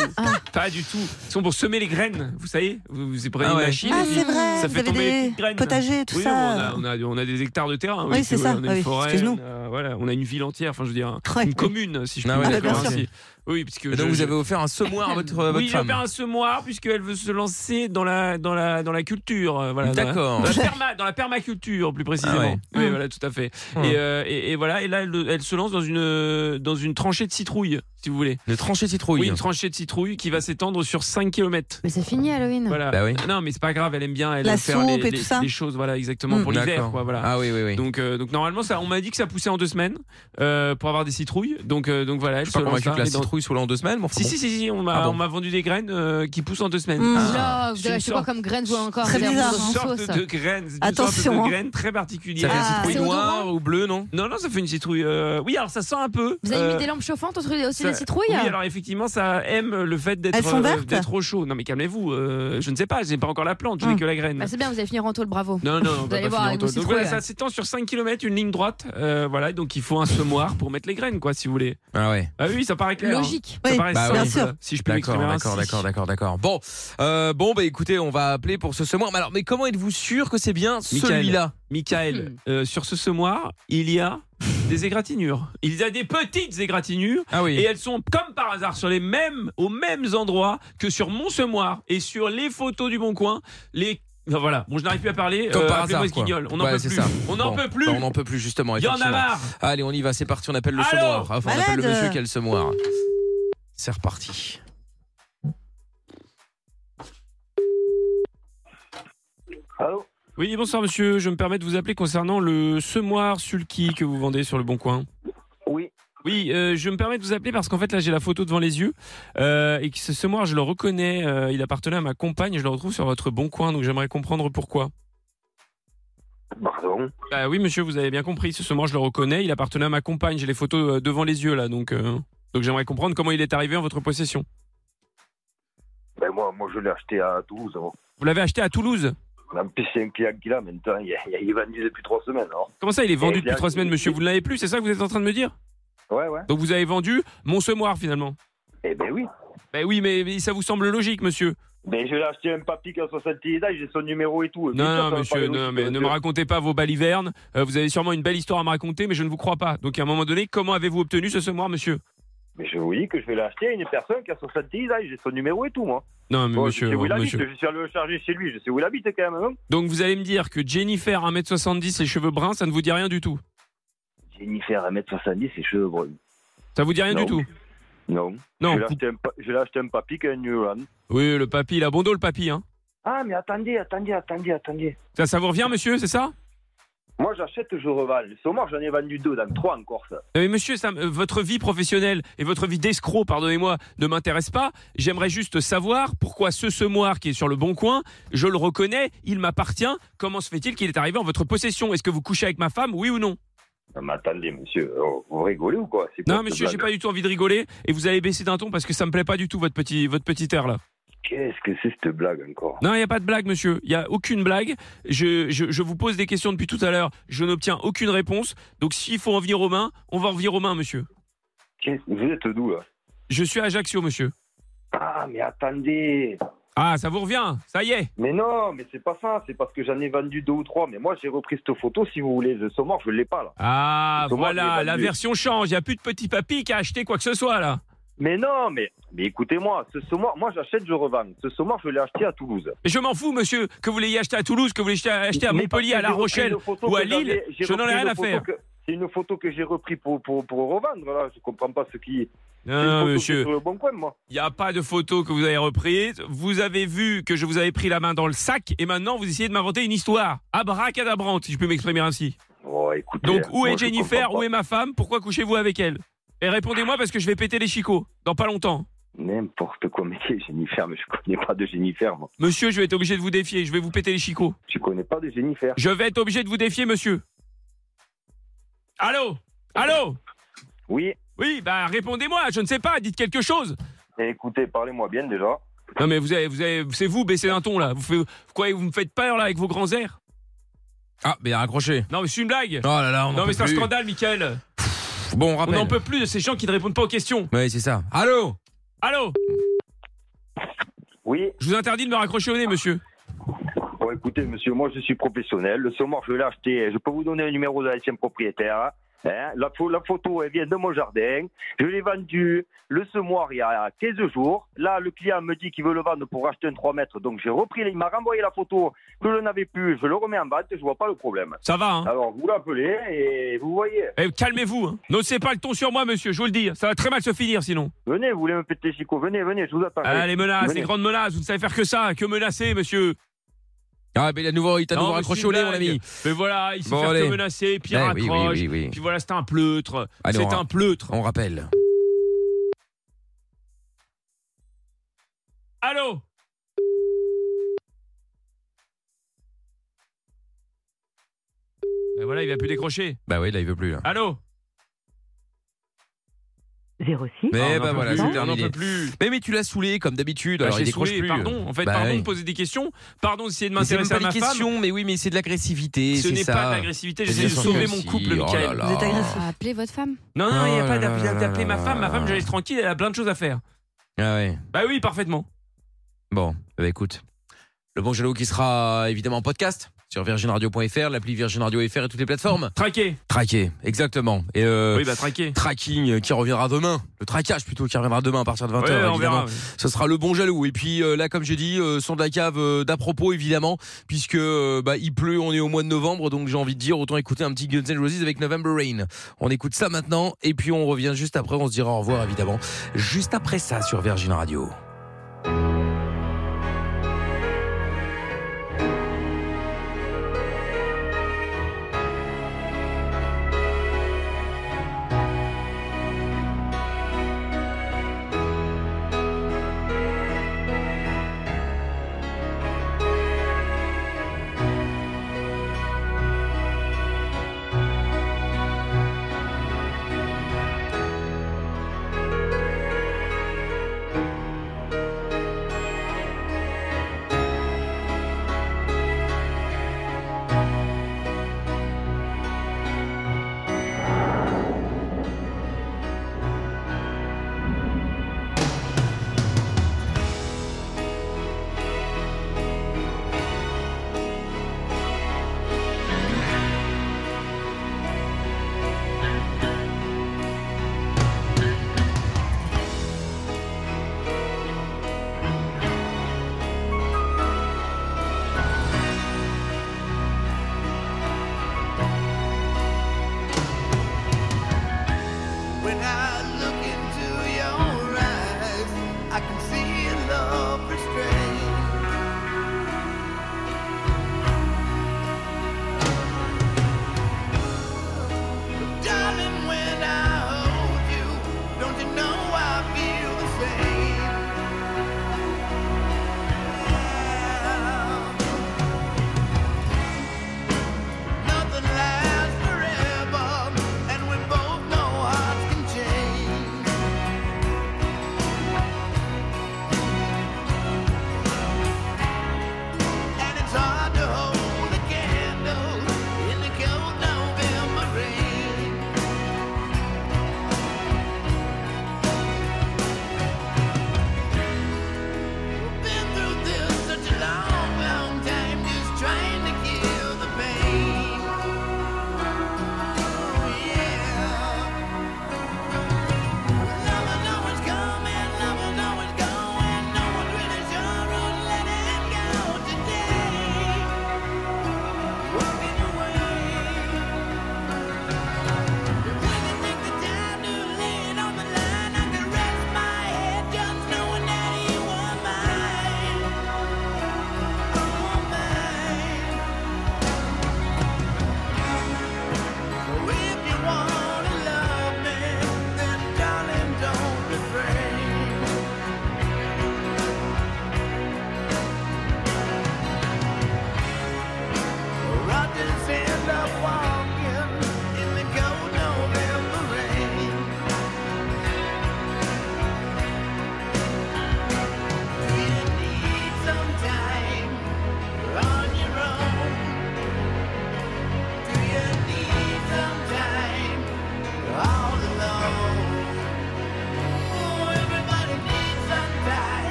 Pas du tout. Ils sont pour semer les graines, vous savez Vous, vous prenez
Ah
une
ouais.
machine.
Ah,
et puis
c'est vrai,
Ça
vous
fait
avez
tomber les
des
petites graines.
potagers et tout
Oui,
ça.
On a, on, a, on a des hectares de terrain.
Oui, c'est
puis,
ça.
On a une
Ah oui,
forêt.
excuse-nous.
euh, voilà, on a une ville entière, enfin je veux dire,
Ouais. bah,
une commune, si je
Ah
peux
ouais,
dire
d'accord,
ainsi.
ok.
Oui, puisque
Et donc,
je-
vous
je-
avez offert un semoir à votre, à votre
oui,
femme.
elle perd un semoir puisqu'elle veut se lancer dans la dans la dans la culture, euh, voilà. dans la-
D'accord.
Dans, la perma- dans la permaculture plus précisément.
Ah ouais.
Oui, voilà, tout à fait.
Hum.
Et, euh, et, et voilà, et là elle, elle se lance dans une dans une tranchée de citrouille, si vous voulez.
Le tranché citrouille.
Oui, une tranchée de citrouille qui va s'étendre sur 5 km.
Mais c'est fini Halloween.
Voilà.
Bah oui.
Non, mais c'est pas grave, elle aime bien elle
La
aime faire les,
soupe et
les-
tout ça.
les choses voilà exactement
Hum.
pour l'hiver
D'accord.
quoi, voilà.
Ah oui, oui, oui.
Donc euh, donc normalement ça on m'a dit que ça poussait en deux semaines euh, pour avoir des citrouilles. Donc euh, donc voilà, elle
je suis
se
pas
lance
convaincu
là,
que la
et dans-
citrouille soit là en deux semaines. mais enfin
si,
bon.
si, si, si, on m'a
Ah bon
on m'a vendu des graines euh, qui poussent en deux semaines.
Mmh.
Ah.
Là, vous
C'est
avez
une
acheté quoi
sorte-
comme graines ou encore
c'est
des
une
herbes en
hein.
sorte
sauce
de graines, c'est une
Attention,
sorte
hein.
de graines très particulière.
Ça fait une Ah, citrouille c'est noire odorant
ou bleue, non Non, non, ça fait une citrouille. euh, Oui, alors ça sent un peu.
Vous avez
euh,
mis des lampes chauffantes entre aussi
ça-
des citrouilles
Oui, alors effectivement, ça aime le fait d'être
Elles sont
euh,
vertes
d'être au chaud. Non, mais calmez-vous. euh, je ne sais pas, je n'ai pas encore la plante, je n'ai que la graine.
Bah, C'est bien, vous allez finir en tôle, bravo.
Non, non, on
vous
va
allez
pas
voir
finir en
avec vos
tôle. Donc
citrouilles.
voilà, ça s'étend sur 5 km, une ligne droite. euh, voilà, donc il faut un semoir pour mettre les graines, quoi, si vous voulez.
Ah ouais.
Ah oui, ça paraît clair. hein.
Logique.
Ça paraît
Bah
simple, hein.
oui.
Si je peux
D'accord,
m'exprimer
d'accord,
ainsi.
d'accord, d'accord, d'accord. Bon, euh, bon, bah écoutez, on va appeler pour ce semoir. Mais alors, mais comment êtes-vous sûr que c'est bien celui-là
Michael, euh, sur ce semoir, il y a des égratignures. Il y a des petites égratignures.
Ah oui.
Et elles sont comme par hasard sur les mêmes, aux mêmes endroits que sur mon semoir et sur les photos du Bon Coin. Les Enfin, voilà, bon, je n'arrive plus à parler.
Comme
Euh,
par
appelez-moi
hasard.
ce
quoi.
guignol. On n'en
Ouais,
peut
c'est
plus.
ça.
On n'en
Bon,
peut plus.
bah, on n'en peut plus, justement.
Il y en a
effectivement.
marre.
Allez, on y va, c'est parti, on appelle le
Allô
semoir. Enfin, on appelle le
Malade.
monsieur qui a le semoir. C'est reparti.
Oui, bonsoir monsieur. Je me permets de vous appeler concernant le semoir sulky que vous vendez sur le Bon Coin.
Oui.
Oui, euh, je me permets de vous appeler parce qu'en fait là j'ai la photo devant les yeux euh, et que ce semoir je le reconnais, euh, il appartenait à ma compagne, je le retrouve sur votre Bon Coin donc j'aimerais comprendre pourquoi.
Pardon
Bah oui monsieur, vous avez bien compris, ce semoir je le reconnais, il appartenait à ma compagne, j'ai les photos euh, devant les yeux là donc euh, donc j'aimerais comprendre comment il est arrivé en votre possession.
Ben moi, moi je l'ai acheté à 12 ans.
Vous l'avez acheté à Toulouse
En plus, c'est un client qu'il a maintenant, il, il- il est vendu depuis trois semaines. hein. Eh alors.
Comment ça, il est vendu
Et
depuis
là,
trois semaines, monsieur Vous ne l'avez plus, c'est ça que vous êtes en train de me dire
Ouais, ouais.
Donc vous avez vendu mon semoir finalement
Eh ben oui.
Ben oui, mais, mais ça vous semble logique, monsieur
Mais je l'ai acheté à un papy qui a 70 ans, j'ai son numéro et tout. Bien sûr,
Non,
ça
non,
va
monsieur,
parler
non,
aussi,
mais ne me
monsieur.
racontez pas vos balivernes. Euh, vous avez sûrement une belle histoire à me raconter, mais je ne vous crois pas. Donc à un moment donné, comment avez-vous obtenu ce semoir, monsieur
Mais je vous dis que je vais l'acheter à une personne qui a 70 ans, j'ai son numéro et tout, moi.
Non, mais
Bon,
monsieur,
je sais où il habite,
monsieur.
je suis allé le charger chez lui, je sais où il habite quand même, hein. non
Donc vous allez me dire que Jennifer, 1m70, les cheveux bruns, ça ne vous dit rien du tout
Jennifer, 1m70, ses cheveux bruns.
Ça vous dit rien
Non.
du tout
Non.
Non.
Je l'ai acheté un pa- Je l'ai acheté un papy qui a un Newland.
Oui, le papy, il a bon dos, le papy, hein.
Ah, mais attendez, attendez, attendez, attendez.
Ça, ça vous revient, Ah, monsieur, c'est ça
Moi, j'achète, je revends. Le saumon, j'en ai vendu deux, dans trois encore, ça.
Non mais monsieur, ça, euh, votre vie professionnelle et votre vie d'escroc, pardonnez-moi, ne m'intéresse pas. J'aimerais juste savoir pourquoi ce semoir qui est sur le bon coin, je le reconnais, il m'appartient. Comment se fait-il qu'il est arrivé en votre possession Est-ce que vous couchez avec ma femme, oui ou non
Non, mais attendez, monsieur, oh, vous rigolez ou quoi C'est quoi
Non
cette
monsieur, j'ai pas
blague
du tout envie de rigoler et vous allez baisser d'un ton parce que ça me plaît pas du tout votre petit, votre petit air là.
Qu'est-ce que c'est cette blague encore
Non, il n'y a pas de blague, monsieur. Il n'y a aucune blague. Je, je- je vous pose des questions depuis tout à l'heure. Je n'obtiens aucune réponse. Donc, s'il faut en venir aux mains, on va en venir aux mains, monsieur.
Vous êtes d'où, là
Je suis à Ajaccio, monsieur.
Ah, mais attendez
Ah, ça vous revient Ça y est
Mais non, mais c'est pas ça, c'est parce que j'en ai vendu deux ou trois. Mais moi, j'ai repris cette photo, si vous voulez. Le saumon, je l'ai pas, là.
Ah,
Comment il
voilà,
est
la
vendu
version change. Il n'y a plus de petit papy qui a acheté quoi que ce soit, là.
Mais non, mais, mais écoutez-moi, ce saumon, moi, j'achète, je revends. Ce saumon, je l'ai acheté à Toulouse.
Mais je m'en fous, monsieur, que vous l'ayez acheté à Toulouse, que vous l'ayez acheté à
Mais
Montpellier,
parce que j'ai
à La
repris
Rochelle
une photo
ou à
que j'avais-
Lille.
j'ai
Je n'en ai
repris
rien
une
à
photo
faire.
que- C'est une photo que j'ai repris pour, pour, pour revendre, là. Je comprends pas ce qui.
Non,
C'est une photo
monsieur.
que Sur le bon coin, moi.
Il n'y a pas de photo que vous avez reprise. Vous avez vu que je vous avais pris la main dans le sac et maintenant vous essayez de m'inventer une histoire. Abracadabrante, si je peux m'exprimer ainsi. Donc où
Oh, moi,
est
je
Jennifer
comprends
Où
pas.
est ma femme Pourquoi couchez-vous avec elle Et répondez-moi parce que je vais péter les chicots dans pas longtemps.
N'importe quoi, mais qui est Jennifer, mais je connais pas de Jennifer, moi.
Monsieur, je vais être obligé de vous défier. Je vais vous péter les chicots.
Je connais pas de Jennifer.
Je vais être obligé de vous défier, monsieur. Allô Allô
Oui.
Oui, bah répondez-moi. Je ne sais pas. Dites quelque chose.
Eh, Écoutez, parlez-moi bien déjà.
Non mais vous avez, vous avez, c'est vous baissez d'un ton là. Vous, faites- vous croyez que vous me faites peur là avec vos grands airs
Ah, mais raccroché.
Non mais c'est une blague.
Oh là là, on en
non mais
peut
c'est un
plus.
scandale, Michael.
Bon, on
On
rappelle.
n'en peut plus de ces gens qui ne répondent pas aux questions.
Ouais, c'est ça. Allô
Allô
Oui.
Je vous interdis de me raccrocher au nez, monsieur.
Bon, écoutez, monsieur, moi, je suis professionnel. Le saumon, je l'ai acheté. Je peux vous donner le numéro de l'ancien propriétaire. Hein, la, pho- la photo, elle vient de mon jardin. Je l'ai vendu le semoir il y a 15 jours. Là, le client me dit qu'il veut le vendre pour acheter un 3 mètres. Donc, j'ai repris. Il m'a renvoyé la photo que je n'avais plus. Je le remets en vente. Je vois pas le problème.
Ça va, hein
Alors, vous l'appelez et vous voyez.
Eh, calmez-vous. Hein. N'osez pas le ton sur moi, monsieur, je vous le dis. Ça va très mal se finir sinon.
Venez, vous voulez me péter, Chico Venez, venez, je vous attends.
Ah, les menaces,
Venez.
les grandes menaces, vous ne savez faire que ça, que menacer, monsieur.
Ah, mais il a nouveau, il t'a
Non,
nouveau
mais
raccroché
c'est
au
une
nez, mon ami.
blague. Mais voilà, il sait
Bon,
faire
allez.
que menacer, puis il
Ouais, oui, oui,
raccroche,
oui, oui. hein.
Puis voilà, c'est un pleutre.
Allez, on
C'est
ra-
un pleutre.
On rappelle.
Allô Ben voilà, il va plus décrocher.
Bah oui, là, il veut plus. là.
Allô
06.
Ah, on
Mais
en
bah
peut
voilà,
plus, on
c'est
en
terminé.
peut plus.
Mais mais tu l'as saoulé comme d'habitude.
Bah,
alors
j'ai
il décroche
saoulé,
plus.
pardon. En fait,
Bah
pardon
oui.
de poser des questions. Pardon d'essayer de
Mais c'est même
m'intéresser
pas
à ma
des
femme.
questions, mais oui, mais c'est de l'agressivité.
Ce
c'est
n'est
ça.
pas de l'agressivité,
Mais
j'essaie
bien
de
sûr
sauver
que
mon
si,
couple,
oh
Mickaël.
là là.
Vous êtes agressif.
Appelez votre femme.
Non, non, il n'y a
Oh
pas
là
d'appel-
là
d'appeler ma
là
femme. Ma femme,
là.
je laisse tranquille, elle a plein de choses à faire.
Ah ouais.
Bah oui, parfaitement.
Bon, bah écoute. Le bon jaloux qui sera euh, évidemment en podcast sur virginradio.fr, l'appli Virgin Radio FR et toutes les plateformes.
Traqué.
Traqué, exactement. Et euh,
Oui, bah, traqué.
Tracking euh, qui reviendra demain. Le traquage plutôt qui reviendra demain à partir de 20h.
Ouais, on
évidemment.
verra, ouais.
Ce sera le bon jaloux. Et puis euh, là, comme j'ai dit, euh, son de la cave euh, d'à propos évidemment, puisque euh, bah, il pleut, on est au mois de novembre, donc j'ai envie de dire autant écouter un petit Guns N' Roses avec November Rain. On écoute ça maintenant et puis on revient juste après. On se dira au revoir évidemment juste après ça sur Virgin Radio.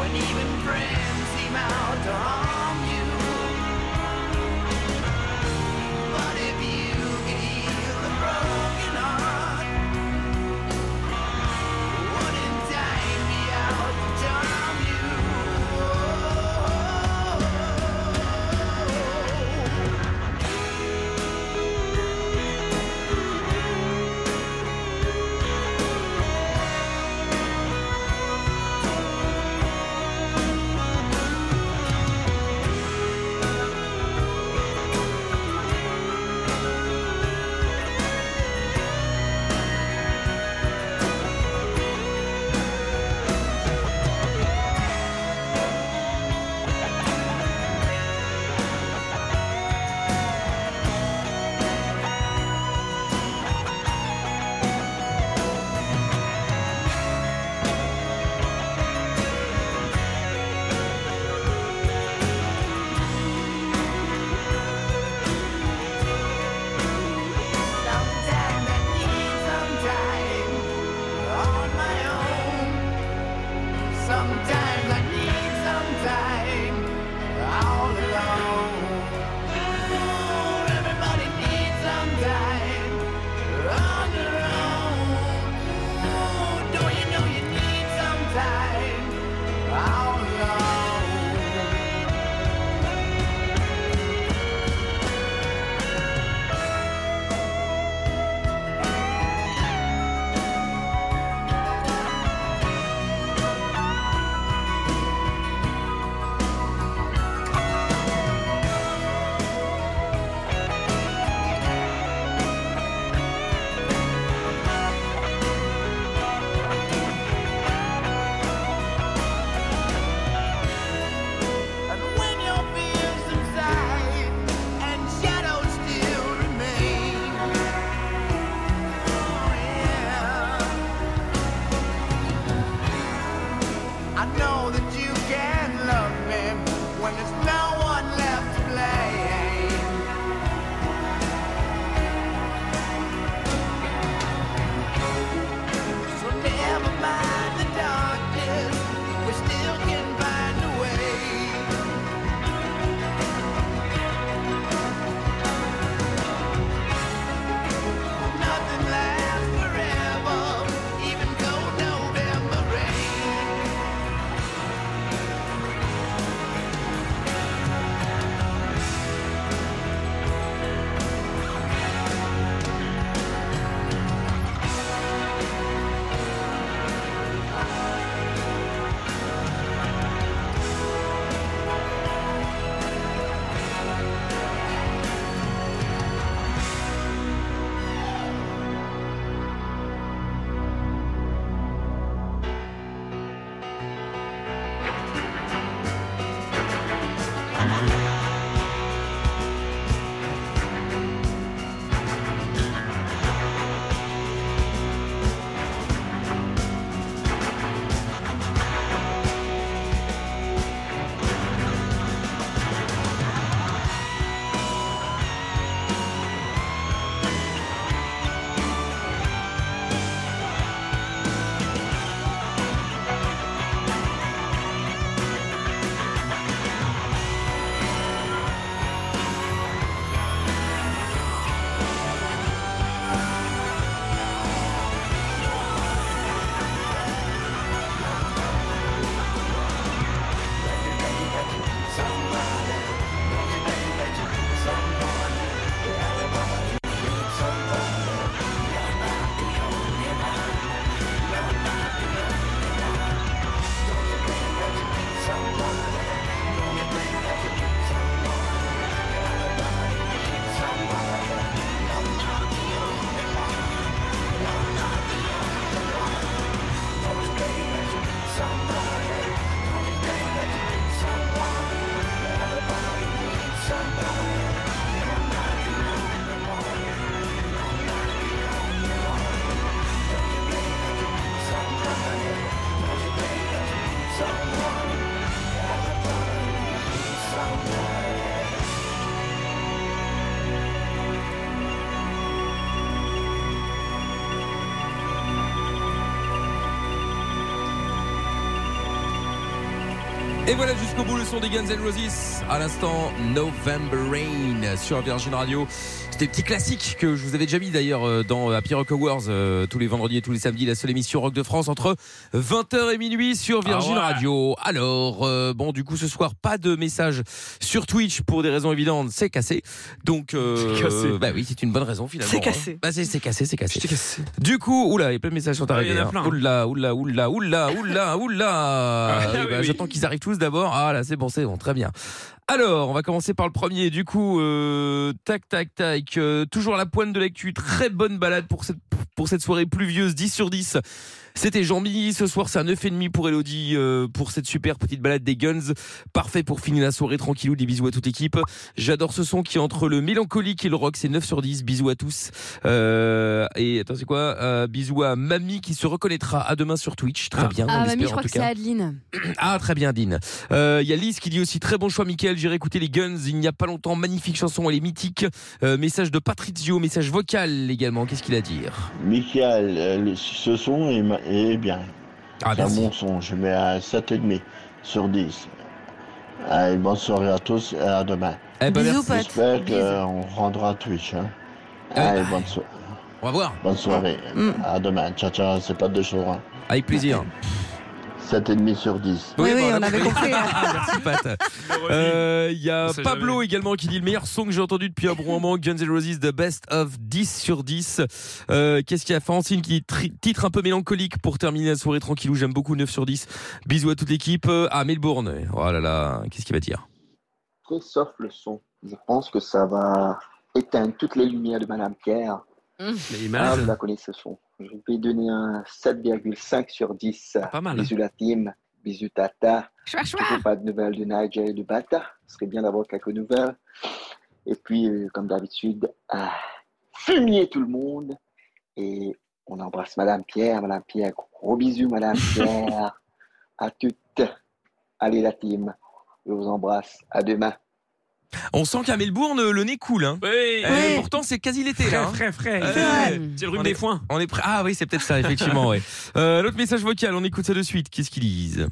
and even friends seem out to harm you. But if you could heal a broken heart, wouldn't time be out to charm you? Sometime I need some time on my own. Sometimes I need some time all alone. Oh, everybody needs some time on their own. Oh, don't you know you need some time all alone? And when your fears subside and shadows still remain, oh yeah. I know that you can love me when there's no one left to blame. So never mind the darkness, we still can find a way. Nothing lasts forever, even cold November rain.
Et voilà jusqu'au bout le son des Guns N' Roses. À l'instant, November Rain sur Virgin Radio. C'était des petits classiques que je vous avais déjà mis d'ailleurs euh, dans Happy Rock Awards euh, tous les vendredis et tous les samedis, la seule émission rock de France entre 20h et minuit sur Virgin
Ah ouais.
Radio. Alors, euh, bon, du coup, ce soir, pas de message sur Twitch pour des raisons évidentes. C'est cassé. Donc, euh,
C'est cassé.
bah oui, c'est une bonne raison finalement.
C'est
hein.
cassé.
Bah, c'est c'est cassé, c'est cassé. Du coup, oula, il y a plein de messages sont
Ah,
arrivés.
il y en a
hein.
plein.
Oula, oula, oula, oula, oula, oula.
Ah,
Eh
oui,
ben,
oui.
J'attends qu'ils arrivent tous d'abord. Ah là, c'est bon, c'est bon, très bien. Alors, on va commencer par le premier. Du coup, euh, tac, tac, tac. euh, toujours la pointe de l'actu. Très bonne balade pour cette, pour cette soirée pluvieuse, 10 sur 10. C'était Jean-Mi. Ce soir, c'est un 9,5 pour Elodie euh, pour cette super petite balade des Guns. Parfait pour finir la soirée tranquillou. Des bisous à toute l'équipe. J'adore ce son qui est entre le mélancolique et le rock. C'est 9 sur 10. Bisous à tous. Euh, et attends, c'est quoi Euh, Bisous à Mamie qui se reconnaîtra à demain sur Twitch. Très bien. on
Ah,
l'espère,
mamie, je
en
crois
tout
que c'est
cas.
Adeline.
Ah très bien Dean. Euh, Il y a Lise qui dit aussi très bon choix Michael, j'ai réécouté les Guns il n'y a pas longtemps, magnifique chanson, elle est mythique. Euh, message de Patrizio, message vocal également, qu'est-ce qu'il a à dire
Michael, euh, le- ce son est, ma- est bien. c'est un
Ah, merci.
bon son. Je mets à 7,5 sur 10. Allez, bonne soirée à tous et à demain.
Eh ben, Bisous, merci. Eh Pat.
J'espère
Bisous.
qu'on rendra Twitch. hein. Allez,
ben.
bonne soirée.
On va voir.
Bonne soirée.
Mm.
À demain. Ciao, ciao. C'est pas de hein. chaud.
Avec plaisir.
7,5 sur 10.
Oui, oui, on avait compris. hein. Merci Pat. Euh, Il y a
On sait
Pablo également qui dit le meilleur son que j'ai entendu depuis un bon moment, Guns N' Roses, The Best of 10 sur 10. Euh, Qu'est-ce qu'il y a Francine qui dit tri- titre un peu mélancolique pour terminer la soirée tranquillou, j'aime beaucoup 9 sur 10. Bisous à toute l'équipe. Euh, Ah Melbourne, oh là là, qu'est-ce qu'il va dire
Très sauf le son. Je pense que ça va éteindre toutes les lumières de Madame Pierre.
Mais il est malade.
Ah, vous la connaissez ce son. Je vais donner un 7,5 sur 10.
Ah,
pas
hein.
mal.
Bisous la team. Bisous Tata. Toujours pas de nouvelles de Nigel et de Bata. Ce serait bien d'avoir quelques nouvelles. Et puis, euh, comme d'habitude, ah, fumier tout le monde. Et on embrasse Madame Pierre. Madame Pierre, gros bisous, Madame Pierre. à toutes. Allez la team. Je vous embrasse. À demain.
On sent qu'à Melbourne, le nez coule. Hein.
Oui.
Euh, Pourtant, c'est quasi l'été. là, hein.
Frais, frais, frais.
Ouais.
C'est le rhume
On
des
est-
foins.
On est prêt. Ah oui, c'est peut-être ça, effectivement. ouais. Euh, L'autre message vocal, on écoute ça de suite. Qu'est-ce qu'ils disent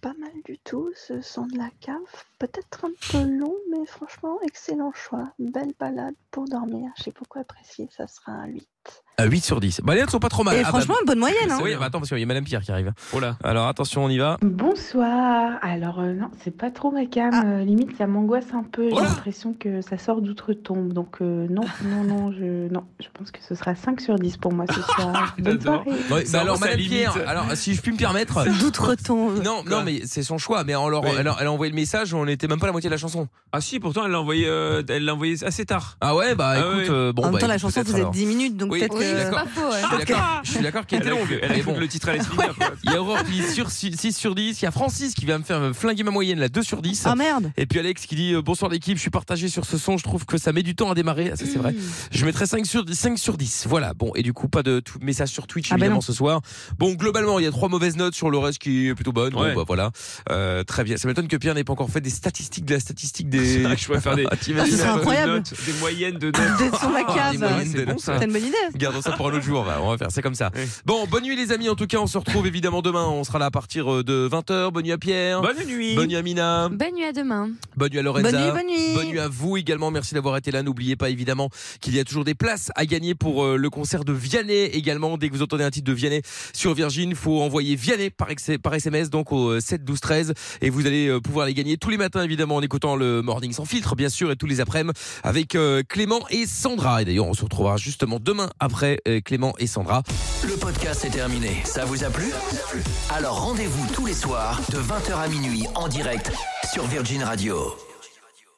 Pas mal du tout, ce son de la cave. Peut-être un peu long, mais franchement, excellent choix. Belle balade pour dormir. J'ai beaucoup apprécié, ça sera un 8.
Euh, 8 sur 10. Bah, les autres sont pas trop mal.
Et franchement,
bah,
bonne moyenne, hein.
Oui, bah, attends, parce qu'il y a Madame Pierre qui arrive.
Oh
Alors, attention, on y va.
Bonsoir. Alors euh, non, c'est pas trop ma cam. euh, limite, ça m'angoisse un peu. J'ai l'impression que ça sort d'outre-tombe. Donc euh, non, non, non, je non, je pense que ce sera 5 sur 10 pour moi ce soir. Bonne soirée.
Ouais, mais
Ça
alors,
rend sa
Madame
limite.
Pierre, alors, si je puis me permettre.
D'outre-ton.
Non, non, mais c'est son choix. Mais on leur- elle, a- elle a envoyé le message, on n'était même pas à la moitié de la chanson.
Ah si, pourtant elle l'a envoyé, euh, elle l'a envoyé assez tard.
Ah ouais, bah écoute, euh, bon,
en même
bah,
temps, la
écoute,
chanson
peut-être,
faisait
alors.
10 minutes, donc
Oui,
peut-être
oui,
que. Ah,
d'accord. Je suis d'accord. Je suis d'accord qu'elle était
Elle a
longue.
écrit- elle a
mais
écrit
bon.
le titre à l'esprit.
Il y a Aurore qui dit sur 6, sur 10. Il y a Francis qui va me faire me flinguer ma moyenne, là, 2 sur 10.
Ah, merde.
Et puis Alex qui dit euh, Bonsoir l'équipe, je suis partagé sur ce son, je trouve que ça met du temps à démarrer. Ah, ça, c'est
Hmm.
vrai. Je mettrais 5 sur, 5 sur 10. Voilà, bon, et du coup, pas de tout- message sur Twitch
Ah, ben
évidemment
non.
ce soir. Bon, globalement, il y a trois mauvaises notes sur le reste qui est plutôt bonne. Bon,
Ouais.
bah, voilà. Euh, très bien. Ça m'étonne que Pierre n'ait pas encore fait des statistiques de la statistique des. Ah,
Je pourrais faire des, des
T'imagines
notes,
Ah, incroyable.
des moyennes de notes.
D'être sur la
Ah,
cave.
des moyennes de notes.
C'est une bonne idée.
Gardons ça pour un autre jour, bah, on va- on va faire, c'est comme ça. Bon, bonne nuit les amis, en tout cas on se retrouve évidemment demain, on sera là à partir euh, de 20h, bonne nuit à Pierre.
Bonne nuit.
Bonne nuit à Mina.
Bonne nuit à demain.
Bonne nuit à Lorenza.
Bonne nuit, bonne nuit.
à vous également. Merci d'avoir été là. N'oubliez pas évidemment qu'il y a toujours des places à gagner pour euh, le concert de Vianney également. Dès que vous entendez un titre de Vianney sur Virgin, faut envoyer Vianney par, ex- par SMS donc au euh, 7 12 13 et vous allez euh, pouvoir les gagner tous les matins évidemment en écoutant le Morning sans filtre bien sûr et tous les après-midi avec euh, Clément et Sandra. Et d'ailleurs, on se retrouvera justement demain après euh, Clément et Sandra.
Le podcast est terminé. Ça vous a plu Alors rendez-vous tous les soirs de 20h à minuit en direct sur Virgin Radio.